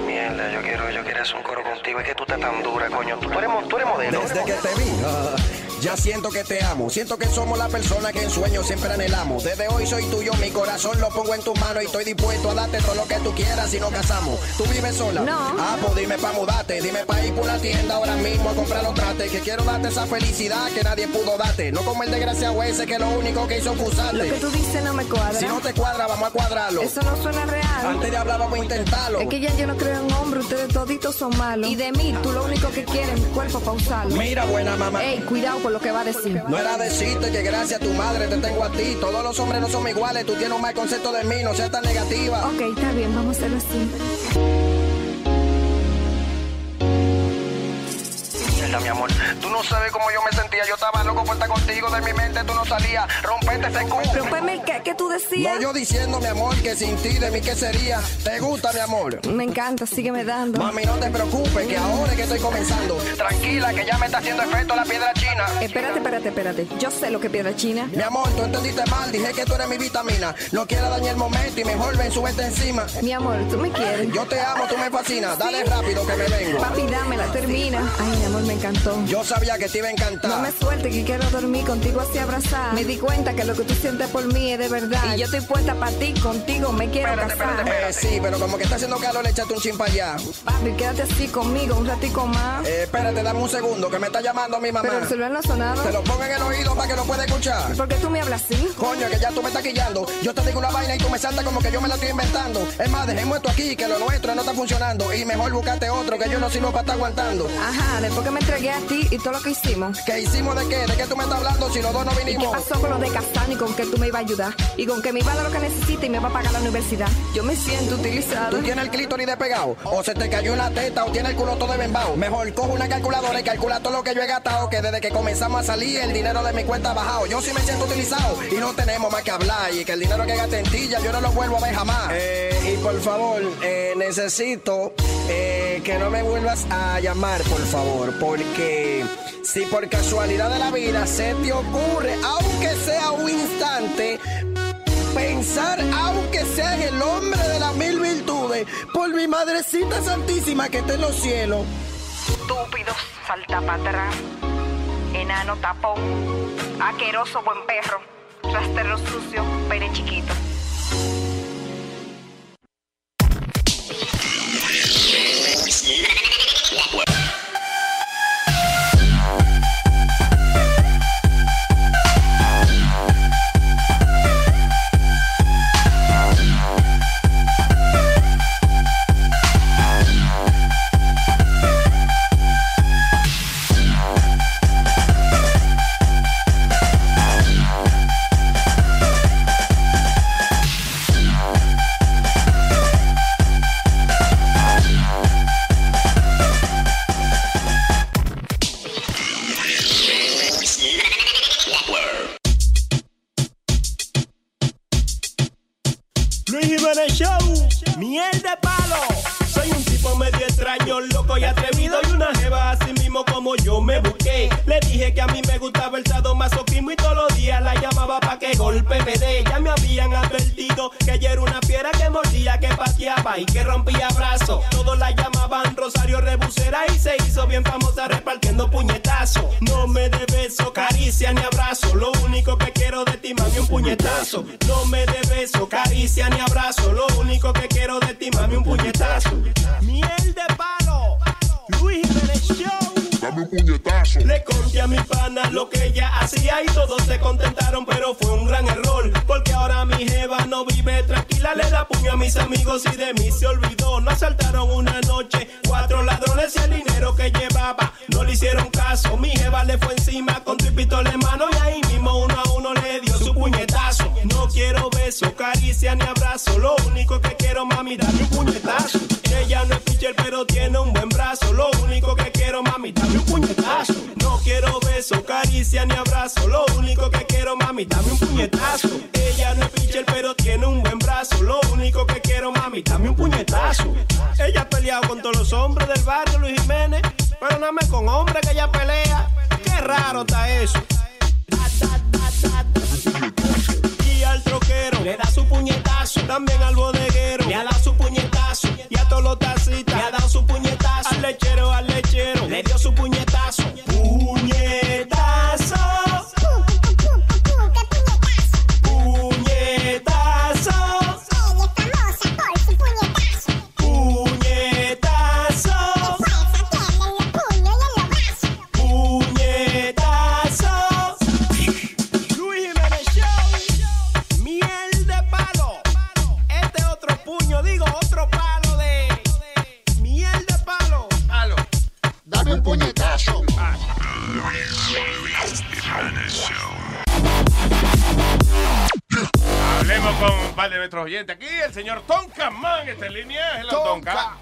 S15: Mierda, yo quiero, yo quiero hacer un coro contigo. Es que tú estás tan dura, coño. Tú eres, mo- tú eres modelo.
S30: Desde que te vi, ah, ya siento que te amo. Siento que somos la persona que en sueños siempre anhelamos. Desde hoy soy tuyo, mi corazón lo pongo en tus manos y estoy dispuesto a darte todo lo que tú quieras si nos casamos. Tú vives sola.
S15: No.
S30: Ah, pues dime pa' mudarte. Dime pa' ir por la tienda ahora mismo a comprar los trastes. Que quiero darte esa felicidad que nadie pudo darte. No como el desgraciado ese que lo único que hizo fue usarte.
S14: Lo que tú dices no me cuadra.
S30: Si no te cuadra, vamos a cuadrarlo.
S14: Eso no suena real.
S30: Antes de hablar, vamos a intentarlo.
S14: Es que ya yo no creo en hombre, ustedes toditos son malos. Y de mí, tú lo único que quieres es mi cuerpo pa' usarlo.
S30: Mira, buena mamá.
S14: Ey, cuidado con lo que va a decir.
S30: No era decirte que gracias a tu madre te tengo a ti. Todos los hombres no somos iguales. Tú tienes un mal concepto de mí. No seas tan negativa.
S14: Ok, está bien, vamos a hacerlo así.
S30: Mierda, mi amor. Tú no sabes cómo yo me sentía. Yo estaba loco por estar contigo. De mi mente tú no salías. Rompete ese culo.
S14: Rompeme el que, que tú decías.
S30: No, yo diciendo, mi amor, que sin ti de mí qué sería. ¿Te gusta, mi amor?
S14: Me encanta, sígueme dando.
S30: Mami, no te preocupes, Pues que ahora es que estoy comenzando. Tranquila, que ya me está haciendo efecto la piedra china.
S14: Espérate, espérate, espérate. Yo sé lo que piedra china.
S30: Mi amor, tú entendiste mal, dije que tú eres mi vitamina. No quiero dañar el momento y mejor ven, súbete encima.
S14: Mi amor, tú me quieres.
S30: Yo te amo, tú me fascinas. Dale rápido que me vengo.
S14: Papi, dámela, termina. Ay, mi amor, me encantó.
S30: Yo sabía que te iba a encantar.
S14: No me suelte que quiero dormir contigo así abrazada. Me di cuenta que lo que tú sientes por mí es de verdad. Y yo estoy puesta para ti, contigo me quiero casar.
S30: Eh, sí, pero como que está haciendo calor, échate un chin para allá.
S14: Papi, quédate así conmigo un ratico más.
S30: Eh, espérate, dame un segundo, que me está llamando mi mamá.
S14: Pero el celular no ha sonado.
S30: Te lo pongo en el oído para que lo pueda escuchar.
S14: ¿Por qué tú me hablas así?
S30: Coño, que ya tú me estás quillando. Yo te digo una vaina y tú me saltas como que yo me la estoy inventando. Es más, dejemos esto aquí, que lo nuestro no está funcionando. Y mejor buscate otro, que yo no sirvo para estar aguantando.
S14: Ajá, después que me entregué a ti y todo lo que hicimos.
S30: ¿Qué hicimos de qué? ¿De qué tú me estás hablando si los dos no
S14: ¿Y qué
S30: vinimos?
S14: pasó con lo de Castán y con que tú me ibas a ayudar? Y con que me iba a dar lo que necesita y me va a pagar la universidad. Yo me siento utilizada.
S30: ¿Tú tienes el clítoris despegado? ¿O se te cayó una teta? ¿O tienes el culo todo embembado? Mejor cojo una calculadora y calcula todo lo que yo he gastado. Que desde que comenzamos a salir, el dinero de mi cuenta ha bajado. Yo sí me siento utilizado y no tenemos más que hablar. Y que el dinero que gasté en ti ya yo no lo vuelvo a ver jamás. Eh, y por favor, eh, necesito eh, que no me vuelvas a llamar, por favor. Porque si por casualidad de la vida se te ocurre, aunque sea un instante, pensar, aunque seas el hombre de las mil virtudes, por mi madrecita santísima que está en los cielos.
S32: Estúpido, salta para atrás. Enano tapón. Aqueroso buen perro. Rastero sucio, pene chiquito.
S6: Luis Jiménez Show, miel de palo. Soy un tipo medio extraño, loco y atrevido. Y una jeva así mismo como yo me busqué. Le dije que a mí me gustaba el sadomasoquismo y todos los días la llamaba para que golpe me dé. Ya me habían advertido que ella era una fiera que mordía, que pateaba y que rompía brazos. Todos la llamaban Rosario Rebusera y se hizo bien famosa repartiendo puñetazos. No me dé beso, caricia ni abrazo. Lo único que quiero de ti, mami, un puñetazo. No me dé beso, caricia ni abrazo. Lo único que quiero de ti, mami, un puñetazo. Miel de palo, Luis Jiménez Show.
S15: Dame un puñetazo.
S6: Le conté a mi pana lo que ella hacía y todos se contentaron, pero fue un gran error. Porque ahora mi jeva no vive tranquila, le da puño a mis amigos y de mí se olvidó. No asaltaron una noche, cuatro ladrones y el dinero que llevaba. No le hicieron caso, mi jeva le fue encima con tu pistola en mano y ahí mismo uno a uno le dio su puñetazo. No quiero beso, caricia ni abrazo, lo único que quiero mami, dame un puñetazo. Ella no es pitcher pero tiene un buen brazo, lo único que quiero mami, dame un puñetazo. No quiero beso, caricia ni abrazo, lo único que quiero mami, dame un puñetazo. Ella no es pitcher pero tiene un buen brazo, lo único que quiero mami, dame un puñetazo. Ella ha peleado con todos los hombres del barrio Luis Jiménez, pero nada más con hombres que ella pelea. Qué raro está eso. Y al troquero le da su puñetazo, también al bodeguero le ha dado su puñetazo y a todos los tacitas le ha dado su puñetazo. Al lechero, al lechero le dio su puñetazo. Puñetazo. Puñetazo. Puñetazo. Puñetazo. Luis Jiménez Show. Miel de palo. Este otro puño, digo, otro palo de. Miel de palo. Palo. Dame un puñetazo.
S18: Hablemos con un par de nuestros oyentes aquí. El señor Tonka Man está en línea. Hello, Tonka.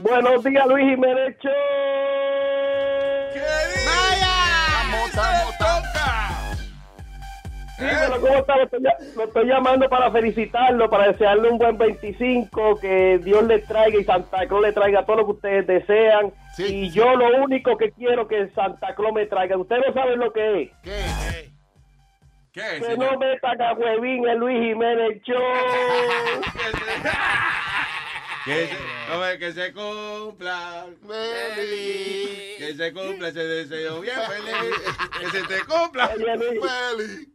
S28: Buenos días, Luis Jiménez Show. Dímelo, ¿cómo está? Lo estoy, ll- lo estoy llamando para felicitarlo, para desearle un buen 25, que Dios le traiga y Santa Claus le traiga todo lo que ustedes desean. y yo lo único que quiero que Santa Claus me traiga. Ustedes no saben lo que es.
S9: ¿Qué?
S28: Que no metan a Huevín el Luis Jiménez Show.
S9: Que se, no, eh, que se cumpla feliz, que se cumpla ese deseo bien feliz, que se te cumpla
S28: Oye, Luis.
S9: feliz.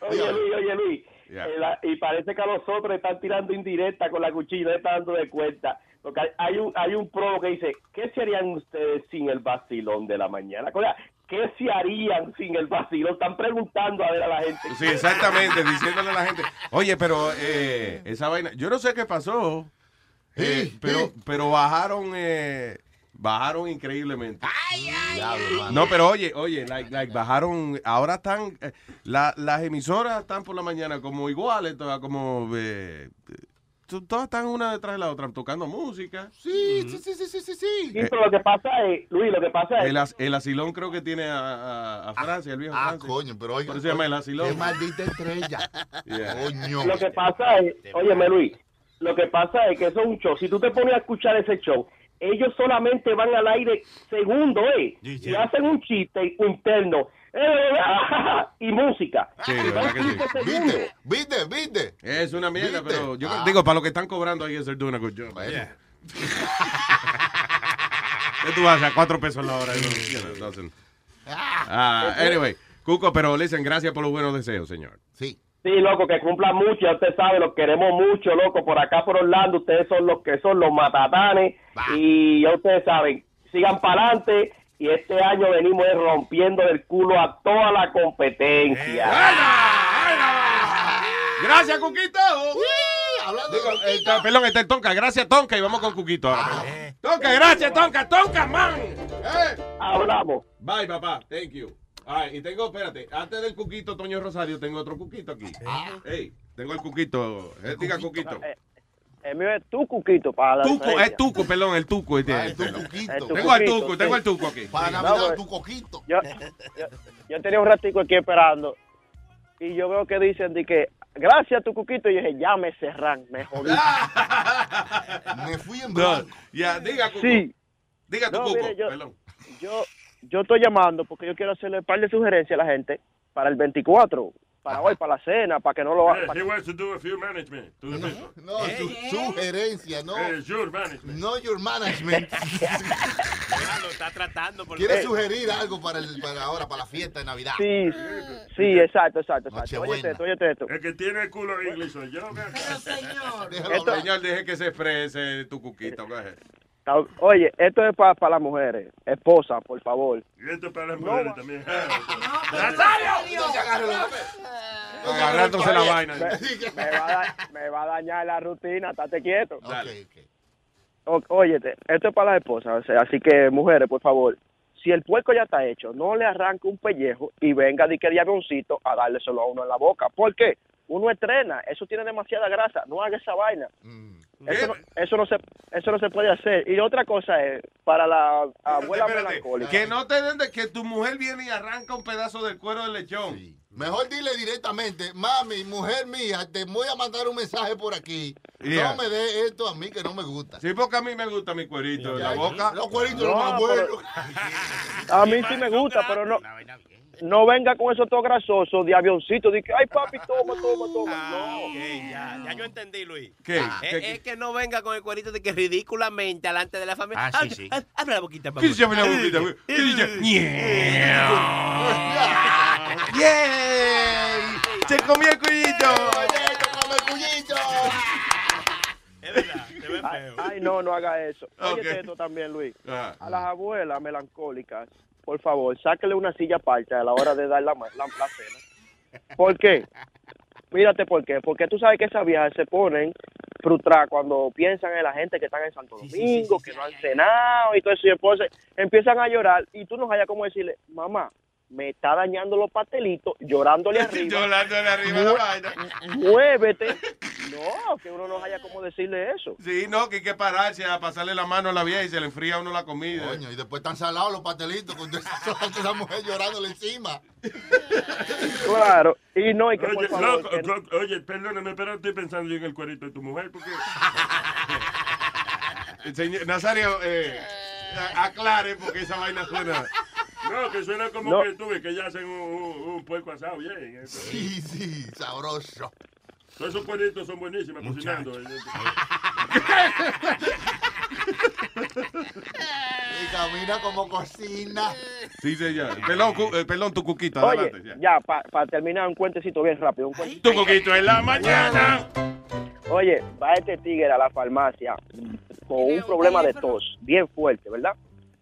S28: Oye, Luis, oye, Luis. Eh, la- y parece que a nosotros están tirando indirecta con la cuchilla, no están dando de cuenta. Porque hay, hay un hay un pro que dice, ¿qué se harían ustedes sin el vacilón de la mañana? O sea, ¿qué se harían sin el vacilón? Están preguntando a ver a la gente.
S9: Sí, exactamente, diciéndole a la gente. Oye, pero eh, esa vaina, yo no sé qué pasó, eh, pero, pero bajaron, eh, bajaron increíblemente. No, pero oye, oye, like, like, bajaron, ahora están, eh, la- las emisoras están por la mañana como iguales, todas como, eh, to- todas están una detrás de la otra tocando música.
S28: Sí,
S9: Ujú.
S28: sí, sí, sí, sí, sí. pero lo que pasa es, eh, Luis, lo que pasa es...
S9: El, as- el asilón creo que tiene a, a- a Francia, el viejo Francia. coño, pero
S28: Ah, oiga,
S9: se llama el asilón.
S28: qué
S9: maldita estrella.
S28: Lo que pasa es, óyeme Luis, lo que pasa es que eso es un show. Si tú te pones a escuchar ese show, ellos solamente van al aire segundo, ¿eh? Y hacen un chiste interno. eh, y música.
S9: Sí, de verdad que sí.
S28: Segundos.
S9: ¿Viste? ¿Viste? Ah. Es una mierda, pero yo digo, para lo que están cobrando ahí es el doing a good job. Yeah. ¿Qué tú vas a hacer? Cuatro pesos la hora. you know, it doesn't- Ah, anyway, Cuco, pero listen, gracias por los buenos deseos, señor.
S28: Sí. loco, que cumplan mucho, ya usted sabe, los queremos mucho, loco, por acá por Orlando, ustedes son los que son los matatanes y ya ustedes saben, sigan para adelante y este año venimos eh, rompiendo el culo a toda la competencia.
S9: Eh. Gracias, Cuquito. Digo, eh, ta- perdón, está el Tonka. Gracias, Tonka. Y vamos con Cuquito ahora. Tonka, eh, gracias, Tonka. Tonka, man.
S6: Eh.
S28: Hablamos.
S9: Bye, papá. Thank you. All right, y tengo, espérate, antes del Cuquito Toño Rosario, tengo otro Cuquito aquí. Hey, tengo el Cuquito. Eh, diga Cuquito.
S28: El mío es tu cuquito para la
S9: Tuco,
S28: diferencia.
S9: es Tuco, perdón, el Tuco. este, perdón. Tengo al
S28: Tucuquito,
S9: Tuco, tengo
S28: Eh, sí.
S9: al Tuco aquí.
S28: Para Navidad, tu coquito. Yo, yo- yo tenía un ratico aquí esperando y yo veo que dicen de que gracias tu cuquito y yo dije, ya me cerran, me jodí.
S9: Me fui en blanco. ya, diga Cuco.
S28: Sí.
S9: Diga tu
S28: No,
S9: Cuco,
S28: mire, yo-
S9: perdón.
S28: Yo, yo estoy llamando porque yo quiero hacerle un par de sugerencias a la gente para el 24. para hoy, para la cena, para que no lo haga.
S23: Eh, He wants to do a few management. To the people.
S20: No, su, sugerencia, no.
S23: Eh, your management.
S20: No your management.
S7: Lo está tratando.
S23: Eh.
S7: por-
S20: ¿Quieres sugerir algo para, el, para ahora, para la fiesta de Navidad?
S28: Sí, sí, exacto, exacto. exacto.
S20: Nochebuena.
S28: Óyete esto, óyete esto.
S23: El que tiene el culo inglés soy yo. Pero
S22: señor.
S9: Señor, deje que se exprese tu cuquita. coge.
S28: Está- Oye, esto es para las mujeres. Esposa, por favor.
S23: Y esto es para las mujeres también.
S15: ¡Nazario!
S20: No se agarre la-
S9: Agarrándose la vaina.
S28: Me, me va a da- me va a dañar la rutina, estate quieto.
S20: Dale.
S28: O- óyete, esto es para las esposas, o sea, así que mujeres, por favor, si el puerco ya está hecho, no le arranque un pellejo y venga de que el avioncito a dárselo a uno en la boca. ¿Por qué? Uno estrena, eso tiene demasiada grasa, no haga esa vaina.
S9: Mm.
S28: Eso, no, eso, no se, eso no se puede hacer. Y otra cosa es, para la abuela melancólica.
S9: Que no te den de que tu mujer viene y arranca un pedazo del cuero del lechón.
S20: Mejor dile directamente, mami, mujer mía, te voy a mandar un mensaje por aquí.
S9: Yeah.
S20: No me dé esto a mí que no me gusta.
S9: Sí, porque a mí me gusta mi cuerito en la
S20: Ya,
S9: boca.
S20: Los cueritos los más buenos.
S28: A mí sí me gusta, pero no, no venga con eso todo grasoso de avioncito, de que, ay papi, toma, toma, toma. No.
S7: Ah, Ya, ya yo entendí, Luis.
S28: ¿Qué?
S7: Ah,
S28: ¿Qué,
S7: es,
S28: qué?
S7: es que no venga con el cuerito de que ridículamente alante de la familia.
S15: Ah, sí,
S7: Abre-
S15: sí.
S7: ab- Abre la boquita, papá.
S15: ¿Qué se llama la boquita, güey?
S9: ¿Qué dice?
S20: ¡Yay!
S9: ¡Se comió el cuellito!
S20: come el cuellito!
S28: Ay, ay, no, no haga eso. Oye,
S20: Ok.
S28: esto también, Luis.
S9: Ajá.
S28: A las abuelas melancólicas, por favor, sáquele una silla aparte a la hora de dar la, ma- la- la cena. ¿Por qué? Mírate por qué. Porque tú sabes que esas viejas se ponen frustradas cuando piensan en la gente que están en Santo Domingo, que no han cenado y todo eso. Y después se- empiezan a llorar y tú no hayas como decirle, mamá, me está dañando los pastelitos, llorándole arriba.
S9: Llorándole arriba la vaina.
S28: Muévete. No, que uno no haya como decirle eso.
S9: Sí, no, que hay que pararse a pasarle la mano a la vieja y se le enfría a uno la comida.
S20: Coño, y después están salados los pastelitos con toda esa, con esa mujer llorándole encima.
S28: Claro, y no, y que
S23: Oye,
S28: por favor,
S23: loco,
S28: que-
S23: loco, oye, perdóname, pero estoy pensando yo en el cuerito de tu mujer porque...
S9: El señor- Nazario, eh, a- aclare porque esa vaina suena.
S23: No, que suena como
S9: No.
S23: que tú ves que ya hacen un, un- un puerco asado bien. ¿eh?
S20: Sí, sí, sabroso.
S23: Todos esos cueritos son buenísimos cocinando. ¿eh?
S20: Y camina como cocina.
S9: Sí, señor. Perdón, cu- eh, perdón, tu cuquita,
S28: Oye,
S9: adelante.
S28: ya, para terminar un cuentecito bien rápido. Un cuentecito.
S9: Tu cuquito en la mañana.
S28: Oye, va este tigre a la farmacia con un problema de tos bien fuerte, ¿verdad?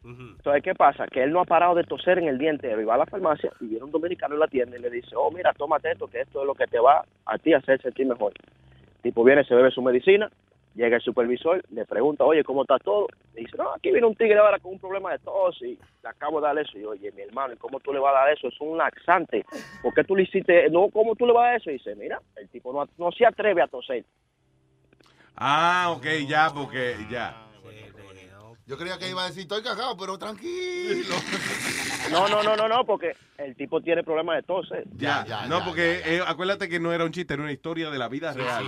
S28: Entonces, ¿qué pasa? Que él no ha parado de toser en el día entero y va a la farmacia y viene un dominicano en la tienda y le dice, oh, mira, tómate esto, que esto es lo que te va a ti a hacer sentir mejor. Tipo viene, se bebe su medicina, llega el supervisor, le pregunta, oye, ¿cómo está todo? Le dice, no, aquí viene un tigre ahora con un problema de tos y le acabo de dar eso. Y oye, mi hermano, ¿y cómo tú le vas a dar eso? Es un laxante. ¿Por qué tú le hiciste? No, ¿cómo tú le vas a dar eso? Y dice, mira, el tipo no, no se atreve a toser.
S9: Ah, ok, ya, porque ya.
S20: Yo creía que iba a decir, estoy cagado, pero tranquilo.
S28: No, no, no, no, no, porque el tipo tiene problemas de tos. ¿eh?
S9: Ya, no, porque eh, acuérdate que no era un chiste, era una historia de la vida real.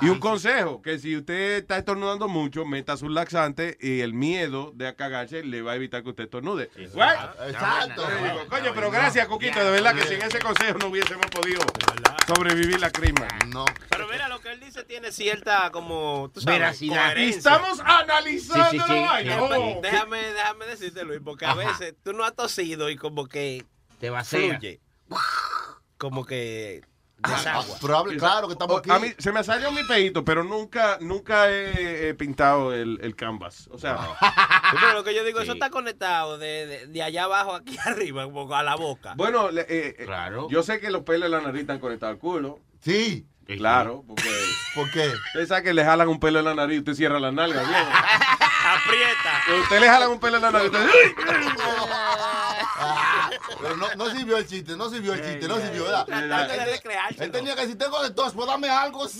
S9: Y un consejo, que si usted está estornudando mucho, meta su laxante y el miedo de cagarse le va a evitar que usted estornude. Right?
S20: Exacto.
S9: Yo digo, Ah, Coño, pero gracias, Coquito, de verdad que sin ese consejo no hubiésemos podido sobrevivir la crisma.
S20: No.
S7: Pero mira, lo que él dice tiene cierta como, tú sabes,
S9: Veracidad.
S7: coherencia.
S9: Estamos analizando Sí, sí, sí. la vaina.
S7: Déjame-
S9: Oh.
S7: Déjame, déjame decirte, Luis, porque a
S9: Ajá.
S7: veces tú no has tosido y como que
S21: te vacía.
S7: fluye. Como que
S20: Ah, probable, claro que estamos aquí.
S9: pues, A mí se me salió mi peito, pero nunca nunca he, he pintado el, el canvas. O sea,
S7: Sí, pero lo que yo digo, eso está conectado de, de, de allá abajo aquí arriba, como a la boca.
S9: bueno, le- eh, eh, yo sé que los pelos de la nariz están conectados al culo.
S20: Sí.
S9: Claro, porque...
S20: ¿Por qué?
S9: Usted sabe que le jalan un pelo en la nariz y usted cierra la nalga, viejo. Aprieta. Usted le jalan un pelo en la nariz y usted... ¡Uy!
S20: Pero no, no sirvió el chiste, no sirvió el chiste, no sirvió, ¿verdad?
S7: Tratando de
S20: Él- Él tenía que decir, tengo de tos, pues dame algo.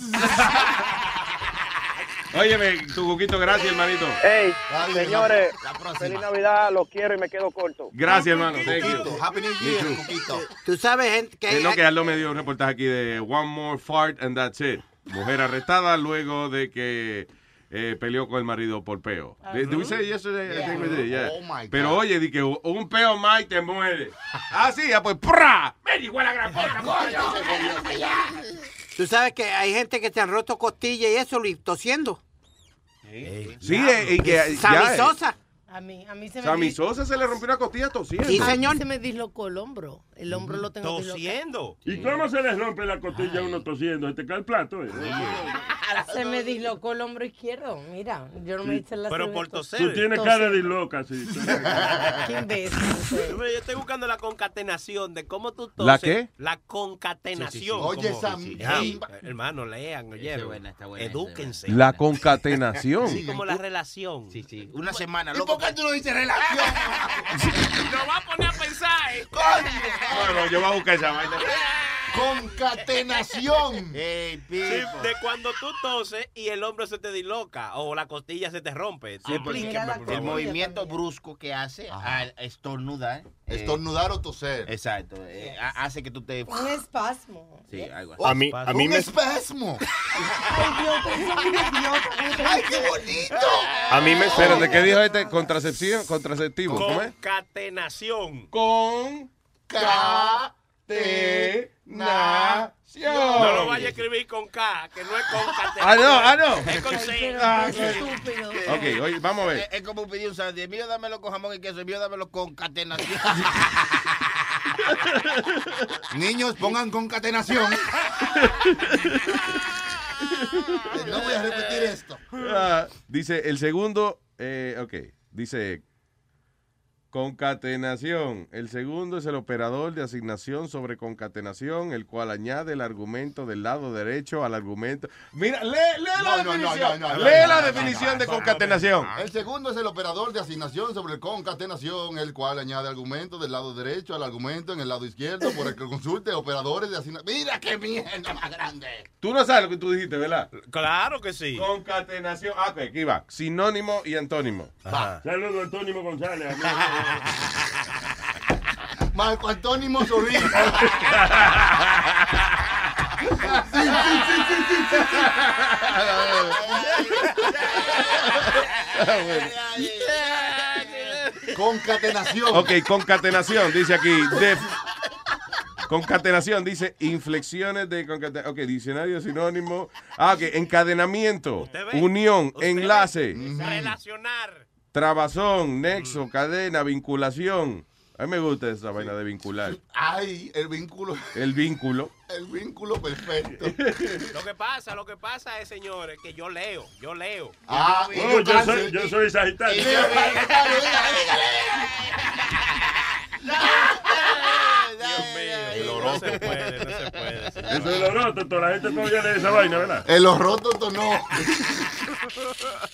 S9: Óyeme, tu coquito, gracias, hermanito.
S28: Ey,
S20: Dale,
S28: señores,
S20: la- la próxima.
S28: feliz Navidad, lo quiero y me quedo corto.
S9: Gracias, hermano. Thank you.
S20: Happy New Year,
S9: Me too.
S20: Coquito.
S21: Tú sabes, gente, que
S9: Que Eh, no, que Aldo me dio un reportaje aquí de One More Fart and That's It. Mujer arrestada luego de que eh, peleó con el marido por peo.
S20: Ah,
S9: Did we
S20: ¿no?
S9: say yesterday? I
S20: Yeah.
S9: think we did, yeah.
S20: Oh, my God.
S9: Pero oye, di que un peo más y te muere. Ah, sí, ah, pues ¡pra!
S25: ¡Ven, igual a gran puta, coño!
S21: Tú sabes que hay gente que te han roto costillas y eso, Luis, tosiendo.
S9: Sí, eh, y que ya, eh,
S21: Sabisosa.
S22: A mí, a mí se me
S9: Sammy
S22: dis-
S9: Sosa se le rompió una costilla tosiendo.
S22: a mí se me dislocó el hombro. El hombro lo tengo dislocado.
S23: ¿Y cómo se les rompe la costilla a uno tosiendo? ¿Te cae el plato? eh?
S22: Ah, Se me dislocó el hombro izquierdo. Mira, yo no me hice la
S23: Pero
S22: por
S23: Tú tienes cara de loca, sí.
S22: Qué imbécil.
S7: Hombre, Yo estoy buscando la concatenación de cómo tú toses.
S9: ¿La qué?
S7: La concatenación.
S9: Sí, sí, sí. Oye,
S7: como-
S9: esa-
S7: Ya,
S9: sí.
S7: Hermano, lean, oyeron. Edúquense.
S9: La concatenación.
S7: Sí, como la relación. Sí, sí. Una semana,
S3: ¿Y por qué tú no dices relación? Nos va a poner a pensar, ¿eh?
S9: Bueno, yo voy a buscar esa vaina.
S20: Concatenación.
S7: de cuando tú toses y el hombro se te disloca o la costilla se te rompe.
S3: Ah, pues,
S7: Explíqueme, por
S3: el
S7: favor.
S3: movimiento brusco que hace al estornudar. eh,
S20: Estornudar o toser.
S3: Exacto. eh, ha- hace que tú te.
S22: Un espasmo.
S3: Sí, algo así.
S20: A mí- a mí Un me-
S3: espasmo!
S22: Ay, Dios, ustedes son unos idiotas.
S3: ¡Ay, qué bonito!
S9: A mí me Pero ¿de qué dijo este? Contracepción, contraceptivo, ¿cómo es?
S7: Concatenación.
S9: Con.
S7: Catenación. No lo vaya a escribir con K, que no es con catenación.
S9: Ah, no, ah, no.
S7: Es con C.
S9: Ah, ok. Ok, oye, vamos a ver.
S3: Es, es como pedir un sándwich. Mío, dámelo con jamón y queso. Mío, dámelo con catenación.
S20: Niños, pongan concatenación. no voy a repetir esto.
S9: Ah, dice, el segundo, eh, ok, dice, concatenación. El segundo es el operador de asignación sobre concatenación, el cual añade el argumento del lado derecho al argumento. Mira, lee, lee la definición. lee la definición de concatenación.
S20: El segundo es el operador de asignación sobre concatenación, el cual añade argumentos del lado derecho al argumento en el lado izquierdo por el que consulte operadores de asignación. Mira qué mierda más grande.
S9: Tú no sabes lo que tú dijiste, ¿verdad?
S7: Claro que sí.
S9: Concatenación. Ah, ok, aquí va. Sinónimo y antónimo.
S23: Saludos, Antonio González. amigo.
S20: Marco Antonio Mozorín. Concatenación.
S9: Ok, concatenación, dice aquí. def- concatenación, dice inflexiones de concatenación. Ok, diccionario sinónimo. Ah, ok, encadenamiento, unión, enlace,
S7: Relacionar.
S9: trabazón, nexo, cadena, vinculación. A mí me gusta esa vaina de vincular.
S20: Ay, el vínculo,
S9: El vínculo.
S20: el vínculo perfecto.
S7: Lo que pasa, lo que pasa es, señores, que yo leo, yo leo.
S20: Ah,
S23: Oh, yo, soy, yo soy Sagitario.
S7: El oroto se puede, no se puede.
S23: Eso es lo roto, toda la gente todavía lee esa vaina, ¿verdad?
S20: El roto no.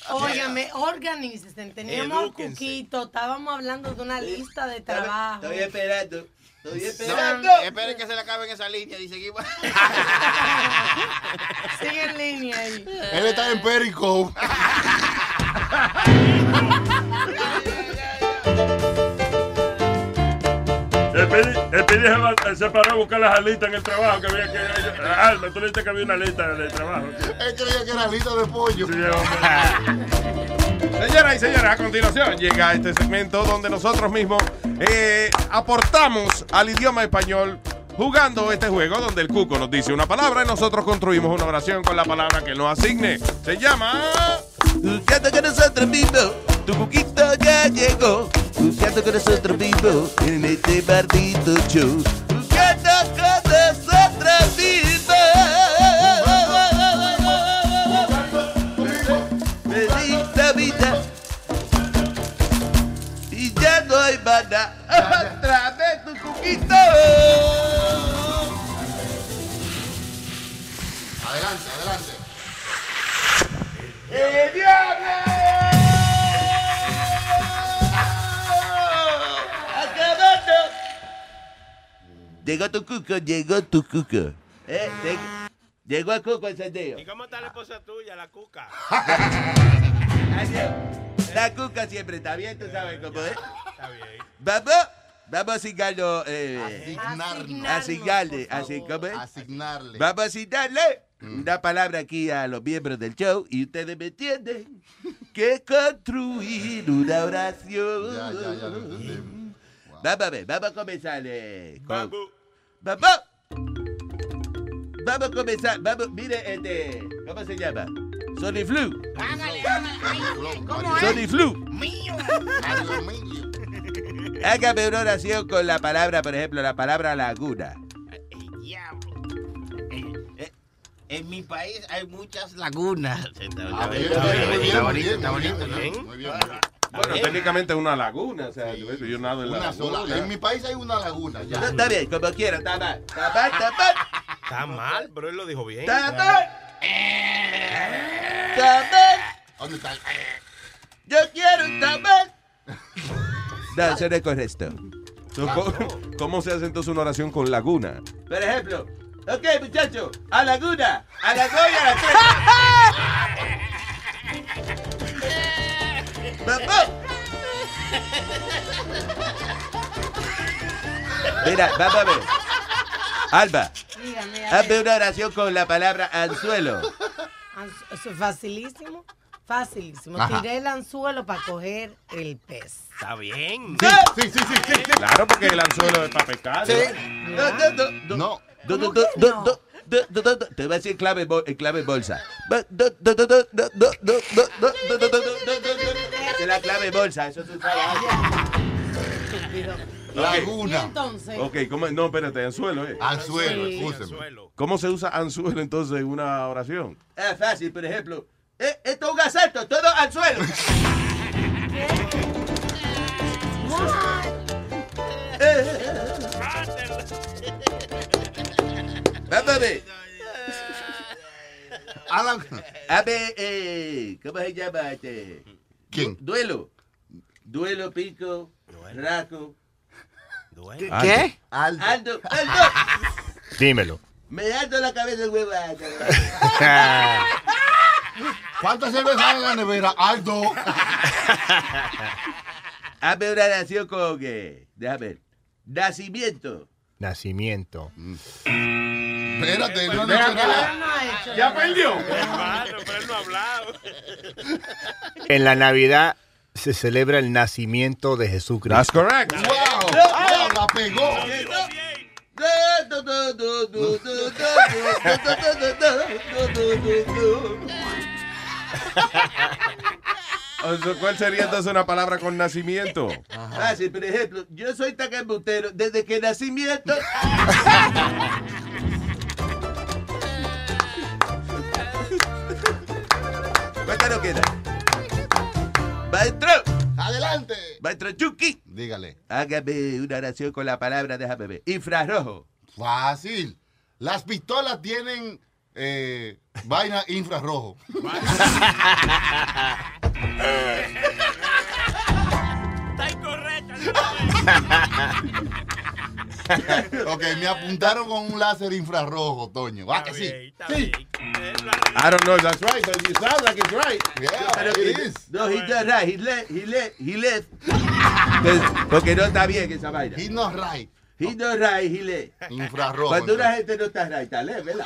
S22: Óigame, organícense. Teníamos un
S20: Edúquense.
S22: cuquito, estábamos hablando de una lista de trabajo.
S3: Estoy esperando. Estoy esperando.
S22: No,
S3: esperen que se le acaben esa línea y seguimos.
S22: Sigue en línea ahí.
S20: Él está en Perico.
S23: El Pidi, el Pidi se, va- se paró a buscar las alitas en el trabajo que había que. Alma, tú le dijiste que había una alita en el trabajo.
S20: Él creía que era alita de pollo.
S9: Señoras y señores, a continuación llega este segmento donde nosotros mismos eh, aportamos al idioma español jugando este juego donde el cuco nos dice una palabra y nosotros construimos una oración con la palabra que nos asigne. Se llama...
S26: Jugando con nosotros mismos, tu cuquito ya llegó. Jugando con nosotros mismos, en este maldito show. Jugando con nosotros mismos. Bendita vida. Y ya no hay maná. Atrás de tu cuquito.
S20: Adelante, adelante.
S26: Acabando. Llegó tu cuco, llegó tu cuco. Eh, lleg- llegó el cuco encendido.
S7: ¿Y cómo está la esposa tuya, la cuca?
S26: La cuca siempre está bien, tú sabes cómo es.
S7: Está bien.
S26: Vamos, vamos a asignarlo. Eh,
S20: Asignarnos.
S26: asignarle, así, ¿cómo es?
S20: Asignarle.
S26: Vamos a asignarle
S20: Mm.
S26: una palabra aquí a los miembros del show y ustedes me entienden que construir una oración.
S20: Ya, ya, ya lo
S26: Vamos a ver, vamos a comenzar. eh, con- ¡Vamos! Vamos a comenzar, vamos, mire este, ¿cómo se llama? Sony Flu,
S15: Hágale, hágale. ¿Cómo
S26: Sony Flu.
S15: Mío.
S26: Hágame una oración con la palabra, por ejemplo, la palabra laguna.
S24: Eh, En mi país hay muchas lagunas.
S20: Ah, bien,
S24: Está
S20: bien,
S24: bonito,
S20: muy bien,
S24: está
S20: muy bien,
S24: bonito,
S20: muy bien,
S24: está bonito,
S20: muy bien,
S24: ¿no?
S20: muy bien.
S9: Bueno, técnicamente es una laguna, o sea, yo- yo nado en la
S20: Una sola.
S9: laguna.
S20: En mi país hay una laguna. Ya.
S26: No, está bien, como quiera, está mal. Está mal, está mal.
S7: Está mal, pero él lo dijo bien.
S26: Está mal. Está mal.
S20: ¿Dónde está?
S26: Yo quiero un tamal. No, eso no es correcto.
S9: Entonces, ¿cómo, cómo se hace entonces una oración con laguna?
S26: Por ejemplo, ok, muchachos, a Laguna, a las 2 y a las 3. Mira, vamos a ver. Alba,
S22: Dígame, a
S26: hazme
S22: ver.
S26: una oración con la palabra anzuelo.
S22: Anzu- Ah, Eso es facilísimo. Facilísimo.
S26: Ajá.
S22: Tiré el anzuelo para coger el pez.
S7: Está bien.
S26: Sí,
S20: sí, sí, sí.
S9: Claro, porque el anzuelo es para pescar.
S26: Sí.
S9: No,
S20: No.
S26: Do, do, do, do, do, do, do, do, do. Te voy a decir clave, bol- eh, clave bolsa. Ba- do, do, do, do, do, do, do, do, do, do, do, do, do, do, do, do. Es la clave bolsa, eso tú sabes.
S20: Laguna.
S22: entonces?
S9: Ok, ¿cómo? No, espérate, anzuelo, ¿eh?
S20: Anzuelo,
S26: Sí.
S9: ¿Cómo se usa anzuelo entonces en una oración?
S26: Es fácil, por ejemplo. Eh, esto es un asalto, todo al suelo. Vamos a ver.
S20: Alan.
S26: A ver, eh, ¿cómo se llama este?
S20: ¿Quién?
S26: Duelo. Duelo, pico, raco.
S4: ¿Qué?
S26: Aldo. Aldo. Aldo.
S4: Dímelo.
S26: Me dando la cabeza huevada.
S20: ¿Cuántas cervezas hay en la nevera? Aldo.
S26: Hazme una oración con que. Déjame ver. Nacimiento.
S4: Nacimiento.
S20: Espérate, no,
S26: Espérate,
S20: no, no.
S26: no ha hecho Ya nada. perdió.
S7: Hermano, pero él no ha hablado.
S4: En la Navidad se celebra el nacimiento de Jesucristo.
S9: That's correct.
S20: Wow, wow, la pegó.
S9: O sea, ¿Cuál sería entonces una palabra con nacimiento?
S26: Fácil, Ah, por ejemplo, yo soy tan embustero desde que nacimiento. ¿Cuánta nos queda? Maestro,
S20: Adelante.
S26: maestro Chucky,
S20: Dígale.
S26: hágame una oración con la palabra, déjame ver. Infrarrojo.
S20: Fácil. Las pistolas tienen eh, vaina infrarrojo.
S15: Está incorrecta.
S20: ok, me apuntaron con un láser infrarrojo, Toño. ¿Va que sí? Sí.
S9: I don't know if that's right, but you sound like it's right.
S26: Pero que- No, he's not right. He left. He left. He left. Pues, Porque no está bien esa vaina.
S20: He's not right.
S26: He's not right. He left.
S20: Infrarrojo.
S26: Cuando una gente
S20: entonces.
S26: no está right, está left, ¿verdad?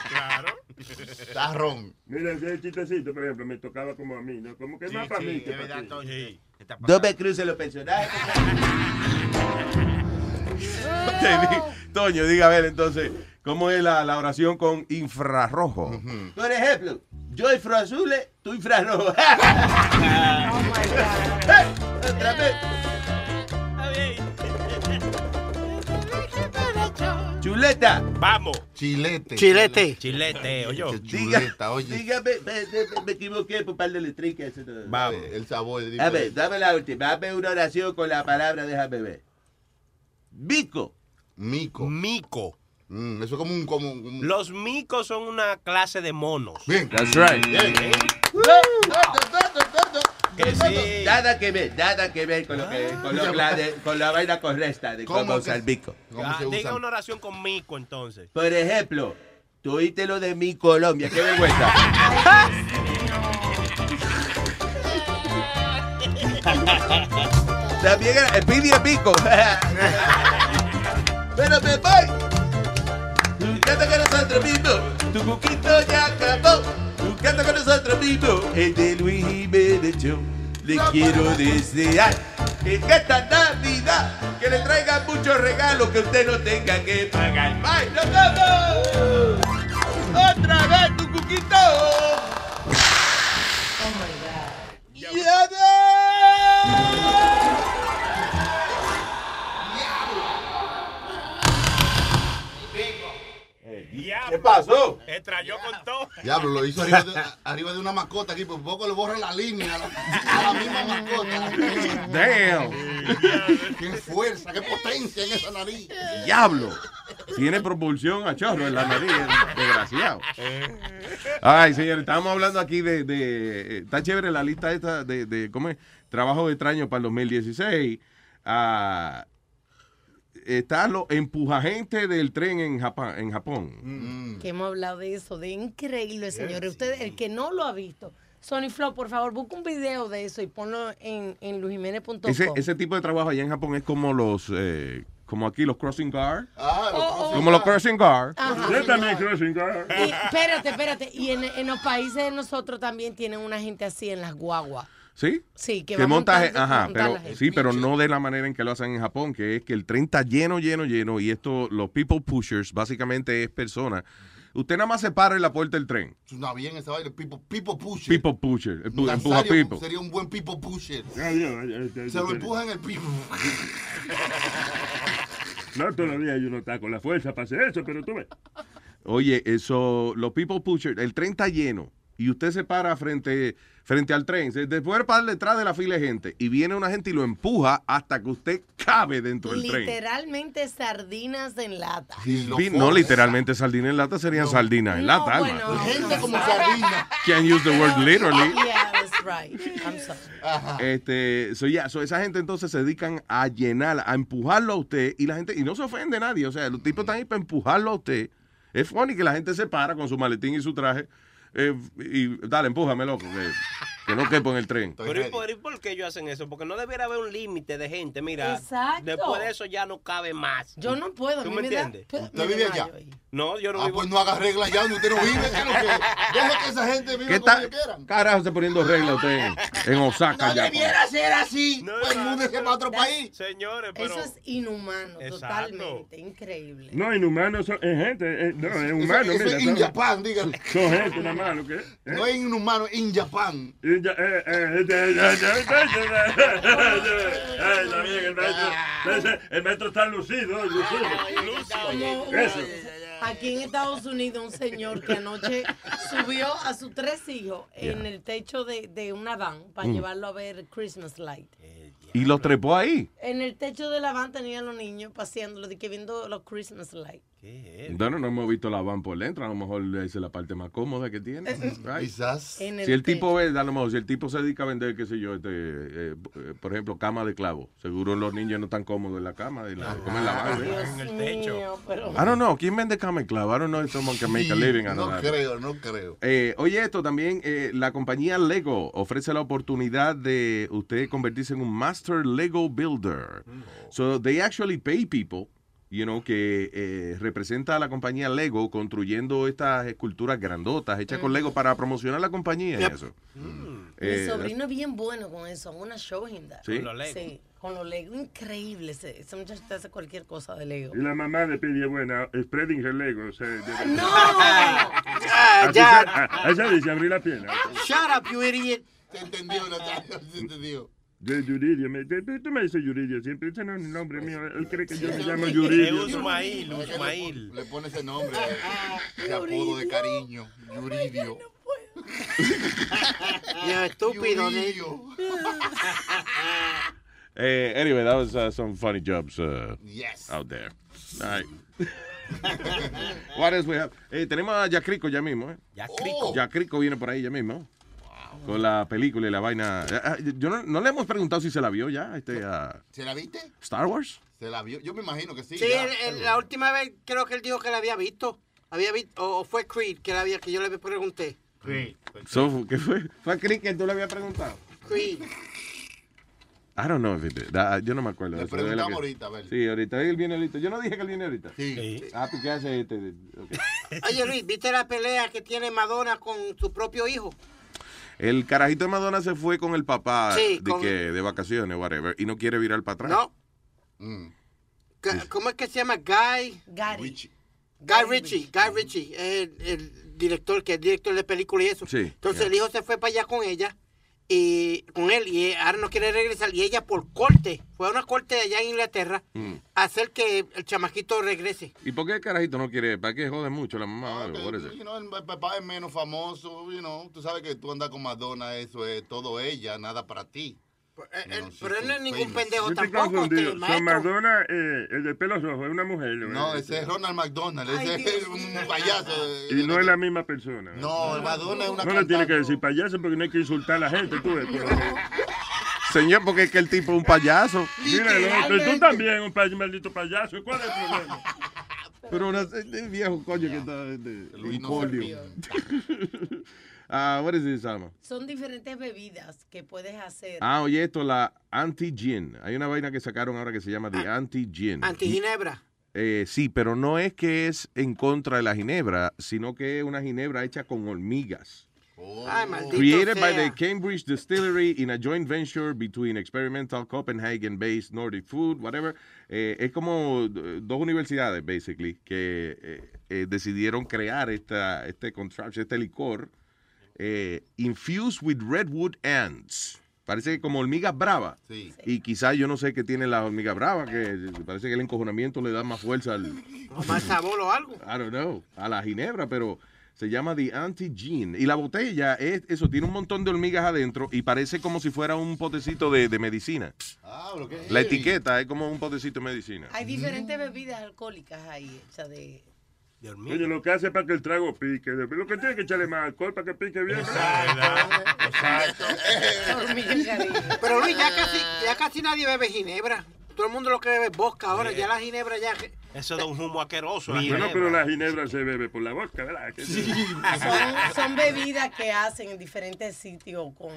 S20: Tarrón.
S23: Mira, ese chistecito, por ejemplo, me tocaba como a mí, ¿no? Como que más para mí que para ti.
S26: No me crucen los personajes.
S9: Ok, di- Toño, diga a ver entonces, ¿cómo es la, la oración con infrarrojo?
S26: Por ejemplo, yo infraazule, tú infrarrojo.
S7: Oh,
S26: Otra vez. Chuleta.
S7: Vamos.
S20: Chilete.
S7: Chilete. Chilete, oye.
S26: Diga- Dígame, me, me- me equivoqué por un par de letricas. eso no-
S20: Vamos. Eh, El sabor.
S26: A ver, dame la última. Hazme una oración con la palabra, déjame ver. Mico.
S20: Mico.
S7: Mico.
S20: Mm, eso es como un, como un-
S7: Los micos son una clase de monos.
S20: Bien.
S9: That's right.
S26: Nada que ver, nada que ver con, lo que, con, lo- la, de- con la vaina correcta de
S7: ¿Cómo
S26: cómo
S7: que-
S26: usar mico.
S7: Ah, diga una oración con mico entonces.
S26: Por ejemplo, tú oíste lo de mi Colombia, qué vergüenza.
S20: ¡Ah!
S26: También era Pidi Pico. Pero me voy. Usted que nosotros mismos. Tu cuquito ya acabó. Jugando con nosotros mismo. El de Luis Jiménez Show. Le quiero desear que en esta Navidad que le traigan muchos regalos que usted no tenga que pagar. ¡Bye! ¡Nos vemos! ¡Otra vez tu cuquito!
S20: Oh ¿Qué pasó?
S7: Te trayó Eh, con todo.
S20: Diablo, lo hizo arriba de, arriba de una mascota aquí, por poco le borra la línea a la, a la misma mascota.
S9: Damn.
S20: ¡Qué fuerza, qué potencia en esa nariz!
S9: Diablo. Tiene propulsión a chorro en la nariz, desgraciado. Ay, señores, estábamos hablando aquí de, de- eh, Está chévere la lista esta de, de ¿cómo es? Trabajo extraño para el 2016. Ah, está lo empujagente del tren en Japón. En
S26: Mm.
S9: Japón.
S20: Mm.
S22: Que hemos hablado de eso, de increíble, señores. Usted, el que no lo ha visto, Sony Flow, por favor, busca un video de eso y ponlo en, en luisjiménez.com.
S9: Ese, ese tipo de trabajo allá en Japón es como los... eh, como aquí los crossing guard.
S20: Ah,
S22: los Oh, oh.
S9: como los crossing guard.
S22: Ajá.
S23: Yo también crossing guard.
S22: Y, espérate, espérate. Y en, en los países de nosotros también tienen una gente así en las guaguas.
S9: ¿Sí?
S22: Sí, que,
S9: Que
S22: va
S9: montaje,
S22: montando-
S9: ajá,
S22: montar
S9: pero
S22: la gente.
S9: sí, pero no de la manera en que lo hacen en Japón, que es que el tren está lleno, lleno, lleno, y esto, los people pushers, básicamente es personas. Usted nada más se para en la puerta del tren.
S20: Suena bien ese baile, Pipo, Pipo Pusher.
S9: People pusher, empu- empuja
S20: Nazario
S9: people.
S20: Sería un buen Pipo Pusher. Se
S23: Se
S20: lo empuja en el pipo.
S23: No, todavía yo no está con la fuerza para hacer eso, pero tú ves.
S9: Oye, eso, los people pushers, el tren está lleno, y usted se para frente, frente al tren, se- después para detrás de la fila de gente, y viene una gente y lo empuja hasta que usted cabe dentro del tren.
S22: Literalmente sardinas en lata.
S9: Vi- no literalmente sardina en lata, serían sardinas en lata, alma.
S22: Gente
S20: como sardina.
S9: Can't use the word literally.
S22: Yeah, that's right. I'm sorry.
S9: Este, so ya, so esa gente entonces se dedican a llenar, a empujarlo a usted y la gente, y no se ofende nadie, o sea, los tipos están ahí para empujarlo a usted. Es funny que la gente se para con su maletín y su traje eh, y dale, empújame, loco, que, que no quepo en el tren.
S7: Pero ¿y por, y por qué ellos hacen eso? Porque no debiera haber un límite de gente. Mira,
S22: Exacto.
S7: después de eso ya no cabe más.
S22: Yo no puedo, a
S7: ¿Tú
S22: mí
S7: me
S22: me da-
S7: entiendes?
S22: pe-
S20: ¿Usted vive allá?
S7: No, yo no
S20: Ah,
S7: vivo.
S20: pues no haga reglas ya donde usted no vive. ¿Qué es lo que? Deja que esa gente viva
S9: ¿Qué
S20: como
S9: tal?
S20: ellos quieran.
S9: Carajo, está poniendo regla usted en, en Osaka
S20: No
S9: ya.
S20: debiera ser así. Pues múdese para otro país.
S7: Señores,
S22: Eso es inhumano,
S23: Exacto.
S22: totalmente. Increíble.
S23: No, inhumanos son es gente. eh, no, es humano.
S20: eso
S23: mira,
S20: es in
S23: son-
S20: Japan, dígale.
S23: Son gente, nada más, ¿lo que es? ¿Eh?
S20: No es inhumano, in Japan.
S23: Y ya, eh, eh, eh, ya, ya, ya, el maestro está- Ay, también, el maestro- ese- El maestro está lucido, lucido.
S22: Como un-
S23: Eso.
S22: Aquí en Estados Unidos, un señor que anoche subió a sus tres hijos en el techo de, de una van para
S9: Mm.
S22: llevarlo a ver Christmas Light.
S9: Y los trepó ahí.
S22: En el techo de la van tenían los niños paseándolo, de que viendo los Christmas Light.
S9: Bueno, no hemos visto la van por dentro, a lo mejor esa es la parte más cómoda que tiene. Right.
S20: Quizás.
S22: En
S9: Si el tipo ve, a lo mejor, si el tipo se dedica a vender, qué sé yo, este, eh, eh, por ejemplo, cama de clavo. Seguro los niños no están cómodos en la cama, y la, comen la
S7: Ah,
S9: mano, ¿eh?
S7: en el techo.
S9: I don't know, ¿quién vende cama de clavo? I don't know if someone can make a living out of
S20: No
S9: that.
S20: creo, no creo.
S9: Eh, oye, esto también, eh, la compañía Lego ofrece la oportunidad de usted convertirse en un Master Lego Builder. So, they actually pay people, you know, que eh, representa a la compañía Lego construyendo estas esculturas grandotas hechas con Lego para promocionar la compañía y eso. Eh,
S22: Mm. Mi sobrino es bien bueno con eso. I'm gonna show him that.
S9: ¿Sí? Con los Lego.
S22: Sí, con los Lego. Increíble. Ese, ese muchacho te hace cualquier cosa de Lego.
S23: Y la mamá de Pidi es buena, spreading her Lego. o sea, de-
S22: ¡No!
S9: Ah,
S23: Así se-
S21: ya.
S23: a- Ella dice abrir la pierna.
S21: Shut up, you idiot.
S20: Te entendió, Natalia, te entendió.
S23: Yo, Yuridio, me, tú- tú- tú me dices Yuridio siempre, ese no es el nombre mío, él cree que yo me llamo Yuridio. Ah,
S20: Le pone ese nombre, ese apodo de cariño, Yuridio.
S21: Ya, estúpido,
S20: Yuridio.
S9: eh, anyway, that was uh, some funny jobs uh,
S20: Yes.
S9: out there. All right. What else we have? Eh, tenemos a Yacrico ya mismo, ¿eh?
S7: Yacrico.
S9: Yacrico viene por ahí ya mismo. Con la película y la vaina. Ah, ah, Yo no, no le hemos preguntado si se la vio ya, este, a
S20: ¿Se la viste?
S9: Star Wars.
S20: Se la vio. Yo me imagino que sí.
S21: Sí,
S20: ya.
S21: el- el- la última vez creo que él dijo que la había visto. Había visto, o, o fue Creed que la había, que yo le pregunté.
S20: Pues
S9: So, ¿Qué fue? ¿Fue a Cricket tú le habías preguntado?
S21: Creed.
S9: I don't know if it did. That- yo no me acuerdo. Le
S20: preguntamos ahorita, a ver.
S9: Sí, ahorita. Él viene ahorita. Yo no dije que él viene ahorita. Sí. Ah, pues, ¿qué hace este? Ok.
S21: Oye, Luis, ¿viste la pelea que tiene Madonna con su propio hijo?
S9: El carajito de Madonna se fue con el papá
S21: Sí,
S9: de,
S21: con-
S9: que, de vacaciones, whatever, y no quiere virar para atrás.
S21: No.
S9: Mm.
S21: Ga- ¿Cómo es que se llama? Guy. Guy Guy Ritchie. Guy Ritchie. Es el, el director, que es director de película y eso.
S9: Sí,
S21: Entonces
S9: yeah.
S21: el hijo se fue para allá con ella. Y con él, y ahora no quiere regresar. Y ella, por corte, fue a una corte allá en Inglaterra
S9: Mm.
S21: a hacer que el chamaquito regrese.
S9: ¿Y por qué el carajito no quiere? ¿Para qué jode mucho la mamá? o algo? What is it?
S20: You know, el papá es menos famoso, you know. Tú sabes que tú andas con Madonna, eso es todo ella, nada para ti.
S21: pero Pues, eh, él no es ningún pendejo
S20: Yo estoy
S21: tampoco.
S20: confundido.
S21: usted,
S20: Son
S21: maestro.
S23: Madonna, eh, el de pelo rojo, es una mujer.
S20: No, ese es Ronald McDonald, ese
S21: Ay,
S20: es un payaso.
S23: Y no es la misma persona.
S20: No, Madonna es una
S23: No le tiene que decir payaso porque no hay que insultar a la gente, tú ves. Pero,
S9: Señor, porque es que el tipo es un payaso.
S23: mira, el otro, y tú también, un pay- maldito payaso. ¿Cuál es el problema?
S9: Pero una- el viejo coño que está este, en
S20: no
S9: polio. Ah, what is this, Alma?
S22: Son diferentes bebidas que puedes hacer.
S9: Ah, oye, esto, la anti-gin. Hay una vaina que sacaron ahora que se llama
S21: Ah.
S9: The Anti-Gin.
S21: Antiginebra.
S9: Eh, sí, pero no es que es en contra de la ginebra, sino que es una ginebra hecha con hormigas.
S21: Ay, maldito
S9: Created Oh. by
S21: sea.
S9: the Cambridge Distillery in a joint venture between experimental Copenhagen-based Nordic Food, whatever. Eh, es como eh, dos universidades, basically, que eh, eh, decidieron crear esta, este contraption, este licor, eh, infused with redwood ants. Parece que como hormigas bravas.
S20: Sí.
S9: Y quizás yo no sé qué tiene las hormigas bravas, que parece que el encojonamiento le da más fuerza al,
S21: O más sabor o algo.
S9: I don't know, a la ginebra, pero se llama The Anti-Gin. Y la botella es eso, tiene un montón de hormigas adentro y parece como si fuera un potecito de, de medicina.
S20: Ah,
S9: La etiqueta es como un potecito de medicina.
S22: Hay diferentes bebidas alcohólicas ahí, o sea, de...
S23: Oye, lo que hace es para que el trago pique. Lo que tiene es que echarle más alcohol para que pique bien.
S21: Pero Luis, ya casi, ya casi nadie bebe ginebra. Todo el mundo lo que bebe es vodka ahora.
S23: Bien.
S21: Ya la ginebra ya...
S7: Eso da un humo asqueroso. la
S23: Bueno,
S7: ginebra.
S23: pero la ginebra se bebe por la boca, ¿verdad? Que-
S9: Ah.
S22: Son, son bebidas que hacen en diferentes sitios con,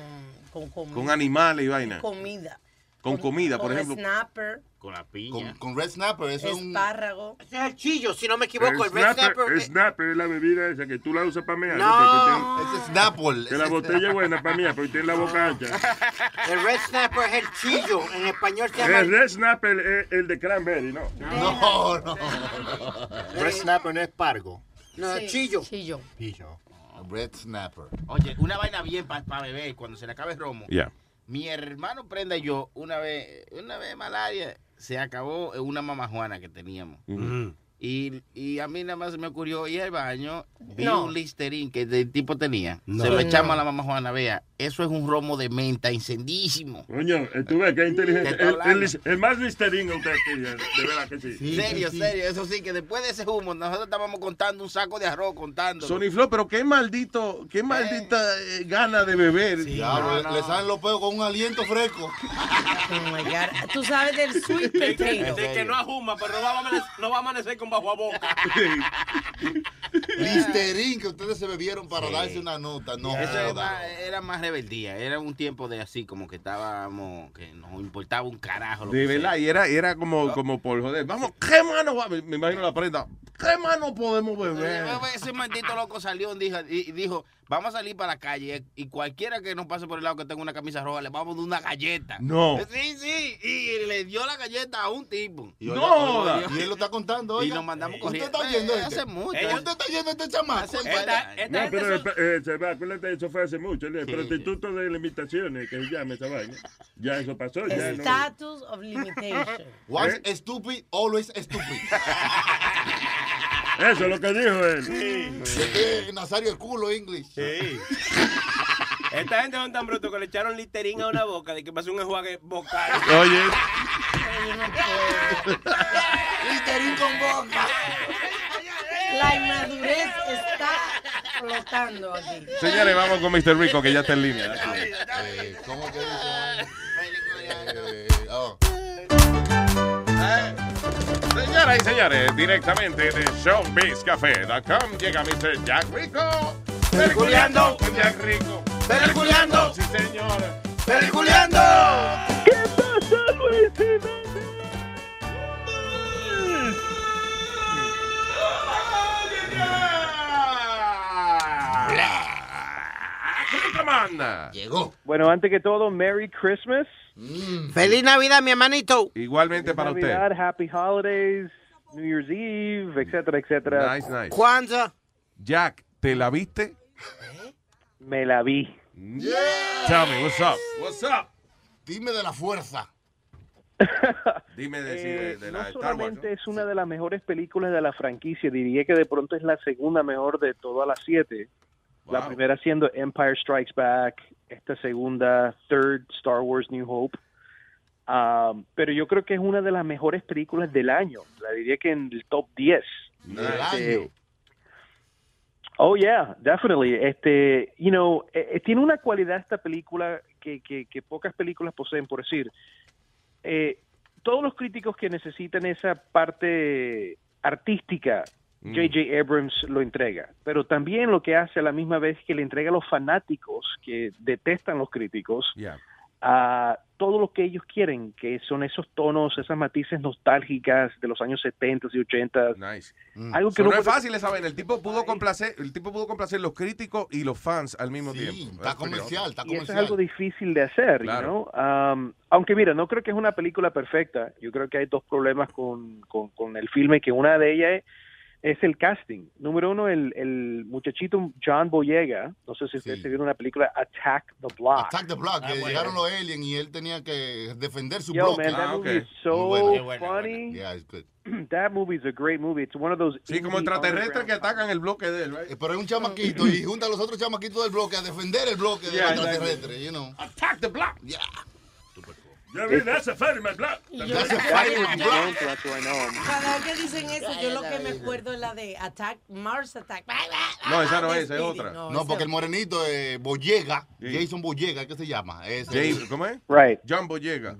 S22: con comida.
S9: Con animales y vaina.
S22: Comida.
S9: Con comida, por
S22: con
S9: ejemplo.
S22: snapper,
S9: Con la
S20: Con, con Red Snapper, eso es un...
S22: espárrago.
S21: el chillo, si no me
S23: El snapper, el snapper es la bebida esa que tú la usas para mear.
S21: No.
S23: Ese
S20: es Snapple.
S23: Que la botella es buena para mear, porque tiene la boca ancha.
S21: El red snapper es el chillo. En español se llama...
S23: El red snapper es el de cranberry, ¿no?
S20: No, no.
S4: Red Snapper no es pargo.
S21: No,
S24: Sí,
S21: chillo.
S22: Chillo.
S4: Pillo.
S20: Red Snapper.
S24: Oye, una vaina bien para beber cuando se le acabe el romo.
S9: Yeah.
S24: Mi hermano Prenda y yo, una vez, una vez malaria, se acabó en una mamajuana que teníamos.
S9: Ujú.
S24: Y, y a mí nada más se me ocurrió ir al baño, vi
S7: No.
S24: un listerín que el tipo tenía.
S23: No.
S24: Se lo
S23: No.
S24: echamos a la mamá Juana, vea, eso es un romo de menta incendísimo.
S23: Coño, eh, tú ves que es inteligente.
S24: Te está
S23: El, el
S24: hablando.
S23: lis- el más listerino usted aquí, de de verdad que sí.
S24: serio, serio, eso sí, que después de ese humo, nosotros estábamos contando un saco de arroz, contando.
S9: Sony Flow, pero qué maldito, qué maldita eh, gana de beber.
S20: Diablo, le salen los peos con un aliento fresco.
S22: Oh my God. Tú sabes del sweet
S7: De que,
S22: potato.
S7: de que no ajuma, pero no va, a amanecer, no va a amanecer con bajo a boca.
S20: Listerín que ustedes se bebieron para darse una nota. No,
S24: Eso era
S20: joda.
S24: más, era más rebeldía, era un tiempo de así, como que estábamos, que nos importaba un carajo. lo
S9: De
S24: que sea. Ah.
S9: verdad, y era, era como, como por joder. Vamos, ¿qué mano? va- Me me imagino la prenda. ¿Qué mano podemos beber?
S24: Ese maldito loco salió y dijo, y- y dijo, vamos a salir para la calle y cualquiera que nos pase por el lado que tenga una camisa roja le vamos a dar una galleta. Eh,
S9: No.
S24: Sí, sí, y le dio la galleta a un tipo.
S20: Y oiga, oiga, Y él lo está contando,
S24: Y
S20: oiga.
S24: nos mandamos
S20: ¿Usted
S24: corriendo.
S20: está viendo
S24: Eh,
S20: este?
S24: hace mucho.
S20: ¿Usted está viendo este chamaco?
S23: No, pero eh, se va, acuérdate, eso fue hace mucho. El prostituto de limitaciones, que se llama esa vaina. Ya eso pasó. Ya no. ¿Eh?
S22: Status of limitation.
S20: Once stupid, always stupid.
S23: Eso es lo que dijo él.
S20: Eh, Nazario el culo English.
S7: Esta gente son tan brutos que le echaron literín a una boca de que pasó un enjuague vocal.
S9: Oye.
S20: Listerín con boca.
S22: La inmadurez está flotando aquí.
S9: Señores, vamos con Mr. Rico, que ya está en línea.
S20: ¿Cómo que
S9: Eh, Señoras y señores, directamente de showbizcafé.com llega Mr. Jack Rico. Perculeando, Jack Rico.
S15: Perculeando.
S9: Sí, señor.
S15: Perculeando. ¿Qué pasa,
S9: Llegó.
S33: Bueno, antes que todo, Merry Christmas.
S11: Feliz Navidad, mi hermanito.
S9: Igualmente para
S33: Feliz
S9: usted.
S33: Navidad, Happy Holidays, New Year's Eve, etcétera, etcétera.
S9: Nice, nice. Jack, ¿te la viste?
S33: Me la vi.
S9: Tell me, what's up?
S20: What's up? Dime de la fuerza.
S9: Dime de, sí, de- de
S33: Eh, no
S9: la de Star Wars.
S33: solamente es una de las mejores películas de la franquicia, diría que de pronto es la segunda mejor de todas las siete. La primera siendo Empire Strikes Back, esta segunda, Third, Star Wars New Hope. Um, pero yo creo que es una de las mejores películas del año. La diría que en el top 10. Este, Oh yeah, definitely. Este, you know, eh, eh, tiene una cualidad esta película que, que- que pocas películas poseen, por decir. Eh, todos los críticos que necesitan esa parte artística,
S9: Mm.
S33: J.J. Abrams lo entrega. Pero también lo que hace a la misma vez que le entrega a los fanáticos que detestan los críticos a todo lo que ellos quieren, que son esos tonos, esas matices nostálgicas de los años 70 y 80. Algo que
S9: Eso no, es
S33: puede-
S9: fácil esa vaina. El tipo pudo complacer, el tipo pudo complacer los críticos y los fans al mismo tiempo. Está
S20: comercial, está
S33: Y eso es algo difícil de hacer, you know? Um, aunque mira, no creo que es una película perfecta. Yo creo que hay dos problemas con, con- con el filme, que una de ellas es, es el casting. Número uno, el, el muchachito John Boyega, no sé si ustedes se vieron una película Attack the Block.
S20: Attack the Block, que llegaron los aliens y él tenía que defender su
S33: Yo,
S20: bloque.
S33: man, that movie is so
S20: Ah, Muy buena.
S33: funny.
S20: Yeah, it's good.
S33: That movie is a great movie. It's one of those
S20: Sí, como
S33: indie
S20: extraterrestres
S9: que atacan el bloque de él.
S20: Eh, Pero es un chamaquito y junta a los otros chamaquitos del bloque a defender el bloque Yeah, de los exactly. extraterrestres, you know.
S9: Attack the block.
S20: Yeah.
S23: Yo vi, that's a fire in my blood.
S20: That's a fire in my blood.
S22: Cada vez que dicen eso, yo lo que me acuerdo es la de Attack, Mars Attack.
S20: No, esa no
S22: de
S20: es, esa es
S22: Speedy,
S20: otra. No,
S22: esa-
S20: porque el morenito eh, Boyega, Jason Boyega, ¿qué se llama?
S9: James, ¿cómo es?
S33: Right.
S9: John Boyega.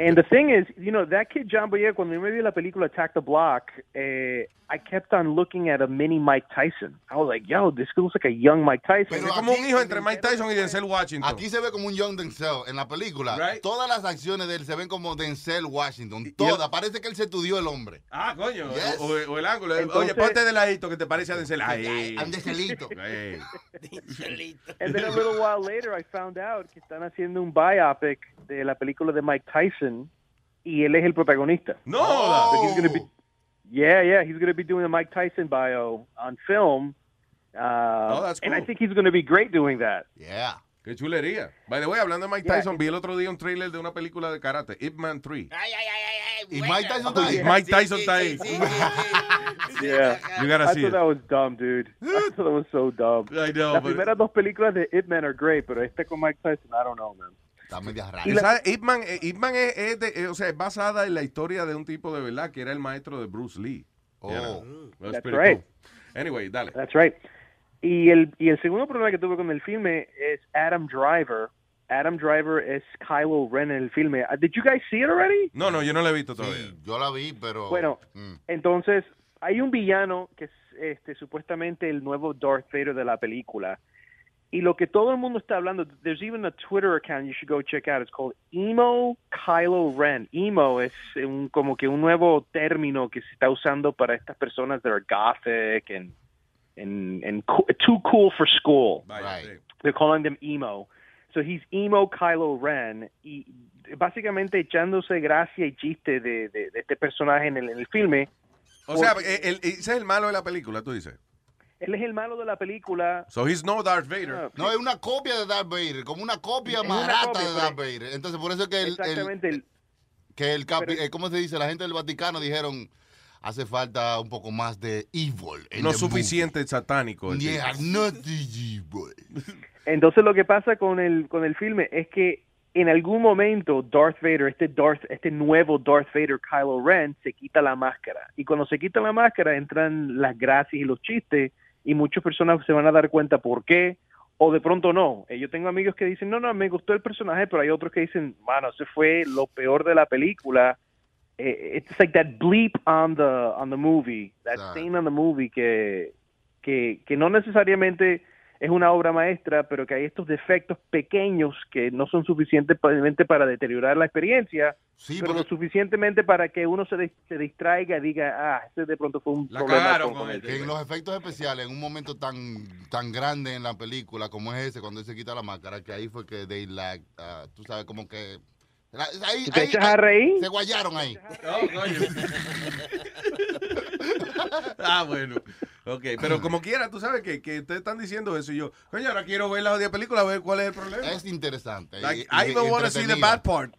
S33: And the thing is, you know, that kid John Boyega, cuando yo me vi la película Attack the Block, eh, I kept on looking at a mini Mike Tyson. I was like, yo, this looks like a young Mike Tyson.
S9: es como un hijo entre Mike Tyson y Denzel Washington.
S20: Aquí se ve como un Young Denzel en la película. Todas las acciones de él se ven como Denzel Washington. Todas. Parece que él se estudió el hombre.
S9: Ah, coño.
S20: Yes.
S9: O, o- o el ángulo. Oye,
S20: Entonces-
S9: ponte de ladito que te parece a Denzel. Ay,
S20: Al Denzelito.
S9: Ey.
S33: And then a little while later, I found out que están haciendo un biopic de la película de Mike Tyson y él es el protagonista.
S9: No.
S33: So he's gonna be, yeah, yeah, he's going to be doing a Mike Tyson bio on film. Uh,
S9: Oh, that's
S33: And I
S9: cool.
S33: think he's going to be great doing that.
S20: Yeah.
S9: Qué chulería. By the way, hablando de Mike
S33: Yeah.
S9: Tyson, vi el otro día un trailer de una película de karate, Ip Man 3.
S20: Y Mike Tyson está ahí.
S9: Mike Tyson está ahí.
S33: Yeah.
S9: You gotta
S33: I
S9: see
S33: thought
S9: it.
S33: that was dumb, dude. I thought that was so dumb.
S9: I know,
S33: Las
S9: but-
S33: primeras dos películas de Ip Man are great, pero este con Mike Tyson, I don't know, man.
S20: Está media rara.
S9: Y ¿Sabes? Ip Man, eh, Ip Man es, es de- eh, o sea, es basada en la historia de un tipo de verdad que era el maestro de Bruce Lee.
S20: Oh.
S9: That's
S33: That's
S9: pretty
S33: right.
S9: cool. Anyway, dale.
S33: That's right. Y el, y el segundo problema que tuve con el filme es Adam Driver. Adam Driver es Kylo Ren en el filme. Uh, Did you guys see it already?
S9: No, no, yo no la he visto todavía.
S20: Yo la vi, pero.
S33: Bueno,
S20: Mm.
S33: entonces hay un villano que es este, supuestamente el nuevo Darth Vader de la película. Y lo que todo el mundo está hablando, there's even a Twitter account you should go check out. It's called Emo Kylo Ren. Emo es un, como que un nuevo término que se está usando para estas personas that are gothic and, and, and co- too cool for school. They're calling them emo. So he's emo Kylo Ren y básicamente echándose gracia y chiste de, de- de este personaje en el, en el filme.
S9: O sea, eh, el- ese es el malo de la película, tú dices.
S33: Él es el malo de la película. Ah,
S9: So he's no Darth Vader.
S20: No, es una copia de Darth Vader, como una copia
S33: Es una
S20: barata
S33: copia,
S20: de
S33: pero-
S20: Darth Vader. Entonces, por eso es que el, el,
S33: Exactamente. el-
S20: que el capi- eh, ¿cómo se dice? La gente del Vaticano dijeron, hace falta un poco más de evil. en
S9: No
S20: the
S9: suficiente satánico. el
S20: movie. Yeah,
S9: tipo.
S20: not the evil.
S33: Entonces lo que pasa con el, con el filme es que en algún momento Darth Vader, este, Darth, este nuevo Darth Vader Kylo Ren, se quita la máscara. Y cuando se quita la máscara entran las gracias y los chistes y muchas personas se van a dar cuenta por qué o de pronto no. Eh, Yo tengo amigos que dicen, no, no, me gustó el personaje, pero hay otros que dicen, mano, ese fue lo peor de la película. Eh, It's like that bleep on the, on the movie, that scene on the movie que, que, que no necesariamente es una obra maestra, pero que hay estos defectos pequeños que no son suficientemente para deteriorar la experiencia, pero lo suficientemente para que uno se, dis- se distraiga y diga, ah, este de pronto fue un problema. con- con
S9: este,
S20: Que en los efectos especiales, en un momento tan, tan grande en la película como es ese, cuando él se quita la máscara, que ahí fue que they lagged, ah, tú sabes, como que... la- Ahí,
S33: ¿Te echas a reír?
S20: Se guayaron ahí.
S9: ah, bueno. Ok,
S20: Mm.
S9: pero como quiera, tú sabes que, que ustedes están diciendo eso y yo, coño, ahora quiero ver la odia película, a ver cuál es el problema.
S20: Es interesante.
S9: Like,
S20: y-
S9: I
S20: y
S9: don't want to see the
S20: entretenida.
S9: bad part.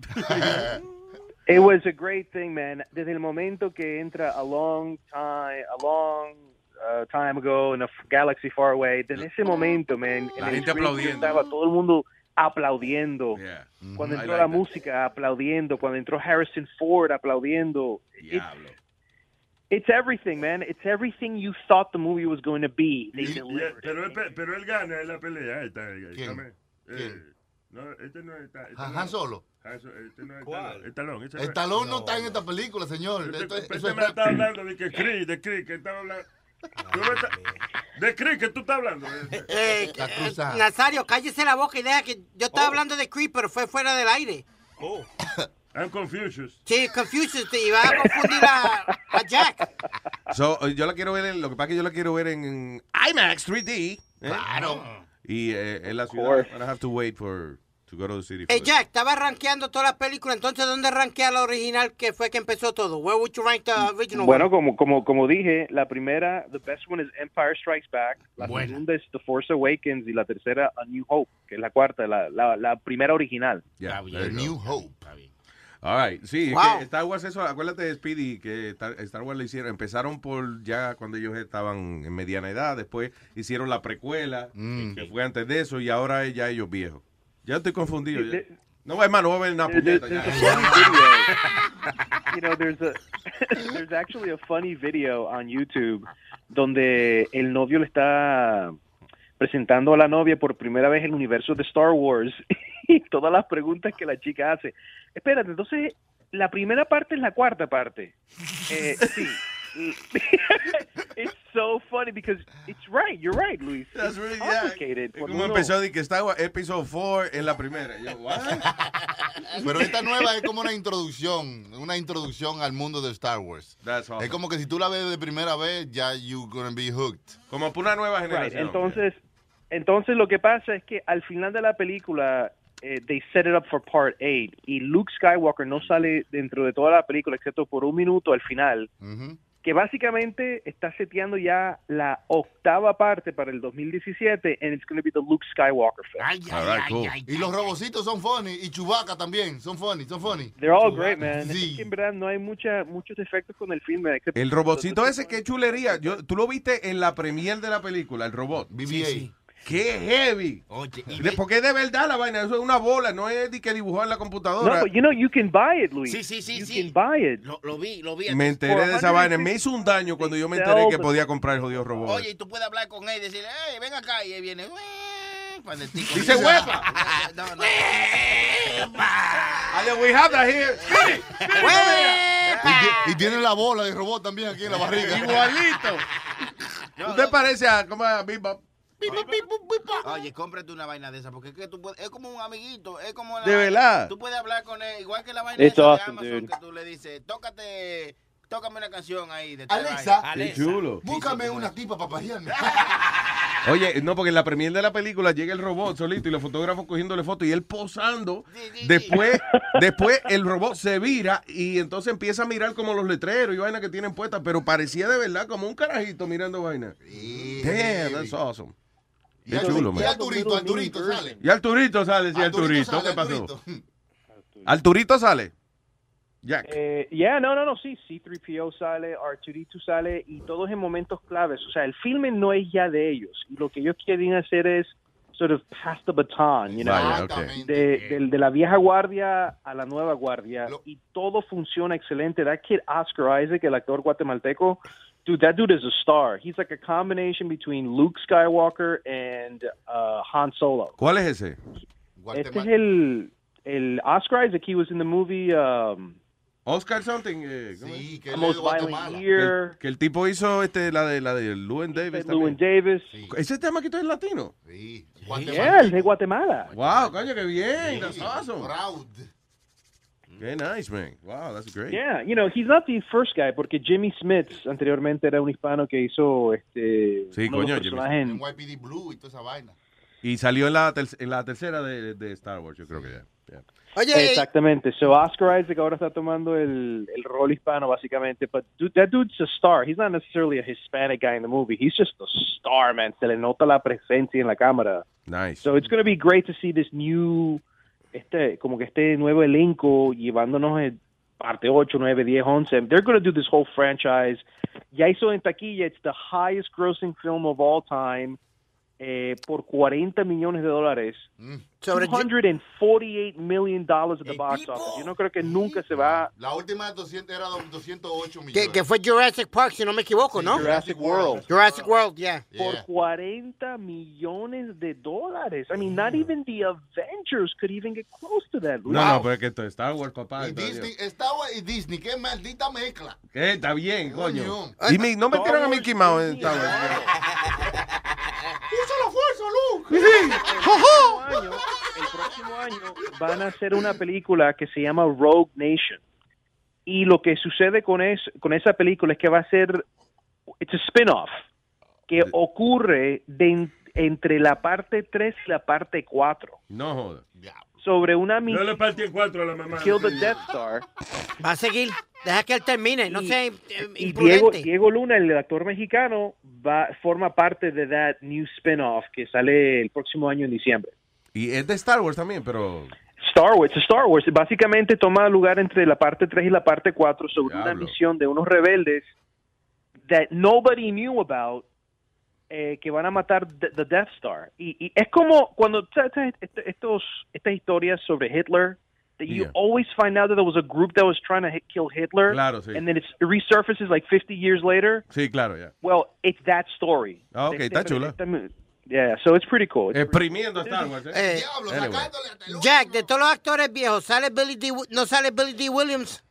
S33: It was a great thing, man. Desde el momento que entra a long time, a long uh, time ago in a f- galaxy far away, desde ese momento, man, en
S9: La
S33: el
S9: gente
S33: screen
S9: aplaudiendo. Mm-hmm.
S33: Estaba todo el mundo aplaudiendo. Cuando
S9: I
S33: entró
S9: like
S33: la música, aplaudiendo. Cuando entró Harrison Ford, aplaudiendo. It's, it's everything, man. It's everything you thought the movie was going to be. They
S23: Y-
S33: delivered.
S23: y- pero, él, pe- pero él gana en la pelea. Ahí está, ahí está.
S33: ¿Quién?
S23: Eh,
S20: ¿Quién?
S23: no, este no está. este
S20: Han
S23: no.
S20: Solo.
S23: Han Solo, este no es
S20: ¿Cuál?
S23: El talón. Este no es.
S20: El talón no, está en esta película, señor.
S23: Este-
S20: Esto-
S23: este
S20: eso es-
S23: me está hablando de que Chris, de Chris, que está hablando. Tú me estás- de Chris, que tú estás hablando. este.
S21: Eh, eh, Nazario, cállese la boca y deja que. Yo estaba hablando de Creep, pero fue fuera del aire.
S23: Oh. I'm Confucius.
S21: Sí, Confucius, te iba a confundir a, a Jack.
S9: So, eh, yo la quiero ver, en- lo que pasa es que yo la quiero ver en, en IMAX 3D. Claro. Y eh, en la ciudad, I have to wait for, to go to the city. for
S21: Eh,
S9: that.
S21: Jack, estaba rankeando todas las películas, entonces ¿dónde rankea la original que fue que empezó todo? Where would you rank the original
S33: Bueno,
S21: one?
S33: como, como, como dije, la primera, the best one is Empire Strikes Back, la
S21: Buena.
S33: segunda es The Force Awakens y la tercera A New Hope, que es la cuarta, la, la, la primera original.
S9: Yeah,
S20: The New Hope.
S9: All right, sí, es
S33: Wow.
S9: que Star Wars eso, acuérdate de Speedy que Star Star Wars lo hicieron, empezaron por ya cuando ellos estaban en mediana edad, después hicieron la precuela, que fue antes de eso y ahora ya ellos viejos. Ya estoy confundido. ya. No, hermano, voy a ver una
S33: There- there-
S9: puñeta
S33: there's
S9: ya.
S33: a funny video. You know, there's a there's actually a funny video on YouTube donde el novio le está presentando a la novia por primera vez el universo de Star Wars y todas las preguntas que la chica hace. Espérate, entonces la primera parte es la cuarta parte. Eh, sí. it's so funny because it's right. You're right, Luis. That's really complicated.
S9: Es Como empezó de que Star Wars Episode 4 en la primera. Yo, what?
S20: Pero esta nueva es como una introducción, una introducción al mundo de Star Wars. Es como que si tú la ves de primera vez, ya you gonna be hooked.
S9: Como por una nueva
S33: Right, Pues, Entonces, entonces lo que pasa es que al final de la película eh, they set it up for part 8 y Luke Skywalker no sale dentro de toda la película excepto por un minuto al final, que básicamente está seteando ya la octava parte para el 2017 and it's going to be the Luke Skywalker film.
S20: y los robocitos son funny y Chewbacca también, son funny, son funny.
S33: They're all great, man. Es que en verdad no hay mucha, muchos defectos con el filme. excepto-
S9: El robocito ese, qué chulería. Yo, tú lo viste en la premier de la película, el robot. BB-8. Qué heavy.
S24: Oye, y
S9: De- Porque es de verdad la vaina, eso es una bola, no es de que dibujó en la computadora.
S33: No, pues but you know, you can buy it, Luis.
S24: Sí, sí, sí,
S33: You can
S24: sí.
S33: buy it.
S24: Lo, lo vi, lo vi.
S9: me enteré de esa vaina, me hizo un daño cuando yo me enteré que podía comprar el jodido robot.
S24: Oye, y tú puedes hablar con él y decirle, hey, ven acá. Y él viene, "Ué", cuando el tico-
S9: Dice, "Huepa".
S24: No, no.
S9: we have that here.
S20: Y tiene la bola de robot también aquí en la barriga.
S9: Igualito. ¿Usted parece a, como a Bebop?
S24: Oye, cómprate una vaina de esa, porque es que tú puedes, es como un amiguito, es como la-
S9: De verdad.
S24: Tú puedes hablar con él, igual que la vaina
S9: It's
S24: esa de
S9: awesome,
S24: Amazon,
S9: dude.
S24: que tú le dices, tócate, tócame una canción ahí de tal
S20: Alexa,
S24: vaina".
S9: Qué chulo.
S20: búscame una tipa para pajearme.
S9: Oye, no, porque en la premier de la película llega el robot solito y los fotógrafos cogiéndole fotos y él posando. Después, después el robot se vira y entonces empieza a mirar como los letreros y vaina que tienen puestas, pero parecía de verdad como un carajito mirando vaina. Damn, that's awesome.
S20: Y
S9: Qué
S20: al-
S9: chulo,
S20: y
S9: man.
S20: al turito, al turito sale.
S9: Y Arturito sale, sí, Arturito,
S20: sale,
S9: ¿qué pasó?
S20: Arturito.
S9: Arturito sale.
S33: Eh, yeah, no, no, no, sí, C3PO sale, R2D2 sale y todos en momentos claves. O sea, el filme no es ya de ellos. Y lo que ellos quieren hacer es sort of pass the baton, you know,
S9: Vaya, ok.
S33: de, del- de la vieja guardia a la nueva guardia y todo funciona excelente. That kid Oscar Isaac, el actor guatemalteco, dude, that dude is a star. He's like a combination between Luke Skywalker and uh, Han Solo.
S9: ¿Cuál es ese?
S33: Este es el, el Oscar Isaac, he was in the movie um,
S9: Oscar something. eh, ¿cómo
S20: Sí,
S9: es?
S20: que él es de Guatemala.
S9: Que, que el tipo hizo este, la de la de Lewin Davis.
S33: Llewyn
S9: también.
S33: Davis.
S9: Ese tema que tú es latino.
S20: Sí.
S33: Yeah, el de Guatemala.
S9: Wow, coño, qué bien. That's
S20: Sí,
S9: awesome.
S20: Proud.
S9: Qué nice, man. Wow, that's great.
S33: Yeah, you know, he's not the first guy, porque Jimmy Smith anteriormente era un hispano que hizo este
S9: Sí,
S33: uno de los
S9: coño, Jimmy
S33: personajes en-
S20: En YPD Blue y toda esa vaina.
S9: Y salió en la, ter- en la tercera de, de Star Wars, yo creo que ya. ya.
S33: Exactamente. So Oscar Isaac ahora está tomando el, el rol hispano básicamente, but dude, that dude's a star. He's not necessarily a Hispanic guy in the movie. He's just a star, man. Se le nota la presencia en la cámara.
S9: Nice.
S33: So it's going to be great to see this new este como que este nuevo elenco llevándonos el parte 8, 9, 10, 11. They're going to do this whole franchise. Ya hizo en taquilla, it's the highest grossing film of all time. eh, por 40 millones de dólares.
S20: Sobre-
S33: 248 million dollars at the box office. Yo no creo que nunca se va
S20: La última de 200 era do- 208 millones.
S21: Que, que fue Jurassic Park, si no me equivoco, ¿no?
S20: Jurassic World.
S21: Jurassic World, yeah.
S33: por 40 millones de dólares. I mean, not even the Avengers could even get close to that.
S9: No, no, pero es que esto es Star Wars, papá.
S20: Y
S9: entonces-
S20: Disney, Star Wars y Disney, qué maldita mezcla.
S9: ¿Qué? Está bien, coño.
S20: Coño.
S9: Y mi- no metieron a Mickey Mouse en Star Wars.
S20: ¡Usa la fuerza, Luke!
S33: El próximo año van a hacer una película que se llama Rogue Nation. Y lo que sucede con, es, con esa película es que va a ser, it's a spin-off, que ocurre de- entre la parte 3 y la parte 4.
S9: No joda.
S33: Sobre una
S23: No
S33: misión
S23: le partí en cuatro a la mamá.
S33: Kill the Death Star.
S21: Va a seguir. Deja que él termine. No sé, eh,
S33: Y Diego,
S21: imprudente.
S33: Diego Luna, el actor mexicano, va, forma parte de that new spin-off que sale el próximo año en diciembre.
S9: Y es de Star Wars también, pero.
S33: Star Wars, Star Wars, básicamente toma lugar entre la parte 3 y la parte 4 sobre una misión de unos rebeldes that nobody knew about eh, que van a matar the, the Death Star. Y, y es como cuando o sea, esta- esta- estos estas historias sobre Hitler that you
S9: Yeah.
S33: always find out that there was a group that was trying to hit- kill Hitler
S9: Claro, sí.
S33: and then it's, it resurfaces like 50 years later.
S9: Sí, claro, ya.
S33: Well, it's that story.
S9: Ah, ok,
S33: Este-
S9: está chula.
S33: este- Yeah, so it's pretty cool. It's pretty-
S9: Exprimiendo a Star Wars. ¿eh?
S21: Eh,
S9: Anyway.
S21: Jack, de todos los actores viejos, ¿sale Billy D. Wi- ¿no sale Billy D. Williams?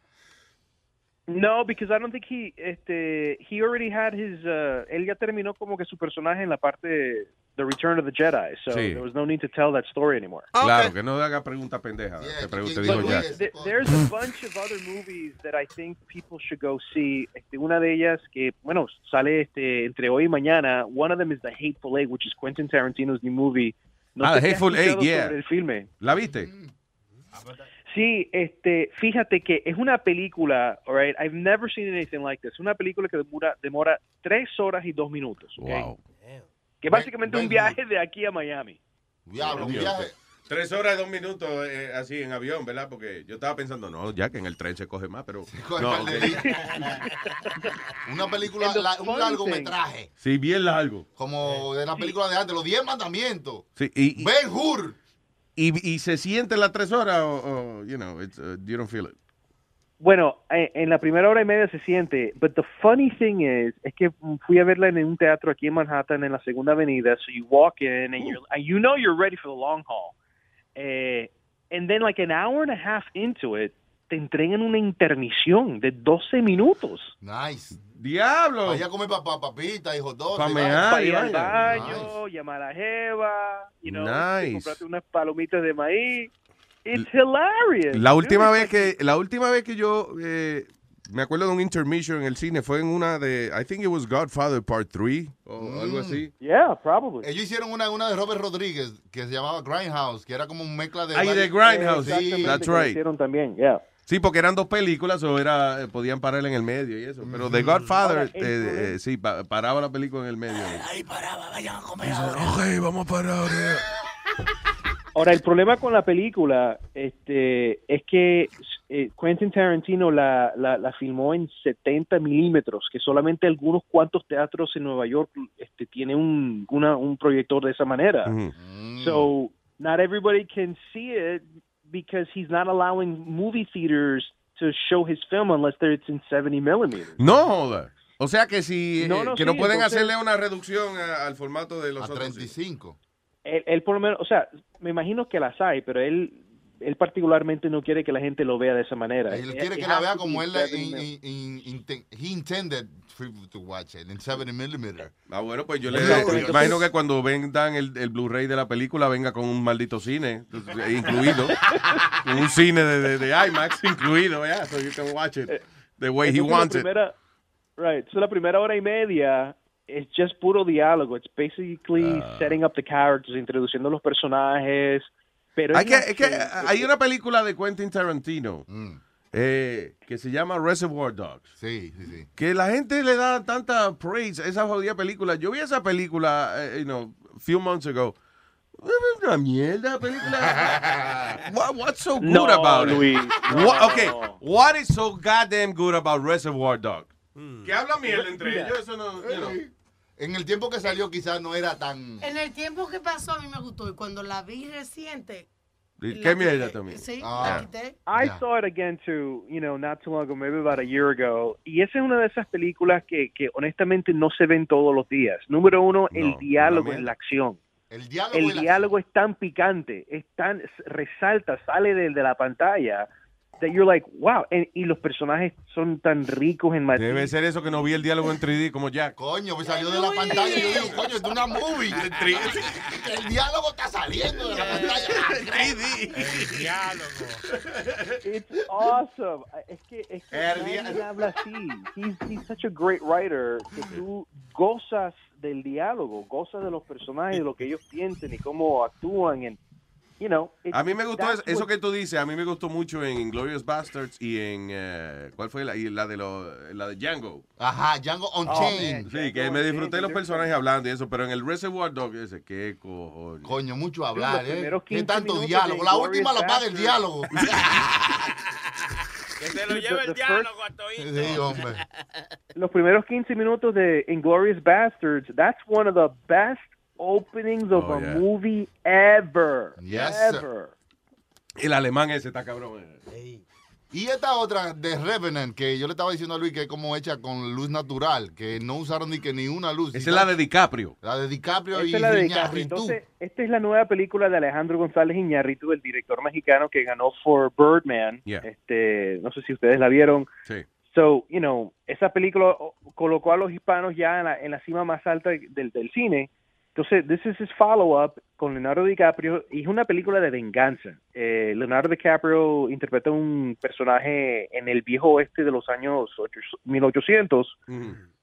S33: No, because I don't think he este he already had his uh, él ya terminó como que su personaje en la parte de The Return of the Jedi, so
S9: Sí.
S33: there was no need to tell that story anymore.
S9: Claro, que no haga pregunta pendeja. Te pregunto, dijo
S33: But
S9: ya.
S33: th- There's a bunch of other movies that I think people should go see. Este, una de ellas que bueno sale este entre hoy y mañana. One of them is The Hateful Eight, which is Quentin Tarantino's new movie.
S9: Ah,
S33: sé
S9: The
S33: si has
S9: Hateful Eight,
S33: escuchado
S9: yeah.
S33: sobre el filme.
S9: ¿La viste?
S33: Sí, este, fíjate que es una película, all right, I've never seen anything like this. Una película que demora, demora tres horas y dos minutos. ok? Que básicamente un viaje de aquí a Miami.
S20: Diablo,
S9: Coño, Tres horas y dos minutos eh, así en avión, ¿verdad? Porque yo estaba pensando, no, ya que en el tren se coge más, pero.
S20: coge
S9: no,
S20: más
S9: ok.
S20: Una película, la- un largometraje.
S9: Sí, bien largo.
S20: Como de la película de antes, los 10 mandamientos.
S9: Sí, y, y-
S20: Ben Hur.
S9: y, y se siente las tres horas o, o, you know, it's, uh, you don't feel it.
S33: Bueno, eh, en la primera hora y media se siente, but the funny thing is, es que fui a verla en un teatro aquí en Manhattan, en la segunda avenida, so you walk in and, you're, and you know you're ready for the long haul. Eh, and then like an hour and a half into it, te entregan una intermisión de 12 minutos.
S20: Nice.
S9: Diablo.
S20: Vaya a comer papá, papita, hijo dos.
S33: Pa'
S20: y
S33: mear,
S20: vaina.
S33: y Para ir al vaina. llamar a Jeva, you know,
S9: Nice.
S33: comprarte unas palomitas de maíz. It's hilarious.
S9: La última
S33: dude.
S9: vez que, la última vez que yo eh, me acuerdo de un intermission en el cine fue en una de, I think it was Godfather Part 3 o
S20: Mm.
S9: algo así.
S33: Mm. Yeah, probably.
S20: Ellos hicieron una, una de Robert Rodríguez que se llamaba Grindhouse, que era como un mezcla de.
S9: Ahí de Grindhouse.
S20: varios- Sí.
S9: That's right.
S33: también,
S9: Sí, porque eran dos películas o era, eh, podían parar en el medio y eso. Pero The
S33: Ahora,
S9: Godfather,
S33: el
S9: eh,
S33: problema-
S9: eh, sí, pa- paraba la película en el medio.
S20: Ok,
S9: vamos a parar.
S33: Ahora, el problema con la película este, es que eh, Quentin Tarantino la, la, la filmó en 70 milímetros, que solamente algunos cuantos teatros en Nueva York este, tiene un, una- un proyector de esa manera.
S20: Mm.
S33: So, not everybody can see it because he's not allowing movie theaters to show his film unless they're- it's in 70 millimeters.
S9: No joda. O sea que si
S33: No,
S9: eh,
S33: no,
S9: que
S33: sí,
S9: no pueden
S33: entonces-
S9: hacerle una reducción a- al formato de los otros.
S20: 35.
S33: Él, él por lo menos, o sea, me imagino que las hay, pero él él particularmente no quiere que la gente lo vea de esa manera.
S20: Él
S33: It-
S20: quiere
S33: it
S20: que la
S33: Eh, has
S20: vea
S33: to
S20: como
S33: be
S20: él la-
S33: seven
S20: in-
S33: mil.
S20: in- in- inte- he intended for you to watch it in 70 millimeter.
S9: Ah, bueno, pues yo le imagino que cuando vendan el, el Blu-ray de la película venga con un maldito cine eh, incluido, Con un cine de, de- de IMAX incluido, ya, so you can watch
S33: Eh,
S9: it the way he
S33: Entonces, la
S9: wants it.
S33: primera, Right. So la primera hora y media es just puro diálogo. It's basically
S9: Ah.
S33: setting up the characters, introduciendo los personajes. Pero
S9: Hay
S33: es
S9: que,
S33: una
S9: es que eh,
S33: serie-
S9: hay una película de Quentin Tarantino eh, que se llama Reservoir Dogs.
S20: Mm. Sí, sí, sí.
S9: Que la gente le da tanta praise a esa jodida película. Yo vi esa película, eh, you know, few months ago. Es Una mierda película. What- what's so good
S33: No,
S9: about
S33: Luis,
S9: it?
S33: no,
S9: What-
S33: no,
S9: okay, what is so goddamn good about Reservoir Dogs?
S20: Mm.
S9: Que hablan miel entre ellos, eso no. you know.
S20: En el tiempo que salió, quizás no era tan.
S22: En el tiempo que pasó a mí me gustó y cuando la vi reciente,
S9: ¿Qué mierda también?
S22: sí,
S33: Ah.
S22: la quité.
S33: I saw it again too, you know, not too long ago, maybe about a year ago. Y esa es una de esas películas que, que honestamente no se ven todos los días. Número uno, el diálogo en la acción.
S20: El
S33: diálogo, es tan picante, es tan resalta, sale de, de la pantalla. That you're like, wow, and- y los personajes son tan ricos en materia.
S9: Debe ser eso que no vi el diálogo en 3D como Jack.
S20: Coño, pues salió de la pantalla y yo digo, coño, es de una movie. El, tri- el diálogo está saliendo de la pantalla. Ah,
S15: El diálogo.
S33: It's awesome. Eh, Es que, es que
S20: El
S33: nadie
S20: diálogo.
S33: habla así. He's, he's such a great writer que tú gozas del diálogo, gozas de los personajes, de lo que ellos piensan y cómo actúan. And, you know, it-
S9: A mí me gustó
S33: that's
S9: eso, eso
S33: what-
S9: que tú dices. A mí me gustó mucho en Inglorious Bastards y en. eh, ¿Cuál fue la, y la, de lo- la de Django?
S20: Ajá, Django Unchained.
S9: Oh, sí, que me disfruté los personajes hablando y eso, pero en el Reservoir Dog, ese, qué cojones.
S20: Coño, mucho hablar,
S9: Los
S20: ¿eh?
S9: primeros
S20: Qué
S9: 15
S20: tanto
S9: minutos de
S20: diálogo. La
S9: Glorious
S20: última la paga el
S9: Bastards.
S20: diálogo.
S7: Que se lo lleve el diálogo a Toito.
S20: Sí, hombre.
S33: los primeros 15 minutos de Inglorious Bastards, that's one of the best openings
S9: Oh,
S33: of a movie ever.
S20: Yes, sir.
S33: ever.
S9: El alemán ese está cabrón. eh.
S20: Y esta otra de Revenant, que yo le estaba diciendo a Luis que es como hecha con luz natural, que no usaron ni que ni una luz.
S9: Esa es la de DiCaprio.
S20: La de DiCaprio
S9: Oh,
S33: Esta
S20: y
S33: es la de DiCaprio.
S20: Iñárritu.
S33: Entonces, esta es la nueva película de Alejandro González Iñárritu, el director mexicano que ganó for Birdman.
S9: Yeah.
S33: Este, no sé si ustedes la vieron.
S9: Sí.
S33: So, you know, esa película o- colocó a los hispanos ya en la, en la cima más alta del, del cine. Entonces, this is his follow-up con Leonardo DiCaprio y es una película de venganza. Eh, Leonardo DiCaprio interpreta un personaje en el viejo oeste de los años ocho- 1800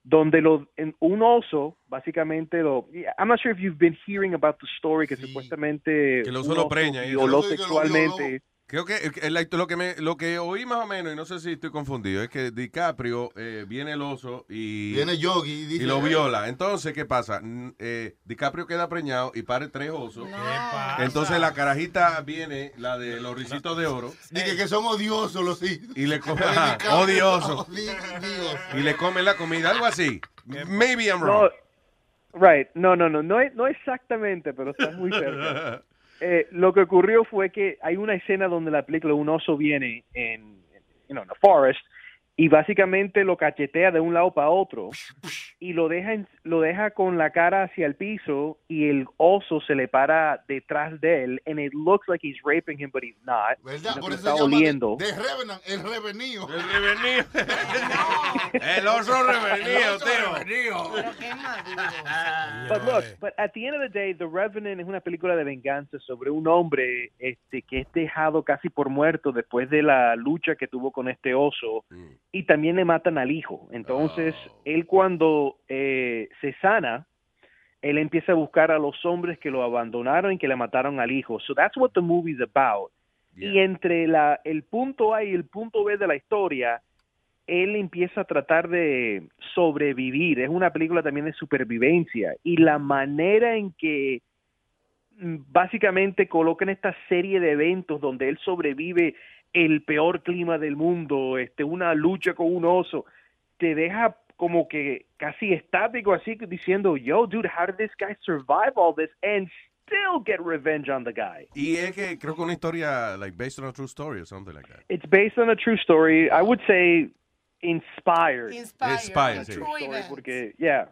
S33: donde lo, en- un oso, básicamente lo... I'm not sure if you've been hearing about the story que supuestamente...
S9: Que lo
S33: un
S9: solo
S33: oso
S9: preña. y eso.
S33: violó sexualmente.
S9: Creo que eh, la- lo que, me, lo que oí más o menos, y no sé si estoy confundido, es que DiCaprio eh, viene el oso y.
S20: Viene Yogi y dice-
S9: lo viola. Entonces, ¿qué pasa? N- eh, DiCaprio queda preñado y pare tres osos. Entonces, la carajita viene, la de los risitos de oro,
S20: Dije que son odiosos los hijos.
S9: y le come. Ajá, Ah, odioso. Y le come la comida, algo así. Maybe I'm wrong.
S33: No, right, no, no, no, no, e- no exactamente, pero estás muy cerca. Eh, lo que ocurrió fue que hay una escena donde la película un oso viene en, you know, in a forest y básicamente lo cachetea de un lado para otro y lo deja en- lo deja con la cara hacia el piso y el oso se le para detrás de él and it looks like he's raping him but he's not.
S20: ¿Verdad?
S33: Sino
S20: Por
S33: que lo
S20: eso se
S33: está
S20: llama
S33: oliendo.
S20: De Revenant, el revenido.
S9: El revenido. El oso revenido, tío.
S33: But look, but at the end of the day, The Revenant es una película de venganza sobre un hombre este, que es dejado casi por muerto después de la lucha que tuvo con este oso y también le matan al hijo. Entonces, él cuando eh, se sana, él empieza a buscar a los hombres que lo abandonaron y que le mataron al hijo. So that's what the movie's about. Y entre la, el punto A y el punto B de la historia, él empieza a tratar de sobrevivir. Es una película también de supervivencia. Y la manera en que mm, básicamente colocan esta serie de eventos donde él sobrevive el peor clima del mundo, este, una lucha con un oso, te deja como que casi estático así diciendo, yo, dude, how did this guy survive all this and still get revenge on the guy?
S9: Y es que creo que una historia, like, based on a true story or something like that.
S33: It's based on a true story. I would say inspired.
S9: Inspired, Inspired,
S33: on a
S9: sí.
S33: true
S9: True
S33: story
S9: events.
S33: porque, yeah.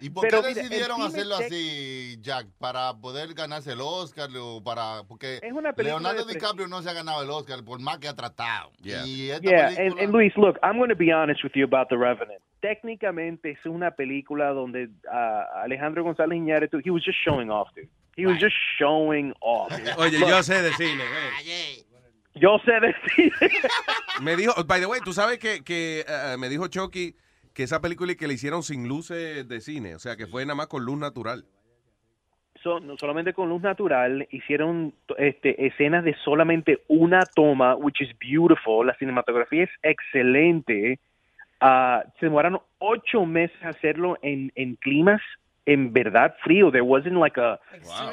S20: ¿Y por Pero qué mira, el decidieron cine hacerlo de- así, Jack? ¿Para poder ganarse el Oscar? o para, porque
S33: Es una película
S20: Leonardo
S33: de pre-
S20: DiCaprio no se ha ganado el Oscar, por más que ha tratado. Y esta
S33: Yeah,
S20: película-
S33: and, and Luis, look, I'm going to be honest with you about The Revenant. Técnicamente es una película donde ah, Alejandro González Iñárritu, he was just showing off, dude. He was just showing off.
S9: Oye,
S33: Look,
S9: yo sé de cine, ¿eh? güey.
S33: Yo sé de cine.
S9: Me dijo, by the way, tú sabes que, que eh, me dijo Chucky que esa película que le hicieron sin luces de cine, o sea, que fue nada más con luz natural.
S33: So- no solamente con luz natural, hicieron to- este, escenas de solamente una toma, which is beautiful. La cinematografía es excelente. Ah, se demoraron ocho meses a hacerlo en, en climas en verdad frío. There wasn't like a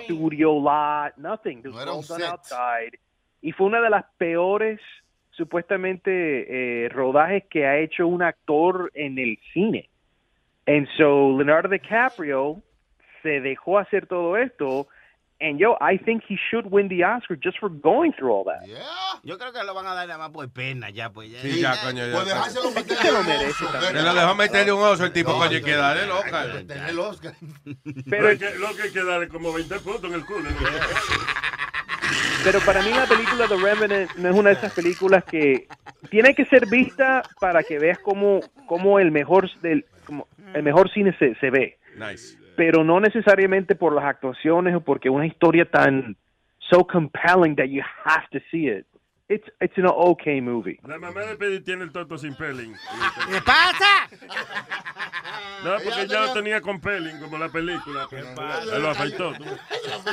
S33: studio lot, nothing. It was all done outside. Y fue una de las peores, supuestamente, eh, rodajes que ha hecho un actor en el cine. And so Leonardo DiCaprio se dejó hacer todo esto. And yo, I think he should win the Oscar just for going through all that.
S24: Yo creo que lo van a dar nada más por pena, ya, pues. Ya,
S9: Sí, ya, coño, ya.
S20: Pues dejárselo meter
S33: Se Este lo merece
S9: Se lo dejó meterle un oso el tipo, coño, y quedarle el Oscar.
S20: el Oscar.
S33: Pero-
S23: Pero es que, lo que hay que darle como 20 puntos en el culo.
S33: Pero para mí la película The Revenant no es una de esas películas que tiene que ser vista para que veas cómo, cómo el mejor del cómo el mejor cine se, se ve.
S9: Nice.
S33: Pero no necesariamente por las actuaciones o porque una historia tan so compelling that you have to see it. It's it's an okay movie.
S23: La mamá de Pedi tiene el toto sin peeling.
S21: ¿Qué pasa?
S23: No, porque
S21: Ella
S23: ya lo
S21: tenía-
S23: tenía con peeling, como la película. Pero se lo afeitó. tú.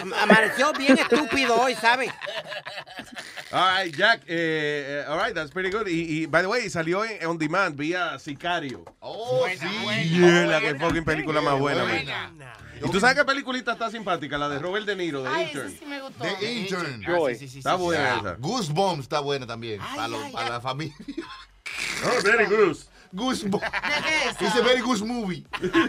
S21: Am- Amaneció bien estúpido hoy, ¿sabes?
S9: All right, Jack. Eh, eh, all right, that's pretty good. Y, y, by the way, salió en on demand vía Sicario.
S20: Oh, sí.
S9: Yeah, la que fucking película más buena, man. ¿Y tú sabes qué peliculita está simpática? La de Robert De Niro, de
S22: Ay, esa
S9: Intern.
S22: sí me gustó.
S20: The Intern.
S9: Joy. sí, sí, sí,
S20: está
S9: sí,
S20: buena
S9: sí.
S20: esa. Ah, Goosebumps está buena también. para, lo- para la familia.
S23: Oh, very goose.
S20: Goosebumps. It's a very goose movie.
S23: Oh,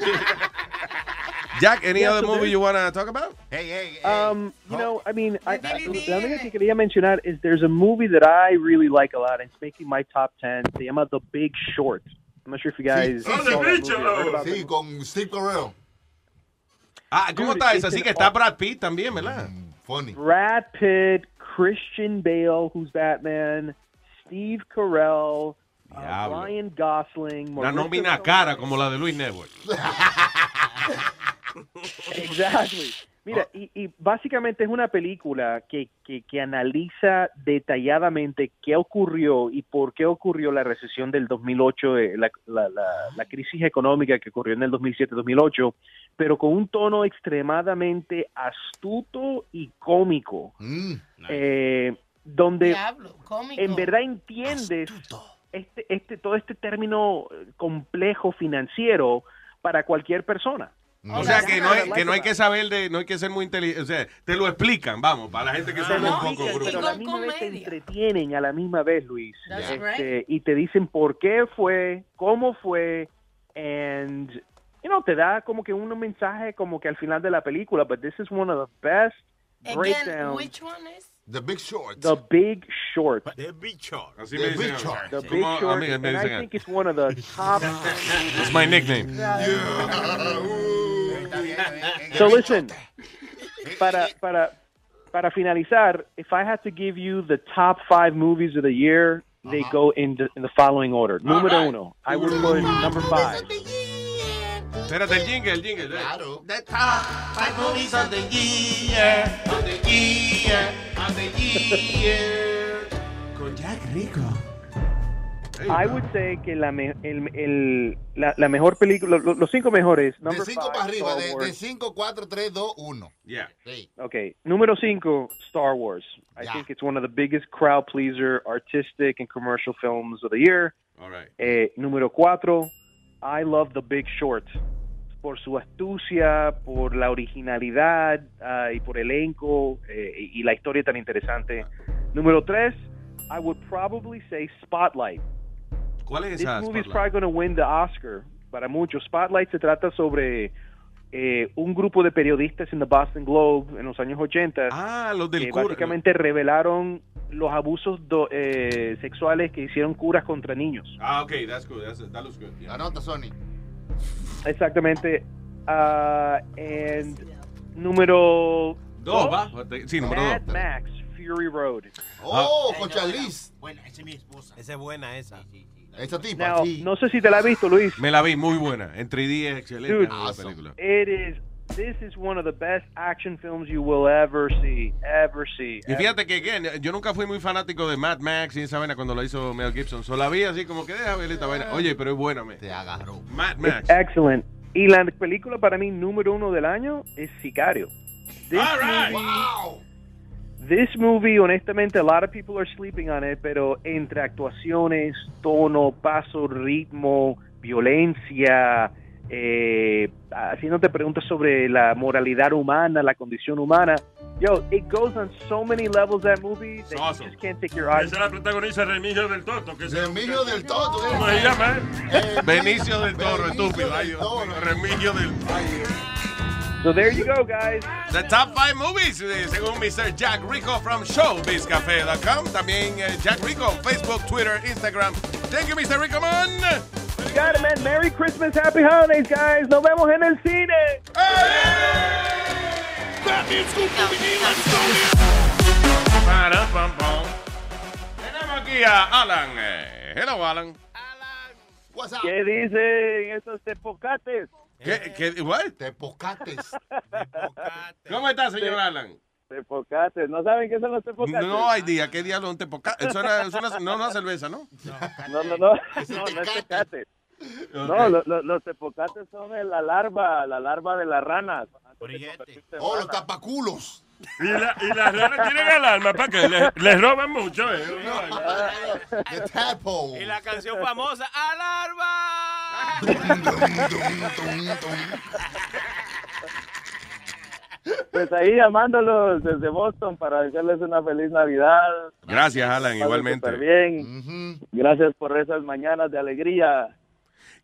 S9: Jack, any
S33: Yeah,
S9: other
S33: so
S9: movie
S33: there-
S9: you want to talk about?
S20: Hey, hey.
S33: Um, you know, I mean, I, I, la única que quería mencionar is there's a movie that I really like a lot. and It's making my top ten. Se llama The Big Short. I'm not sure if you guys. saw that movie or heard
S23: oh.
S33: about
S20: Sí, con Steve Carell.
S9: Ah, ¿cómo
S33: Dude,
S9: está
S33: it's
S9: esa? Sí
S33: an
S9: que está Brad Pitt también, ¿verdad?
S20: Funny.
S33: Brad Pitt, Christian Bale, who's Batman, Steve Carell, uh,
S9: Diablo.
S33: Ryan Gosling. Marissa
S9: Una nómina
S33: Tomei.
S9: cara como la de Luis Network.
S33: Exactly. Mira, y, y básicamente es una película que, que, que analiza detalladamente qué ocurrió y por qué ocurrió la recesión del 2008, eh, la, la- la- la crisis económica que ocurrió en el 2007-2008, pero con un tono extremadamente astuto y cómico, eh, donde
S22: Diablo, cómico.
S33: en verdad entiendes este, este, todo este término eh, complejo financiero para cualquier persona.
S9: O sea, que no, hay, que no hay que saber de, no hay que ser muy inteligente. O sea, te lo explican, vamos, para la gente que
S22: Ah,
S33: Te
S9: son
S33: lo
S9: un poco
S33: explican, pero a la
S9: brutos.
S33: misma vez te entretienen a la misma vez, Luis.
S9: That's
S33: Este,
S9: right.
S33: y te dicen por qué fue, cómo fue, and you know, te da como que un mensaje como que al final de la película, but this is one of the best
S22: Again,
S33: breakdowns.
S22: which one is?
S20: The Big Short.
S33: The Big Short.
S7: The Big Short.
S9: Así
S20: me The dicen Big ahora. Short.
S33: The
S20: Sí.
S33: Big
S20: Como
S33: Short,
S20: a mí me
S33: and
S20: dicen
S33: I think it's one of the top. It's
S9: my nickname.
S33: So listen, para, para, para finalizar, if I had to give you the top five movies of the year, they go in the, in the following order. Número uno, I would put number five.
S9: Espérate, el jingle, el jingle. Claro.
S24: The top five movies of the year, of the year, of the year. Con Jack Rico.
S33: I would say que la, me- el, el, la, la mejor película, lo- los cinco mejores.
S20: De
S33: Number
S20: 5
S33: five,
S20: para arriba,
S33: Star
S20: de- de
S33: Wars.
S20: 5, 4, 3, 2, 1.
S9: Yeah.
S33: Okay, número cinco, Star Wars. I think it's one of the biggest crowd pleaser, artistic and commercial films of the year.
S9: All right.
S33: Eh, número cuatro, I love The Big Short. Por su astucia, por la originalidad ah, y por elenco eh, y y la historia tan interesante. Número tres, I would probably say Spotlight.
S9: ¿Cuál es
S33: This
S9: esa?
S33: movie is probably
S9: Spotlight?
S33: going to win the Oscar para muchos. Spotlight se trata sobre eh, un grupo de periodistas en the Boston Globe en los años 80
S9: Ah, los del
S33: que
S9: cura.
S33: básicamente revelaron los abusos do- eh, sexuales que hicieron curas contra niños.
S9: Ah, ok, that's good. That's, that looks good.
S20: Anota, Sony.
S33: Exactamente. Uh, and número
S9: Dos,
S33: dos,
S9: va. Sí, número
S33: Mad
S9: dos. Ah.
S33: Max, Fury Road.
S20: Oh, con Charlize.
S7: Buena, esa es mi esposa. Esa es buena, esa.
S20: Esa tipa.
S33: Now, no sé si te la has visto, Luis.
S9: Me la vi muy buena. En 3D es excelente
S33: Dude,
S9: la película.
S33: It is. This is one of the best action films you will ever see, ever see.
S9: Y fíjate que again, yo nunca fui muy fanático de Mad Max y esa vaina cuando lo hizo Mel Gibson. Solo la vi así como que deja ver esta vaina. Oye, pero es buena, me. Te
S20: Ah. agarró.
S9: Mad
S33: It's
S9: Max.
S33: excellent. Y la película para mí número uno del año es Sicario. This movie- This movie, honestamente, a lot of people are sleeping on it, pero entre actuaciones, tono, paso, ritmo, violencia, eh, haciéndote preguntas sobre la moralidad humana, la condición humana. Yo, it goes on so many levels that movie that you just can't take your eyes.
S23: Esa la protagoniza Remigio del Toto. Que
S20: Remigio del Toto.
S23: ¿Cómo se llama?
S9: Benicio del Toro, estúpido. Ay, Dios mío, Remigio del
S33: So there you go, guys.
S9: The top five movies, eh, según Mr. Jack Rico from showbizcafe.com. También eh, Jack Rico, Facebook, Twitter, Instagram. Thank you, Mr. Rico, man.
S33: You got it, man. Merry Christmas, happy holidays, guys. Nos vemos en el cine.
S9: Para, pam, pam. Tenemos aquí a Alan. Eh, Hello, Alan.
S33: ¿Qué dicen esos tepocates?
S9: ¿Qué? ¿Qué? ¿What?
S20: Tepocates.
S9: ¿Cómo está, señor Alan?
S33: Tepocates. ¿No saben qué son los tepocates?
S9: No hay día. ¿Qué diablo un tepoca? Eso era- eso era- no, no es cerveza, ¿no?
S33: No, no, no. No, no es tecate. No, lo- lo- los tepocates son el- la larva, la larva de las ranas.
S20: Oh, los tapaculos.
S23: Y, la, y las ranas tienen alarma para que les, les roban mucho. ¿eh?
S20: The tadpole.
S7: Y la canción famosa,
S33: Pues ahí llamándolos desde Boston para desearles una feliz Navidad.
S9: Gracias, Alan,
S33: Pásenlo súper
S9: igualmente.
S33: bien. Gracias por esas mañanas de alegría.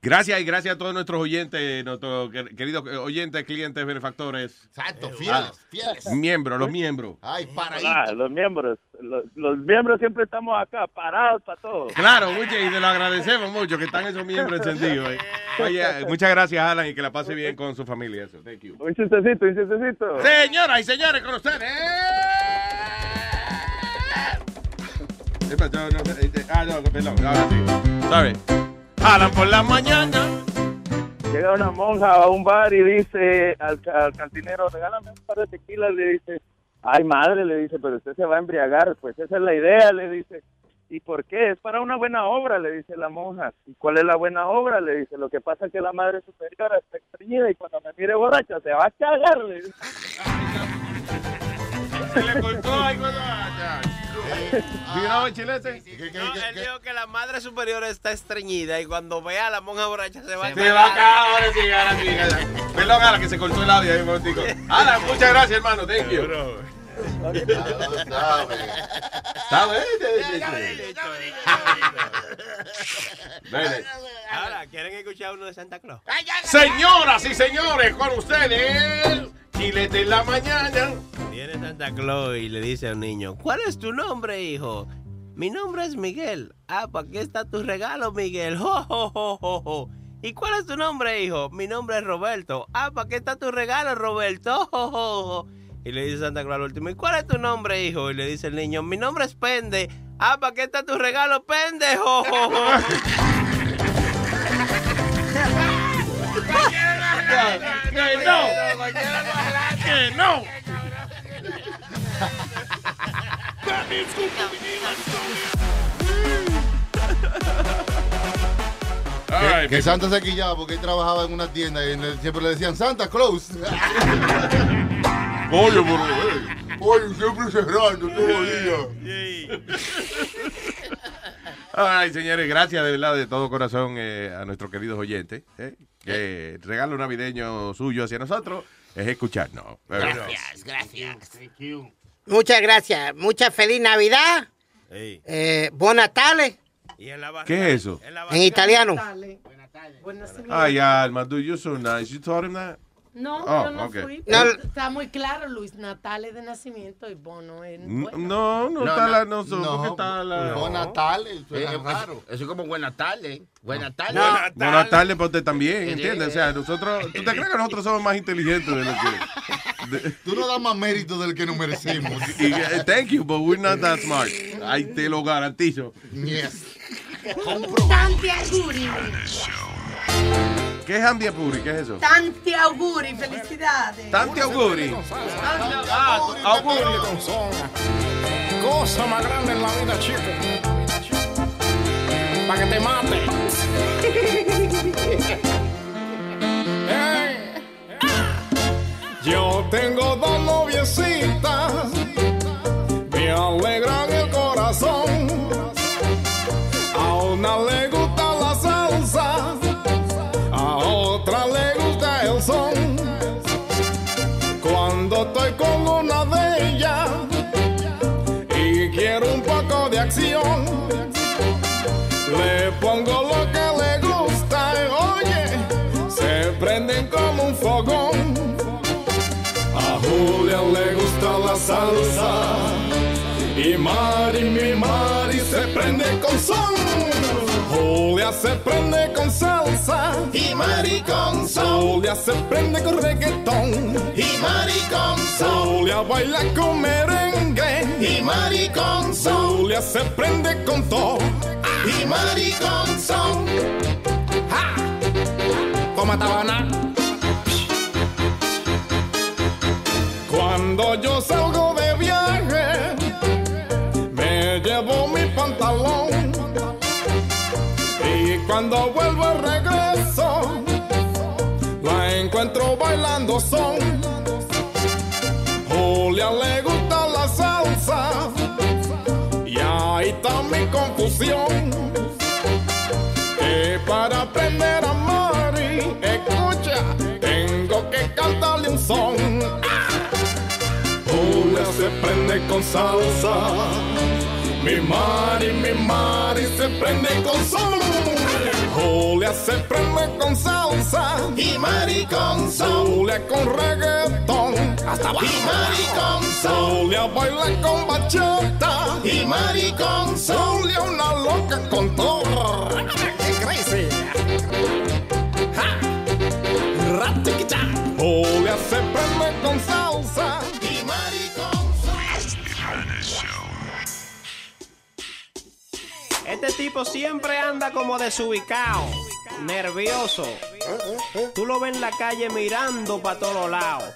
S9: Gracias y gracias a todos nuestros oyentes, nuestros quer- queridos eh, oyentes, clientes, benefactores.
S20: Exacto,
S9: fieles, Miembros, los miembros.
S20: Ay, para
S33: Ah, los miembros, los, los miembros siempre estamos acá, parados para todo.
S9: Claro, mucho, y te lo agradecemos mucho que están esos miembros encendidos. eh. Oye, muchas gracias, Alan, y que la pase bien con su familia. Eso. Thank you.
S33: Un chistecito, un chistecito.
S9: Señoras y señores, con ustedes. Epa, yo no sé, este, Ah, no, perdón, ahora sí. Sorry. Alan por la mañana.
S33: Llega una monja a un bar y dice al, ca- al cantinero, regálame un par de tequilas, le dice, ay madre, le dice, pero usted se va a embriagar, pues esa es la idea, le dice, ¿y por qué? Es para una buena obra, le dice la monja. ¿Y cuál es la buena obra? Le dice, lo que pasa es que la madre superior está estreñida y cuando me mire borracha se va a cagar, le dice.
S9: Se le cortó algo. ya, ya. ¿Sí, no, chilete?
S7: No, él dijo que la madre superior está estreñida y cuando vea a la monja borracha se va a
S9: Se va a acabar ahora sí, ahora sí. ahora sí. Perdón, Alan, que se cortó el audio ahí un momentico. Alan, muchas gracias, hermano. Thank you. ¿Sabes? Dale.
S7: Ahora, ¿quieren escuchar uno de Santa Claus?
S9: Señoras y señores, con ustedes, Chilete en la mañana.
S7: Viene Santa Claus y le dice a un niño, ¿cuál es tu nombre, hijo? Mi nombre es Miguel. Ah, pues aquí está tu regalo, Miguel. Jo, jo, jo, jo, jo. ¿Y cuál es tu nombre, hijo? Mi nombre es Roberto. Ah, pues aquí está tu regalo, Roberto. Jo, jo, jo, jo. Y le dice Santa Claus al último, ¿y cuál es tu nombre, hijo? Y le dice el niño, mi nombre es Pende. Ah, pues aquí está tu regalo, Pende. Jo, jo, jo.
S15: Que no. Que no. Batman's gonna be the
S20: Que, que Santa se quillaba porque él trabajaba en una tienda y le- siempre le decían Santa Claus.
S9: Oye, eh.
S20: Oye, siempre cerrando todo el día.
S9: Ay, señores, gracias de verdad, de todo corazón eh, a nuestros queridos oyentes. eh, que el regalo navideño suyo hacia nosotros es escucharnos.
S21: Gracias, gracias. Muchas gracias. Mucha feliz Navidad. Eh, buon Natale.
S9: ¿Qué es eso?
S21: En italiano.
S9: Ay, Alma, dude, you're so nice. You told him that?
S22: No,
S9: Oh,
S22: yo no
S9: ok.
S22: fui.
S9: No.
S22: pero Está muy claro, Luis Natal es de nacimiento y Bono es...
S9: No, no, está la. No, so- ¿por qué está la.
S7: Eh,
S24: pues,
S7: Eso es como buenas tardes. Buenas tardes.
S9: Buenas tardes para usted también, ¿entiendes? O sea, nosotros. ¿Tú te crees que nosotros somos más inteligentes de lo que.
S20: Tú no das más mérito del que nos merecemos.
S9: Y, eh, thank you, but we're not that smart. Ahí te lo garantizo.
S22: Tantiaguri.
S9: ¿Qué es Ambiapuri? ¿Qué es eso?
S22: Tantiaguri, felicidades.
S9: Tanti auguri.
S22: Tantiaguri.
S34: Cosa más grande en la vida, chico. Para que te mate. Hey. Yo tengo dos noviecitas. Me alegran el corazón. A una le gusta la salsa. A otra le gusta el son. Cuando estoy con una de ellas y quiero un poco de acción. Le pongo lo que le gusta, y, oye, se prenden como un fogón. A Julia le gusta la salsa y Mari, mi Mari, se prende con son. Julia se prende con salsa y Mari con son. Julia se prende con reggaetón y Mari con son. Julia baila con merengue y Mari con son. Julia se prende con todo y Mari con son. ¡Ja! Toma tabana. Cuando yo salgo de viaje, me llevo mi pantalón. Y cuando vuelvo regreso, la encuentro bailando son. Julia le gusta la salsa, y ahí está mi confusión. Que para aprender a amar y escucha, tengo que cantarle un son. Julia se prende con salsa. Mi Mari, mi Mari se prende con son. Julia se prende con salsa. Y Mari con son. Julia con reggaetón. Hasta abajo. Y Mari con son. Julia baila con bachata. Y Mari con son. Julia una loca con todo. crazy! Julia se prende con salsa. Y Mari con
S6: Este tipo siempre anda como desubicado, nervioso. Tú lo ves en la calle mirando para todos lados.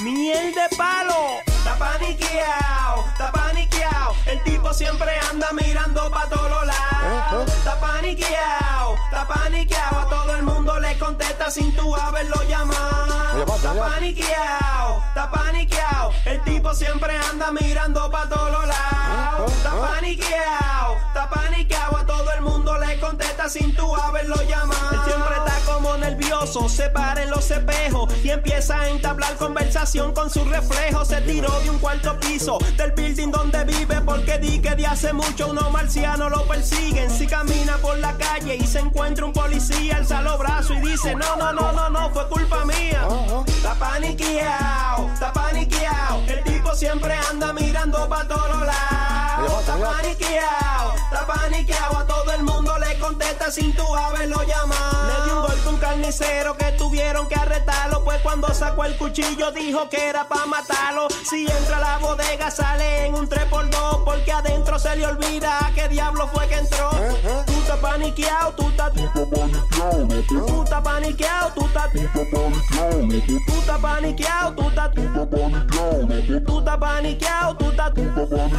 S6: ¡Miel de palo! Está paniqueado, está paniqueado. El tipo siempre anda mirando para todos lados. Está paniqueado, está paniqueado. A todo el mundo le contesta sin tú haberlo llamado. Está paniqueado, está paniqueado. El tipo siempre anda mirando para todos lados. Está paniqueado, está paniqueado. A todo el mundo le contesta sin tú haberlo llamado. Él siempre está como nervioso, se para en los espejos y empieza a entablar conversación con su reflejo. Se tiró de un cuarto piso del building donde vive porque di que de hace mucho unos marcianos lo persiguen. Si camina por la calle y se encuentra un policía, alza los brazos y dice: No, no, no, no, no, fue culpa mía. Está paniqueado, está paniqueado. El tipo siempre anda mirando para todos lados. Está paniqueado, está paniqueado. A todo el mundo le contesta sin tú haberlo llamado. Le dio un golpe a un carnicero que tuvieron que arrestarlo. Pues cuando sacó el cuchillo dijo que era para matarlo. Si entra a la bodega sale en un 3x2 porque adentro se le olvida a qué diablo fue que entró. Tú estás paniqueado, tú estás... Tú estás paniqueado, tú estás... Tú estás paniqueado, tú estás... Tú estás paniqueado, tú estás...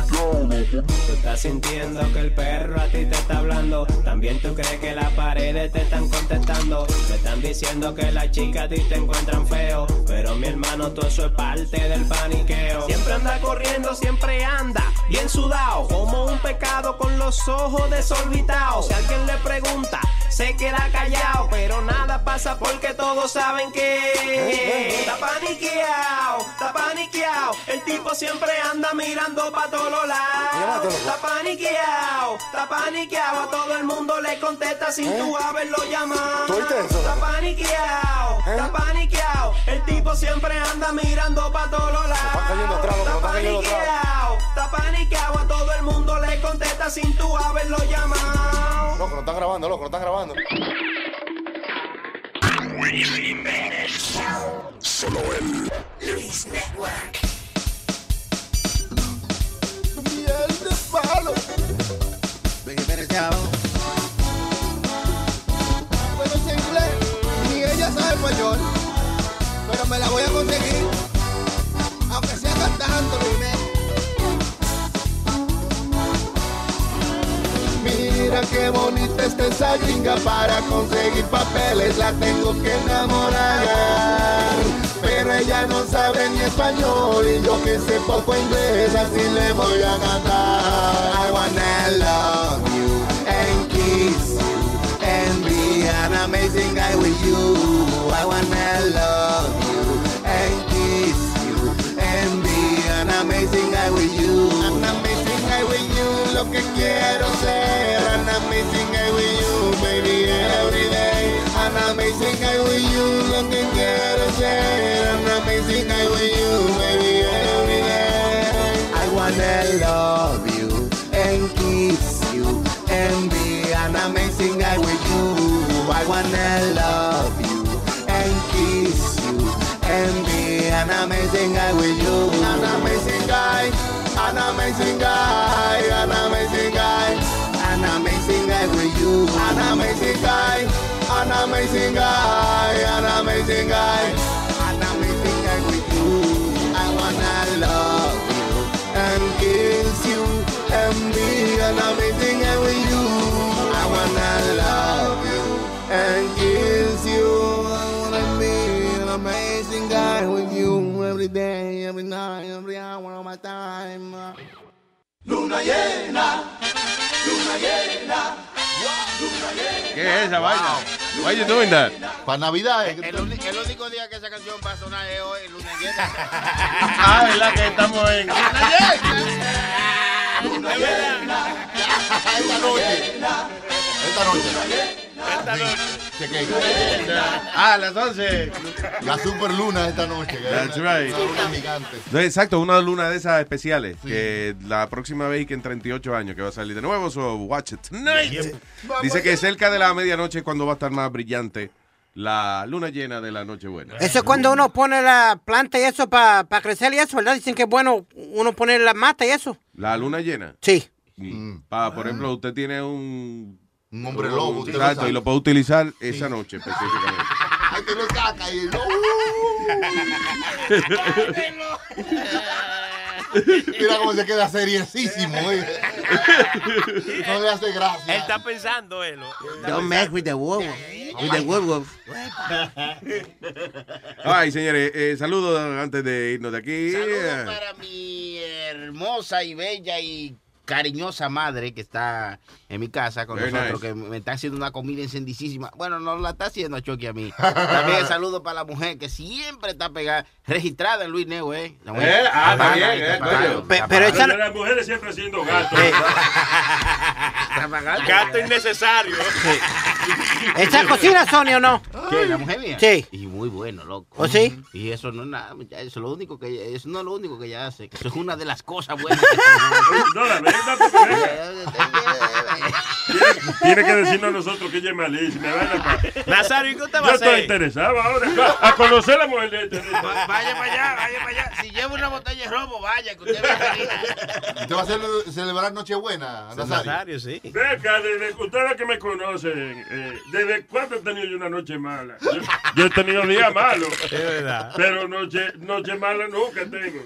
S6: Tú estás sintiendo que el perro a ti te está hablando. También tú crees que las paredes te están contestando. Te están diciendo que las chicas a ti te encuentran feo. Pero mi hermano, todo eso es parte del paniqueo. Siempre anda corriendo, siempre anda bien sudado. Como un pecado con los ojos desorbitados. Si alguien le pregunta, se queda callado. Pero nada pasa porque todos saben que está paniqueado, está paniqueado. El tipo siempre anda mirando para todos lados. Está paniqueado, está paniqueado. A todo el mundo le contesta sin tú haberlo llamado. Está paniqueado, Está paniqueado. El tipo siempre anda mirando pa' todos lados. Está paniqueado. Está paniqueado. A todo el mundo le contesta sin tú haberlo llamado.
S26: Loco, lo están grabando, loco, lo están grabando.
S15: Luis Jiménez. Solo él. Luis Network.
S26: Miel de palo.
S16: Bueno, sé inglés, ni ella sabe español, pero me la voy a conseguir, aunque sea cantando, dime. Mira qué bonita está esa gringa para conseguir papeles, la tengo que enamorar. Pero ella no sabe ni español y yo que sé poco inglés, así le voy a cantar. I wanna love you and kiss you and be an amazing guy with you. I wanna love you and kiss you and be an amazing guy with you. An amazing guy with you, lo que quiero ser. An amazing guy with you, baby, every day. An amazing guy with you, lo que quiero ser. An amazing guy with you, baby, every day. I wanna love you and kiss you and be an amazing guy with you. I wanna love you and kiss you and be an amazing guy with you. An amazing guy, an amazing guy, an amazing guy, an amazing guy with you. An amazing guy, an amazing guy, an amazing guy, an amazing guy with you. I wanna love you and kiss you and be an amazing guy with you. I wanna love you and kiss you. I wanna be an amazing guy with you every day, every night, every hour of my time. Luna llena, luna llena.
S9: ¿Qué es esa vaina? Why you doing that?
S20: Para Navidad. eh.
S24: El, uni- el único día que esa canción va a sonar es hoy, el lunes
S9: Ah, ¿verdad que estamos en...
S20: Esta noche. Esta noche.
S24: Esta noche.
S20: Cheque.
S9: Ah, a las 11.
S20: La super luna esta noche. que es
S9: That's
S20: una-
S9: right.
S20: una luna gigante.
S9: No, exacto, una luna de esas especiales. Que la próxima vez y que en 38 años que va a salir de nuevo, so watch it tonight. Dice que cerca de la medianoche es cuando va a estar más brillante la luna llena de la Nochebuena.
S21: Eso es cuando uno pone la planta y eso para crecer y eso, ¿verdad? Dicen que es bueno uno poner la mata y eso.
S9: ¿La luna llena? Mm.
S21: Sí.
S9: Pa, por ejemplo, usted tiene un...
S20: Mm. Ah. Un hombre lobo, usted lo
S9: Exacto,
S20: sabe.
S9: y lo puede utilizar esa noche específicamente.
S20: Ay, que no caca y no. Mira cómo se queda seriesísimo. eh. No le hace gracia.
S7: Él está pensando, él.
S21: Don't mess with the wolf. With the wolf, wolf.
S9: Ay, señores, eh, saludos antes de irnos de aquí.
S24: Saludos para mi hermosa y bella y cariñosa madre que está en mi casa con
S9: Very
S24: nosotros,
S9: nice.
S24: que me está haciendo una comida encendicísima. Bueno, no la está haciendo a Chucky a mí. También saludo para la mujer que siempre está pegada, registrada en Luis Neo, ¿eh? La mujer
S23: Eh, ah, está
S24: está
S23: bien,
S24: pagando,
S23: eh,
S24: está
S23: coño.
S24: pagando,
S23: Pe-
S24: está
S23: pero
S24: pagando.
S23: esa- Las mujeres siempre haciendo gato.
S7: Gato innecesario.
S21: ¿Esa cocina, Sonia, o no?
S24: ¿Qué, la mujer mía?
S21: Sí.
S24: Y muy bueno, loco.
S21: ¿O sí?
S24: Y eso no es nada, muchacho, eso es lo único que ella- eso no es lo único que ella hace. Eso es una de las cosas buenas.
S23: No, la verdad, porque Tiene- Tiene que decirnos a nosotros que ella es malísima. Vaya pa-
S7: Nazario, ¿y qué usted va a
S23: Yo estoy
S7: hacer?
S23: interesado ahora a- a conocer a la mujer de este.
S24: Va- Vaya para allá, vaya para allá. Si lleva una botella de robo, vaya, que usted va a salir.
S20: Usted va a cele- celebrar Nochebuena, Nazario.
S7: sí.
S23: Ve acá, desde ustedes que me conocen, eh, ¿desde cuándo he tenido yo una noche mala? Yo, yo he tenido días malos.
S7: Es verdad.
S23: Pero noche, noche mala nunca tengo.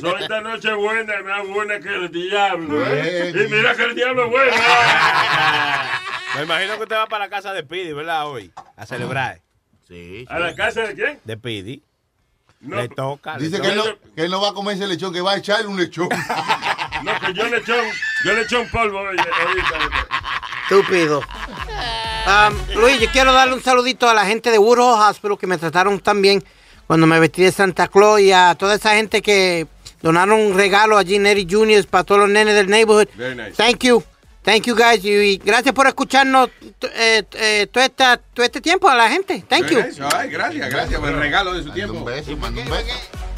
S23: Soy esta noche buena, más buena que el diablo. ¿eh? Y mira que el diablo es bueno.
S7: Me imagino que usted va para la casa de Pidi, ¿verdad? Hoy. A celebrar.
S24: Sí.
S23: ¿A la casa de quién?
S7: De Pidi. Le toca. le
S20: Dice que
S7: toca.
S20: él, no, que él no va a comerse el lechón, que va a echarle un lechón.
S23: No, que yo le eché un, yo le eché un polvo hoy, ahorita.
S21: Estúpido. Um, Luis, yo quiero darle un saludito a la gente de Woodhall Hospital que me trataron tan bien cuando me vestí de Santa Claus y a toda esa gente que donaron un regalo a Gineri Juniors para todos los nenes del neighborhood.
S9: Very nice.
S21: Thank you. Thank you guys y gracias por escucharnos t- eh, t- eh, todo, esta- todo este tiempo a la gente. Thank you.
S9: Ay, gracias, gracias por el regalo de su tiempo.
S7: pues,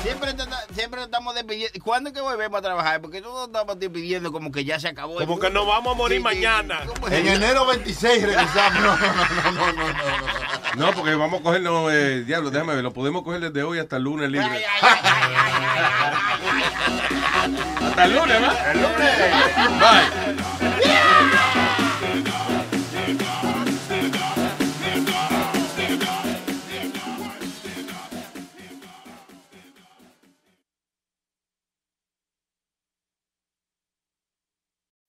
S24: Siempre, te- siempre estamos despidiendo. ¿Cuándo es que volvemos a trabajar? Porque nosotros estamos despidiendo como que ya se acabó. el
S20: Como que
S24: mundo.
S20: nos vamos a morir
S24: Sí, sí.
S20: mañana.
S35: En enero 26 regresamos. No, no, no, no, no, no. no.
S9: No, porque vamos a cogerlo, eh, diablo, déjame ver, lo podemos coger desde hoy hasta el lunes libre. Hasta el lunes, ¿verdad? El lunes. Bye.